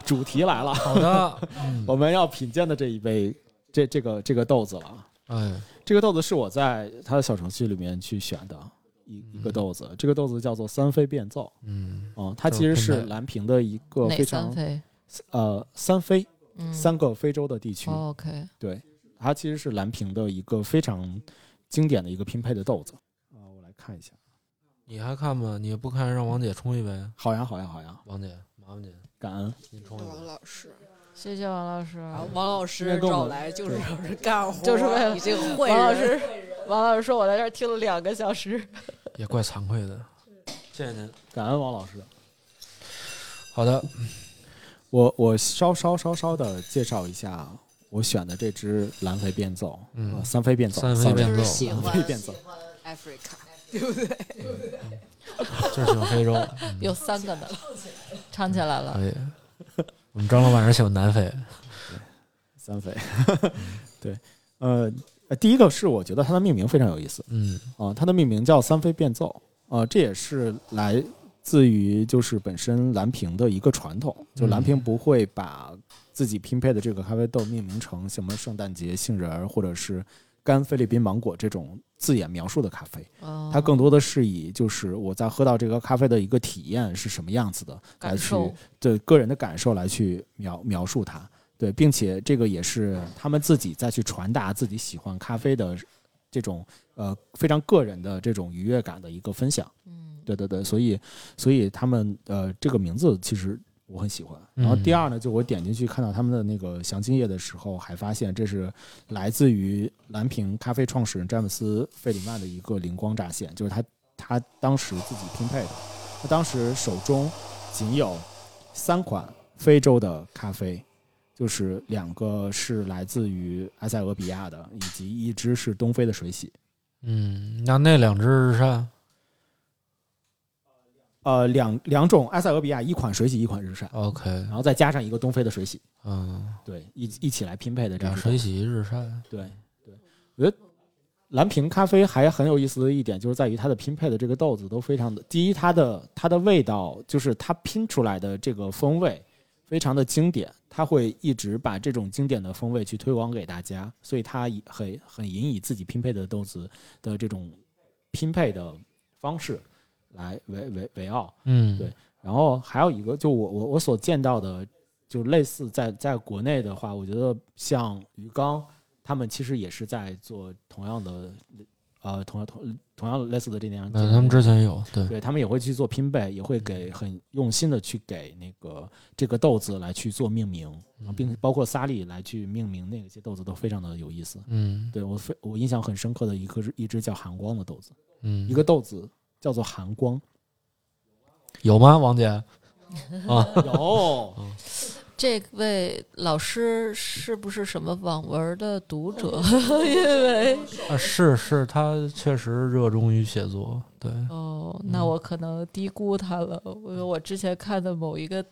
A: 主题来了，
B: 好的，嗯，
A: 我们要品鉴的这一杯，这这个这个豆子了。
B: 哎，
A: 这个豆子是我在它的小程序里面去选的一一个豆子，这个豆子叫做三飞变奏，
B: 嗯，
A: 嗯，它其实
B: 就是
A: 是
B: 喷的
A: 蓝屏的一个
D: 哪
A: 非
D: 三
A: 常
D: 飞？
A: 呃三非
D: 嗯，
A: 三个非洲的地区，
D: 哦 OK，
A: 对，它其实是蓝屏的一个非常经典的一个拼配的豆子。啊，我来看一下，
B: 你还看吗？你不看，让王姐冲一杯，
A: 好呀好呀好呀，
B: 王姐，麻烦您，
A: 感恩。
B: 您冲一
C: 王
B: 杯。
C: 老师，
D: 谢谢王老师。
C: 然后王老
A: 今天
C: 师
A: 跟我
C: 找
A: 们
C: 来就是让人干活，
D: 就是为了
C: 你这个坏
D: 王老
C: 人。
D: 师，王老师说我在这儿听了两个小时。
B: 也怪惭愧的。谢谢您。
A: 感恩王老师。
B: 好的，
A: 我我稍稍稍稍的介绍一下我选的这只蓝飞变奏，
B: 嗯
A: 呃三飞变奏，
B: 三飞
A: sorry
B: 变
C: 就是
B: 奏
C: 喜
A: 蓝
C: 欢
A: 飞变奏，
C: Africa，对不对？
B: 就是喜欢非 洲，嗯
D: 有三个呢，唱起来了。
B: 可以。我们张老板是喜欢南非，
A: 三飞， 对，呃，呃第一个是我觉得它的命名非常有意思
B: 嗯
A: 啊、它的命名叫三飞变奏，啊、这也是来自于就是本身蓝屏的一个传统，就蓝
D: 嗯
A: 屏不会把自己拼配的这个咖啡豆命名成什么圣诞节杏仁儿或者是干菲律宾芒果这种字眼描述的咖啡。
B: 嗯
D: 哦
A: 它更多的是以就是我在喝到这个咖啡的一个体验是什么样子的来
D: 感
A: 去
D: 受
A: 对个人的感受来去描描述它，对，并且这个也是他们自己再去传达自己喜欢咖啡的这种呃非常个人的这种愉悦感的一个分享，
D: 嗯
A: 对对对，所以所以他们呃这个名字其实我很喜欢。然后
B: 嗯
A: 第二呢，就我点进去看到他们的那个详情页的时候，还发现这是来自于蓝瓶咖啡创始人詹姆斯·费里曼的一个灵光乍现，就是他他当时自己拼配的，他当时手中仅有三款非洲的咖啡。就是两个是来自于埃塞俄比亚的，以及一只是东非的水洗。
B: 嗯，那那两只日晒，
A: 呃，两两种埃塞俄比亚，一款水洗，一款日晒。
B: OK，
A: 然后再加上一个东非的水洗，
B: 嗯，
A: 对，一一起来拼配的这
B: 俩
A: 样
B: 水洗一日晒，
A: 对对，我觉得蓝瓶咖啡还很有意思的一点就是在于它的拼配的这个豆子都非常的，第一它的它的味道就是它拼出来的这个风味非常的经典，它会一直把这种经典的风味去推广给大家，所以它以很很引以自己拼配的豆子的这种拼配的方式来为为为傲。
B: 嗯，
A: 对然后还有一个，就我我我所见到的，就类似在在国内的话，我觉得像鱼缸，他们其实也是在做同样的，呃，同样同同样类似的这样，
B: 那他们之前有，对，
A: 对他们也会去做拼配，也会给很用心的去给那个这个豆子来去做命名，然后并
B: 嗯
A: 包括萨利来去命名那些豆子都非常的有意思。
B: 嗯
A: 对我非我印象很深刻的一个是一只叫寒光的豆子，
B: 嗯，
A: 一个豆子叫做寒光，
B: 有吗，王姐？啊，
A: 有。
D: 这位老师是不是什么网文的读者？因为
B: 啊是是，他确实热衷于写作，对，
D: 哦，那我可能低估他了，因为我之前看的某一个。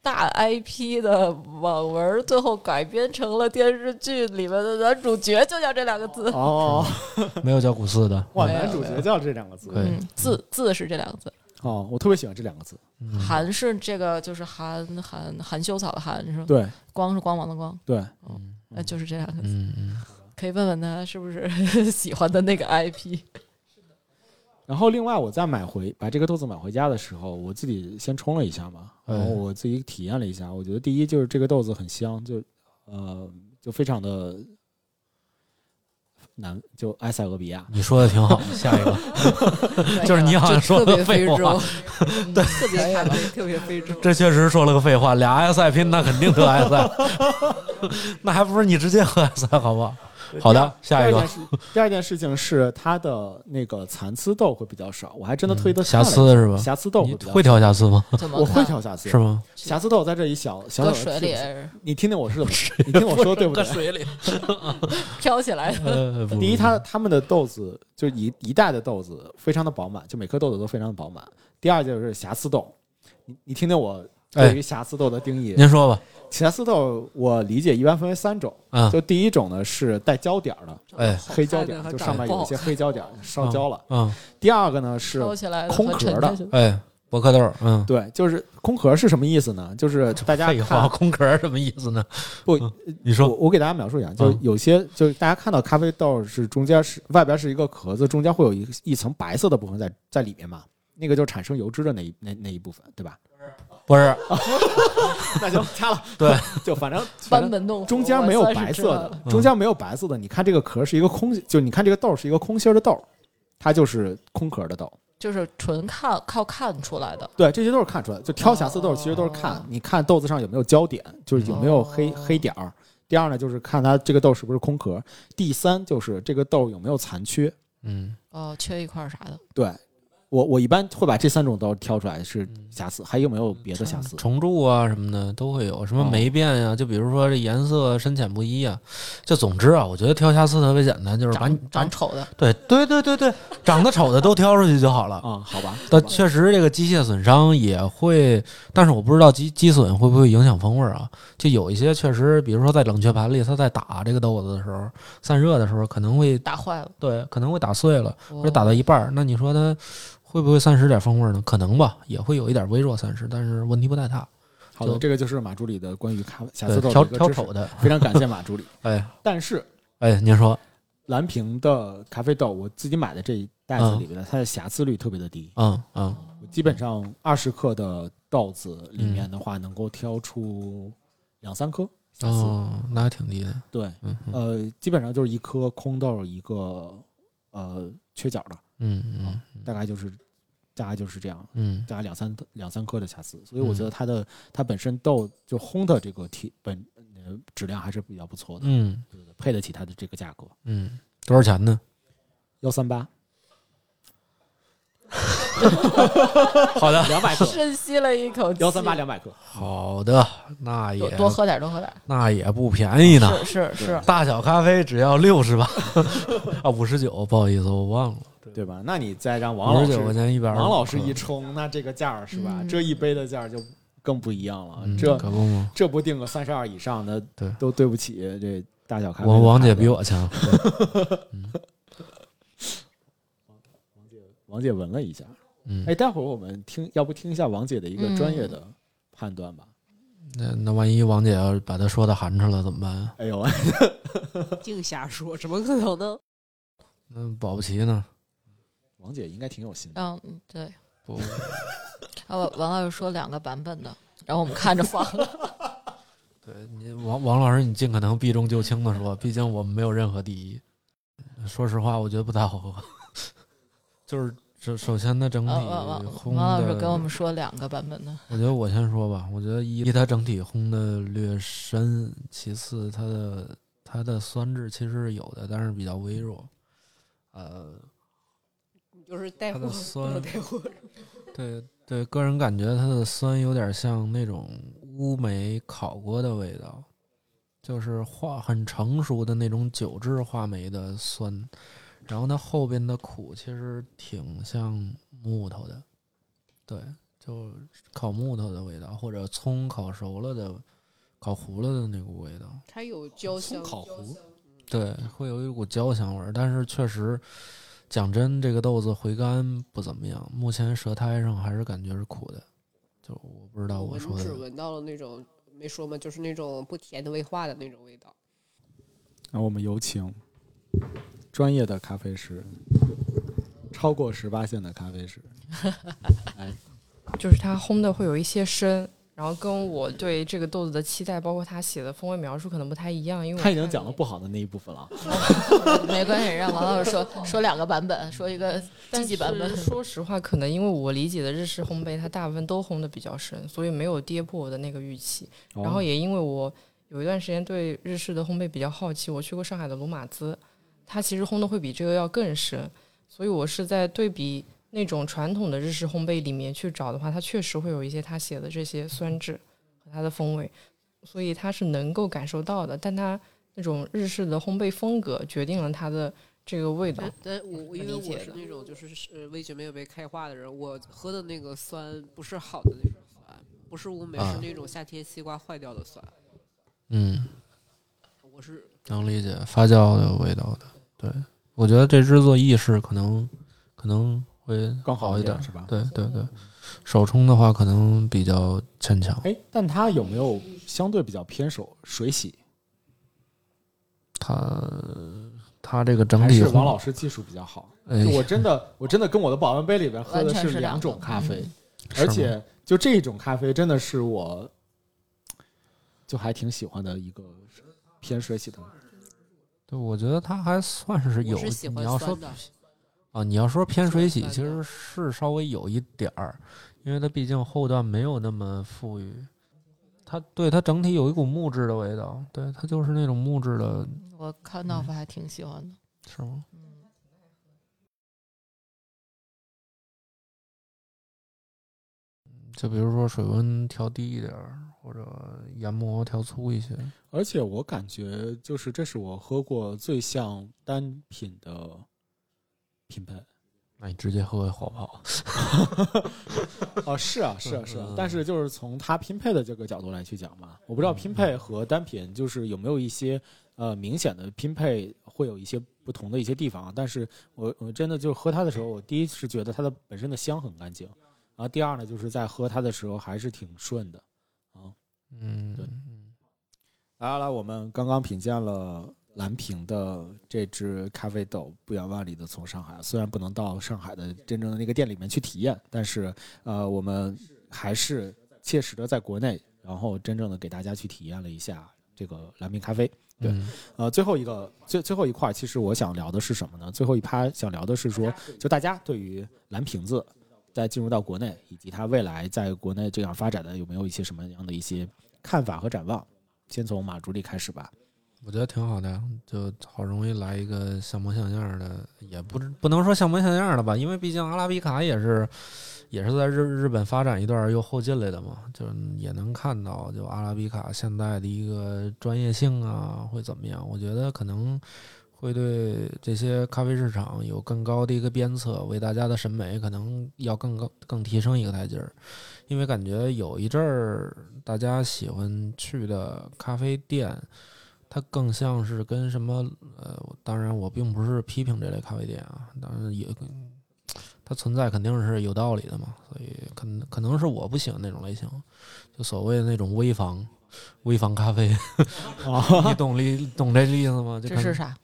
D: 大 IP 的网文最后改编成了电视剧里面的男主角，就叫这两个字。
A: 哦，
B: 没有叫古四的，
A: 哇，
D: 没有
A: 男主角叫这两个字，
B: 可以
D: 嗯，字字是这两个字。
A: 哦，我特别喜欢这两个字。
B: 嗯
D: 含是这个就是含含含羞草的含是吧？
A: 对
D: 光是光芒的光，
A: 对，
B: 嗯
D: 那就是这两个字。
B: 嗯嗯，
D: 可以问问他是不是 喜欢的那个 IP。
A: 然后另外我再买回把这个豆子买回家的时候，我自己先冲了一下嘛，
B: 哎
A: 然后我自己体验了一下，我觉得第一就是这个豆子很香，就呃就非常的难，就埃塞俄比亚。
B: 你说的挺好，下一个，就是你好像说
C: 特
B: 的
C: 别
B: 废
C: 非洲
B: 话，，
C: 对，特别
A: 啊
C: 咖啡，特别非洲。
B: 这确实说了个废话，俩埃塞拼，那肯定得埃塞， 那还不是你直接喝埃塞好不好？啊好的，
A: 第
B: 下
A: 二
B: 一
A: 件
B: 个，
A: 事，第二件事情是它的那个残次豆会比较少，我还真的特意的
B: 嗯瑕疵是吧？
A: 瑕疵豆会
B: 你
A: 比较
B: 会
A: 少，
B: 挑瑕疵吗？
D: 怎么
A: 我会
D: 看
A: 挑瑕疵
B: 是，吗？
A: 瑕疵豆在这里小小小
D: 搁
A: 的
D: 水
A: 是
D: 里哎
A: 你听听我是怎么，你听我说对不对？
B: 水里，
D: 飘起
A: 嗯
D: 来的。
B: 呃，不
A: 第一，它他们的豆子就一一袋的豆子非常的饱满，就每颗豆子都非常的饱满。第二就是瑕疵豆，你你听听我
B: 哎
A: 对于瑕疵豆的定义。
B: 您说吧，
A: 瑕疵豆我理解一般分为三种，
B: 嗯，
A: 就第一种呢是带胶点儿的
B: 哎，
A: 黑胶点儿，就上面有一些黑胶点儿烧焦了。
B: 嗯，
A: 第二个呢是
D: 飘起来的
A: 空
D: 和
A: 壳
D: 沉
A: 的
D: 下去
B: 哎，博克豆儿，嗯，
A: 对，就是空壳是什么意思呢？就是大家
B: 废话，
A: 看
B: 空壳儿什么意思呢？
A: 不
B: 嗯你说
A: 我我给大家描述一下，就
B: 嗯
A: 有些就是大家看到咖啡豆是中间是外边是一个壳子，中间会有一一层白色的部分在在里面嘛，那个就产生油脂的那一那那一部分，对吧？
B: 不是，
A: 那 就掐了，
B: 对，
A: 就反正反
D: 班
A: 正
D: 门弄斧，
A: 中间没有
D: 我算是
A: 白色
D: 知道
A: 的
D: 了，
B: 嗯
A: 中间没有白色的，你看这个壳是一个空，就你看这个豆是一个空心儿的豆，它就是空壳的豆。
D: 就是纯看靠看出来的。
A: 对，这些都是看出来的，就挑瑕疵豆，其实都是看，
D: 哦
A: 你看豆子上有没有焦点，就是有没有黑、
D: 哦
A: 黑点儿。第二呢，就是看它这个豆是不是空壳。第三就是这个豆有没有残缺。
B: 嗯，
D: 哦，缺一块儿啥的，
A: 对我，我一般会把这三种豆挑出来是
B: 嗯
A: 瑕疵，还有没有别的瑕疵？
B: 虫蛀啊什么的都会有，什么
A: 哦
B: 霉变呀、就比如说这颜色深浅不一啊，就总之啊，我觉得挑瑕疵特别简单，就是把你
D: 长长丑的，
B: 对对对对对，长得丑的都挑出去就好了。
A: 啊、好吧，
B: 但
A: 好吧
B: 确实，这个机械损伤也会，但是我不知道机机损会不会影响风味儿啊？就有一些确实，比如说在冷却盘里，它在打这个豆子的时候，散热的时候可能会
D: 打坏了，
B: 对，可能会打碎了，或者
D: 哦，
B: 打到一半儿。那你说它会不会散失点风味儿呢？可能吧，也会有一点微弱散失，但是问题不太大。
A: 好的，
B: 就
A: 这个就是马助理的关于咖瑕疵
B: 对，
A: 豆
B: 挑
A: 的一个
B: 挑
A: 知识
B: 丑的，
A: 非常感谢马 助理。
B: 哎
A: 但是
B: 哎，您说
A: 蓝瓶的咖啡豆，我自己买的这一袋子里面的，它的瑕疵率特别的低。
B: 嗯嗯，
A: 我基本上二十克的豆子里面的话，能够挑出两三颗瑕疵。
B: 哦，那还挺低的，
A: 对，
B: 嗯嗯
A: 呃，基本上就是一颗空豆，一个呃缺角的，
B: 嗯嗯
A: 大概就是大概就是这样，
B: 嗯
A: 大概两三两三颗的瑕疵。所以我觉得它的、它本身豆就烘的这个体本呃质量还是比较不错的，
B: 嗯
A: 配得起它的这个价格
B: 嗯，多少钱呢？
A: 幺三八
B: 好的，
A: 两百 克
D: 深吸了一口气，
A: 幺三八两啊百克。
B: 好的，那也
D: 多多喝点儿，多喝点儿。
B: 那也不便宜呢。
A: 啊
D: 是是是，
B: 大小咖啡只要六十八 啊，五十九，不好意思，我忘了，
A: 对吧？那你再让王
B: 五
A: 老
B: 十
A: 师
B: 九块钱一百二十五克。
A: 王老师一冲，那这个价儿是吧？
D: 嗯
A: 这一杯的价儿就更不一样了。
B: 嗯，
A: 这
B: 可不嘛，
A: 这不定个三十二以上的，
B: 对
A: 都对不起这大小咖啡的
B: 我王姐
A: 孩子
B: 比我 强。
A: 王姐闻了一下。
B: 嗯，
A: 哎，待会儿我们听，要不听一下王姐的一个
D: 嗯
A: 专业的判断吧。
B: 那那万一王姐要把它说的寒碜了怎么办啊？
A: 哎呦，
C: 净瞎说，怎么可能呢？
B: 那保不齐呢？
A: 王姐应该挺有心的。
D: 嗯嗯对。
B: 不，
D: 然后王老师说两个版本的，然后我们看着放了。
B: 对你王王老师，你尽可能避重就轻的说，毕竟我们没有任何第一。说实话，我觉得不太好喝， 就是首首先它整体
D: 呃哦王王王
B: 烘
D: 王老师
B: 的
D: 给我们说两个版本的，
B: 我觉得我先说吧，我觉得一它整体烘的略深，其次它的它的酸质其实是有的，但是比较微弱。呃，
C: 你就是带
B: 它
C: 货，
B: 的酸
C: 带货。
B: 对对，个人感觉它的酸有点像那种乌梅烤过的味道，就是化很成熟的那种酒制话梅的酸，然后它后边的苦其实挺像木头的，对，就烤木头的味道，或者葱烤熟了的、烤糊了的那股味道。
C: 它有焦香，
A: 烤糊，
B: 对，会有一股焦香味儿，但是确实，讲真，这个豆子回甘不怎么样，目前舌苔上还是感觉是苦的，就我不知道啊我
C: 闻
B: 说
C: 只
B: 的，
C: 闻到了那种没说嘛，就是那种不甜的未化的那种味道。
A: 那我们有请专业的咖啡师，超过十八线的咖啡师。
E: 就是它烘的会有一些深，然后跟我对这个豆子的期待，包括他写的风味描述可能不太一样，因为我
A: 他已经
E: 看
A: 讲了不好的那一部分了。
D: 没关系，让王老师说说两个版本，说一个积
E: 但
D: 极版本
E: 是。说实话，可能因为我理解的日式烘焙，它大部分都烘的比较深，所以没有跌破我的那个预期。
A: 哦
E: 然后也因为我有一段时间对日式的烘焙比较好奇，我去过上海的鲁马兹，它其实烘的会比这个要更深，所以我是在对比那种传统的日式烘焙里面去找的话，它确实会有一些它写的这些酸质和它的风味，所以它是能够感受到的，但它那种日式的烘焙风格决定了它的这个味道。
B: 哦
C: 但我我因为
E: 理解
C: 我是
E: 的
C: 那种就是呃味觉没有被开化的人，我喝的那个酸不是好的那种酸，不是乌梅，
B: 啊
C: 是那种夏天西瓜坏掉的酸。
B: 嗯，
C: 我是
B: 能理解发酵的味道的。对，我觉得这制作意识可能可能会
A: 更好
B: 一
A: 一
B: 点
A: 点，是吧？
B: 对对对，手冲的话可能比较牵强，
A: 哎，但它有没有相对比较偏手水洗？
B: 它它这个整
A: 还
B: 体
A: 是
B: 烘
A: 王老师技术比较好？
B: 哎
A: 就我真的，我真的跟我的保温杯里边喝
D: 完
A: 的
D: 全是
A: 两
D: 两
A: 种
D: 种
A: 咖啡，
B: 嗯是
A: 而
B: 吗
A: 且就这一种咖啡真的是我就还挺喜欢的一个偏水洗的。
B: 对，我觉得它还算是有。
D: 我是喜
B: 你
D: 欢
B: 要说
D: 酸的，
B: 啊，你要说偏水洗，
D: 酸
B: 其实
D: 的
B: 是稍微有一点儿，因为它毕竟后段没有那么富裕，它对它整体有一股木质的味道，对它就是那种木质的，
D: 我看到我还挺喜欢的。
B: 是吗？嗯就比如说水温调低一点儿，或者研磨调粗一些，
A: 而且我感觉就是这是我喝过最像单品的品牌。
B: 那你直接喝火泡。
A: 哦，是啊，是啊，
B: 嗯
A: 是啊
B: 嗯。
A: 但是就是从它拼配的这个角度来去讲嘛，我不知道拼配和单品就是有没有一些呃明显的拼配会有一些不同的一些地方啊。但是我我真的就喝它的时候，我第一是觉得它的本身的香很干净，然后第二呢就是在喝它的时候还是挺顺的。
B: 嗯，
A: 对
B: 嗯
A: 来来来，我们刚刚品鉴了蓝瓶的这只咖啡豆，不远万里的从上海，虽然不能到上海的真正的那个店里面去体验，但是呃，我们还是切实的在国内，然后真正的给大家去体验了一下这个蓝瓶咖啡。对
B: 嗯
A: 呃，最后一个最最后一块儿，其实我想聊的是什么呢？最后一趴想聊的是说，就大家对于蓝瓶子在进入到国内，以及它未来在国内这样发展的，有没有一些什么样的一些看法和展望？先从马助理开始吧。
B: 我觉得挺好的呀，就好容易来一个像模像样儿的，也不是不能说像模像样儿的吧，因为毕竟阿拉比卡也是也是在日日本发展一段儿又后进来的嘛，就是也能看到就阿拉比卡现在的一个专业性啊会怎么样？我觉得可能会对这些咖啡市场有更高的一个鞭策，为大家的审美可能要更高更提升一个台阶儿，因为感觉有一阵儿大家喜欢去的咖啡店。它更像是跟什么呃，我当然我并不是批评这类咖啡店啊，当然也它存在肯定是有道理的嘛，所以可能可能是我不喜欢那种类型，就所谓的那种危房危房咖啡， 你懂理懂这意思吗？就
D: 哦这
B: 可能
D: 是啥？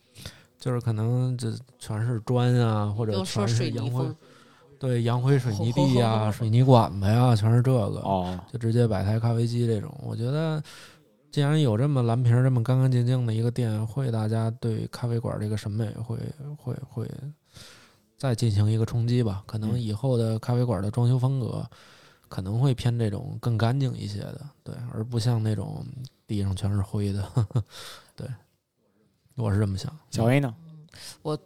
B: 就是可能这全是砖啊，或者
D: 又
B: 全
D: 说
B: 是
D: 水泥
B: 洋灰
D: 风，
B: 对洋灰水泥地呀、水泥管子呀、全是这个
A: 哦，
B: 就直接摆台咖啡机这种。我觉得，既然有这么蓝瓶儿、这么干干净净的一个店，会大家对咖啡馆这个审美会会会再进行一个冲击吧。可能
A: 嗯
B: 以后的咖啡馆的装修风格可能会偏这种更干净一些的，对，而不像那种地上全是灰的。 对，我是这么想。
A: 小 A 呢？
D: 呃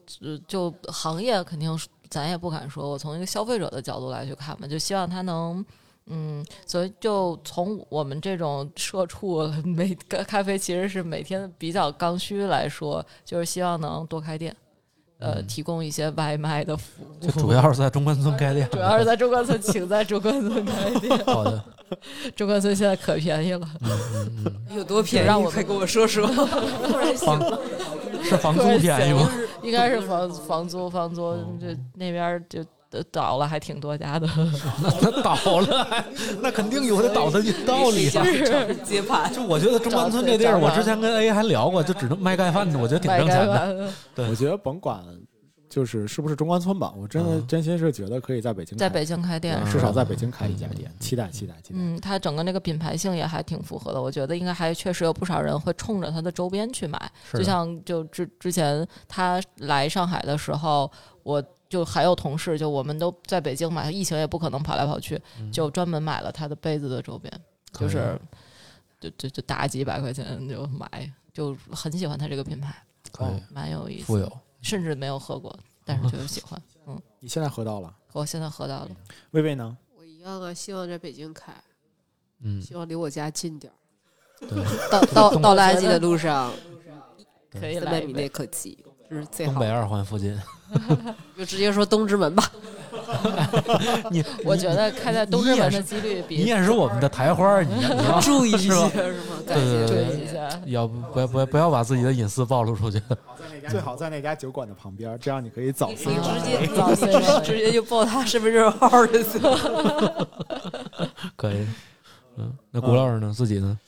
D: 就行业肯定是咱也不敢说，我从一个消费者的角度来去看吧，就希望它能。嗯，所以就从我们这种社畜，每咖咖啡其实是每天比较刚需来说，就是希望能多开店，呃，
B: 嗯
D: 提供一些外卖的服务。
B: 这主要是在中关村开店，
D: 主要是在中关村，请在中关村开店。
B: 好的，
D: 中关村现在可便宜了，
B: 嗯嗯，
C: 有多便宜？
D: 让我
C: 快跟我说说。
B: 房是房租便宜吗？ 哦
D: 应该是房房租房租这那边儿就呃倒了，还挺多家的。
B: 那那倒了，还那肯定有它倒的道理啊。
C: 接盘，
B: 就我觉得中关村这地儿，我之前跟 A 还聊过，就只能卖盖饭的，我觉得挺
D: 买
B: 挣
D: 盖
B: 钱的。
D: 完了，
B: 对
A: 我觉得甭管就是是不是中关村吧，我真的
B: 嗯
A: 真心是觉得可以在北京开，
D: 在北京开店
A: 对
B: 嗯
A: 至少在北京开一家店，期待期待期待。
D: 嗯，它整个那个品牌性也还挺符合的，我觉得应该还确实有不少人会冲着它的周边去买。
B: 是
D: 就
B: 的，
D: 像就之之前他来上海的时候，我就还有同事，就我们都在北京买，疫情也不可能跑来跑去，就专门买了他的杯子的周边，
B: 嗯可
D: 就
B: 以啊
D: 是就就就打几百块钱就买，就很喜欢他这个品牌，
B: 可以
D: 蛮有意思。
B: 富有，
D: 甚至没有喝过，但是就是喜欢。嗯，
A: 你现在喝到了，
D: 我现在喝到了。
A: 薇薇呢？
C: 我 一样啊，希望在北京开，
B: 嗯，
C: 希望离我家近点儿。
B: 对，
C: 到到
B: 动
C: 到垃圾的路上，
D: 可以
C: 三
D: 来
C: 百
D: 一
C: 米
D: 杯
C: 内可及。这是最
B: 东
C: 好
B: 北
C: 的，
B: 二环附近，
C: 就直接说东 直门吧。
B: 你
D: 我觉得开在东直门的几率
B: 你
D: 比
B: 也是我们的台花儿，你你要
C: 注意一
B: 是
C: 些
B: 吧
C: 是吗？感
B: 对对
C: 谢注
B: 对
C: 意一
D: 一
C: 下。
D: 些。
B: 要不不要不要不要把自己的隐私暴露出去。
A: 最好在那家酒馆的旁边，这样你可以早
C: 你
A: 搜
C: 你直接
D: 早
C: 你
D: 泄
C: 直接
D: 露
C: 直接就报他身份证号就行。
B: 可以，嗯，那谷老师呢？自己呢？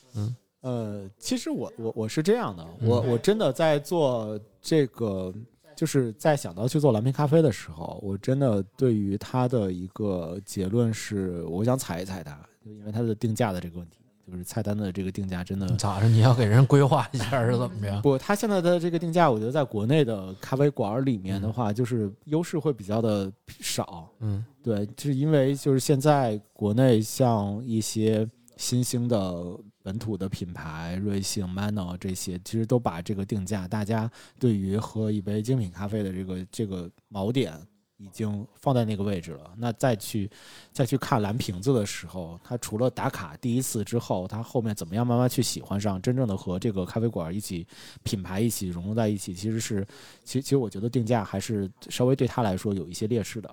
A: 呃，其实我我我是这样的，我我真的在做这个，就是在想到去做蓝瓶咖啡的时候，我真的对于它的一个结论是，我想踩一踩它，就因为它的定价的这个问题，就是菜单的这个定价真的。
B: 咋着？你要给人规划一下是怎么着？
A: 不，它现在的这个定价，我觉得在国内的咖啡馆里面的话，就是优势会比较的少。
B: 嗯
A: 对，是因为就是现在国内像一些新兴的本土的品牌，瑞幸、Mano 这些，其实都把这个定价，大家对于喝一杯精品咖啡的这个这个锚点已经放在那个位置了。那再去再去看蓝瓶子的时候，它除了打卡第一次之后，它后面怎么样慢慢去喜欢上，真正的和这个咖啡馆一起品牌一起融入在一起，其实是其其实我觉得定价还是稍微对它来说有一些劣势的。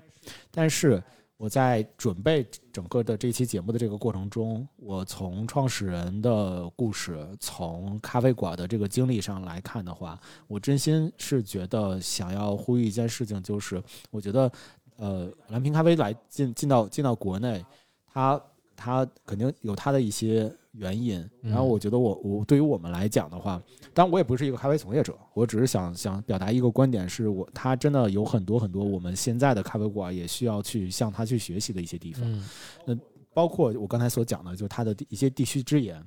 A: 但是我在准备整个的这期节目的这个过程中，我从创始人的故事，从咖啡馆的这个经历上来看的话，我真心是觉得想要呼吁一件事情，就是我觉得，呃，蓝瓶咖啡来进进到进到国内，它它肯定有它的一些原因。然后我觉得我我对于我们来讲的话，当然我也不是一个咖啡从业者，我只是想想表达一个观点，是我它真的有很多很多我们现在的咖啡馆也需要去向它去学习的一些地方。
B: 嗯
A: 包括我刚才所讲的，就是它的一些地区之言，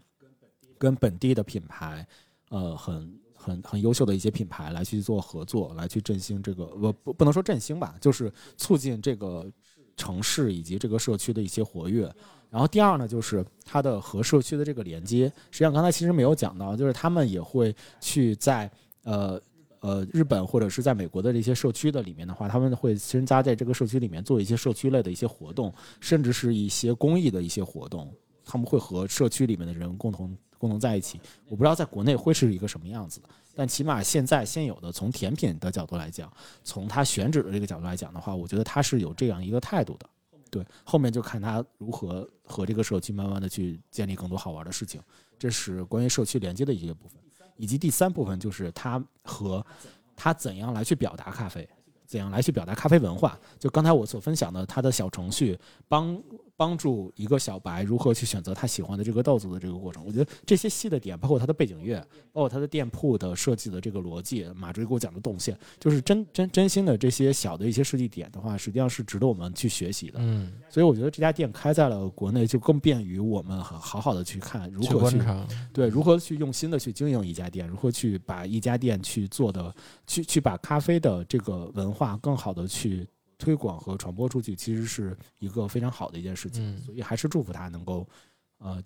A: 跟本地的品牌，呃，很很很优秀的一些品牌来去做合作，来去振兴这个，不不不能说振兴吧，就是促进这个城市以及这个社区的一些活跃。然后第二呢，就是它的和社区的这个连接，实际上刚才其实没有讲到，就是他们也会去在呃呃日本或者是在美国的这些社区的里面的话，他们会深扎在这个社区里面做一些社区类的一些活动，甚至是一些公益的一些活动，他们会和社区里面的人共同共同在一起。我不知道在国内会是一个什么样子，但起码现在现有的从甜品的角度来讲，从它选址的这个角度来讲的话，我觉得它是有这样一个态度的。对，后面就看它如何和这个社区慢慢的去建立更多好玩的事情。这是关于社区连接的一个部分，以及第三部分就是它和它怎样来去表达咖啡。怎样来去表达咖啡文化？就刚才我所分享的，它的小程序帮帮助一个小白如何去选择他喜欢的这个豆子的这个过程。我觉得这些细的点，包括它的背景乐，包括它的店铺的设计的这个逻辑，马追给我讲的动线，就是真真真心的这些小的一些设计点的话，实际上是值得我们去学习的。
B: 嗯，
A: 所以我觉得这家店开在了国内，就更便于我们好好好的去看如
B: 去
A: 何
B: 观
A: 去
B: 察，
A: 对，如何去用心的去经营一家店，如何去把一家店去做的，去去把咖啡的这个文化更好的去推广和传播出去，其实是一个非常好的一件事情。
B: 嗯
A: 所以还是祝福他能够，呃，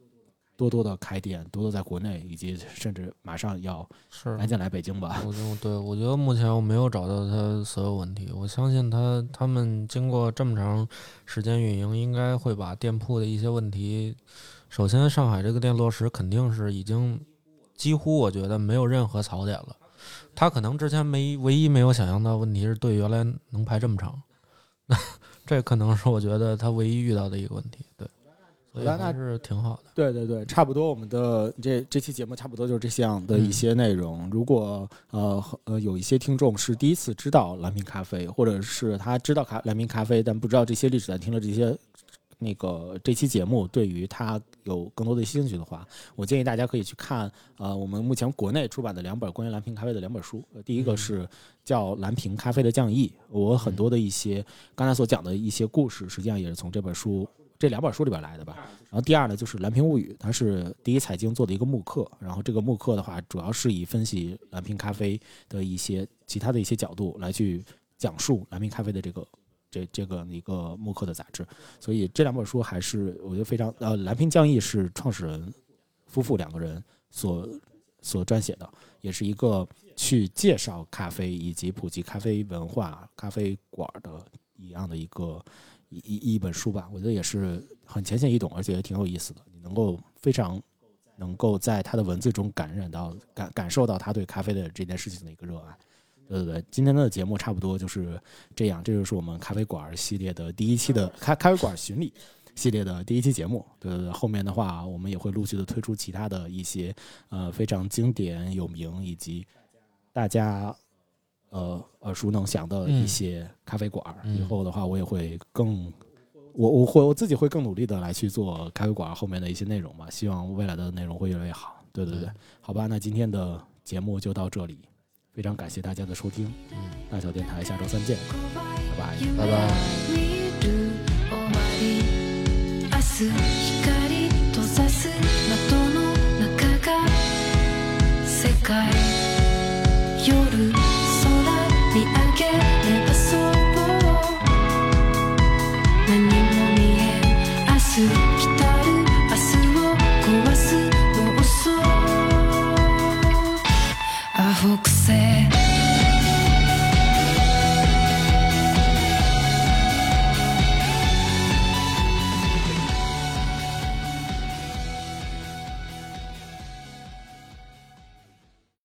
A: 多多的开店，多多在国内，以及甚至马上要
B: 是
A: 赶紧来北京吧。
B: 我就对我觉得目前我没有找到他所有问题，我相信他他们经过这么长时间运营，应该会把店铺的一些问题，首先上海这个店落实肯定是已经几乎我觉得没有任何槽点了，他可能之前没唯一没有想象到的问题是队原来能排这么长， 这可能是我觉得他唯一遇到的一个问题，对，所以
A: 那那
B: 还是挺好的，
A: 对对对，差不多，我们的这这期节目差不多就是这样的一些内容。如果呃和呃有一些听众是第一次知道蓝瓶咖啡，或者是他知道咖蓝瓶咖啡，但不知道这些历史，但听了这些那个这期节目，对于他有更多的兴趣的话，我建议大家可以去看呃我们目前国内出版的两本关于蓝瓶咖啡的两本书。呃第一个是叫《蓝瓶咖啡的降义》，我很多的一些刚才所讲的一些故事，实际上也是从这本书。这两本书里边来的吧，然后第二呢，就是《蓝瓶物语》，它是第一财经做的一个慕课。然后这个慕课的话，主要是以分析蓝瓶咖啡的一些其他的一些角度来去讲述蓝瓶咖啡的这个这这个一个慕课的杂志。所以这两本书还是我觉得非常呃，《蓝瓶降义》是创始人夫妇两个人所所撰写的，也是一个去介绍咖啡以及普及咖啡文化、咖啡馆的一样的一个一一一本书吧，我觉得也是很浅显易懂，而且也挺有意思的。你能够非常能够在他的文字中感染到感感受到他对咖啡的这件事情的一个热爱，对对对，今天的节目差不多就是这样，这就是我们咖啡馆系列的第一期的咖咖啡馆巡礼系列的第一期节目。对对对，后面的话我们也会陆续的推出其他的一些呃非常经典、有名以及大家呃耳熟能详的一些咖啡馆。
B: 嗯
A: 以后的话，我也会更。我我会我自己会更努力的来去做咖啡馆后面的一些内容嘛，希望未来的内容会越来越好。对对对
B: 对，
A: 好吧，那今天的节目就到这里，非常感谢大家的收听，大小电台下周三见，拜拜。
B: 拜拜。
F: 見る終わり明日光閉ざす窓の中が世界夜空見上げればそう何も見えん明日来たる明日を壊すもう嘘アホくせ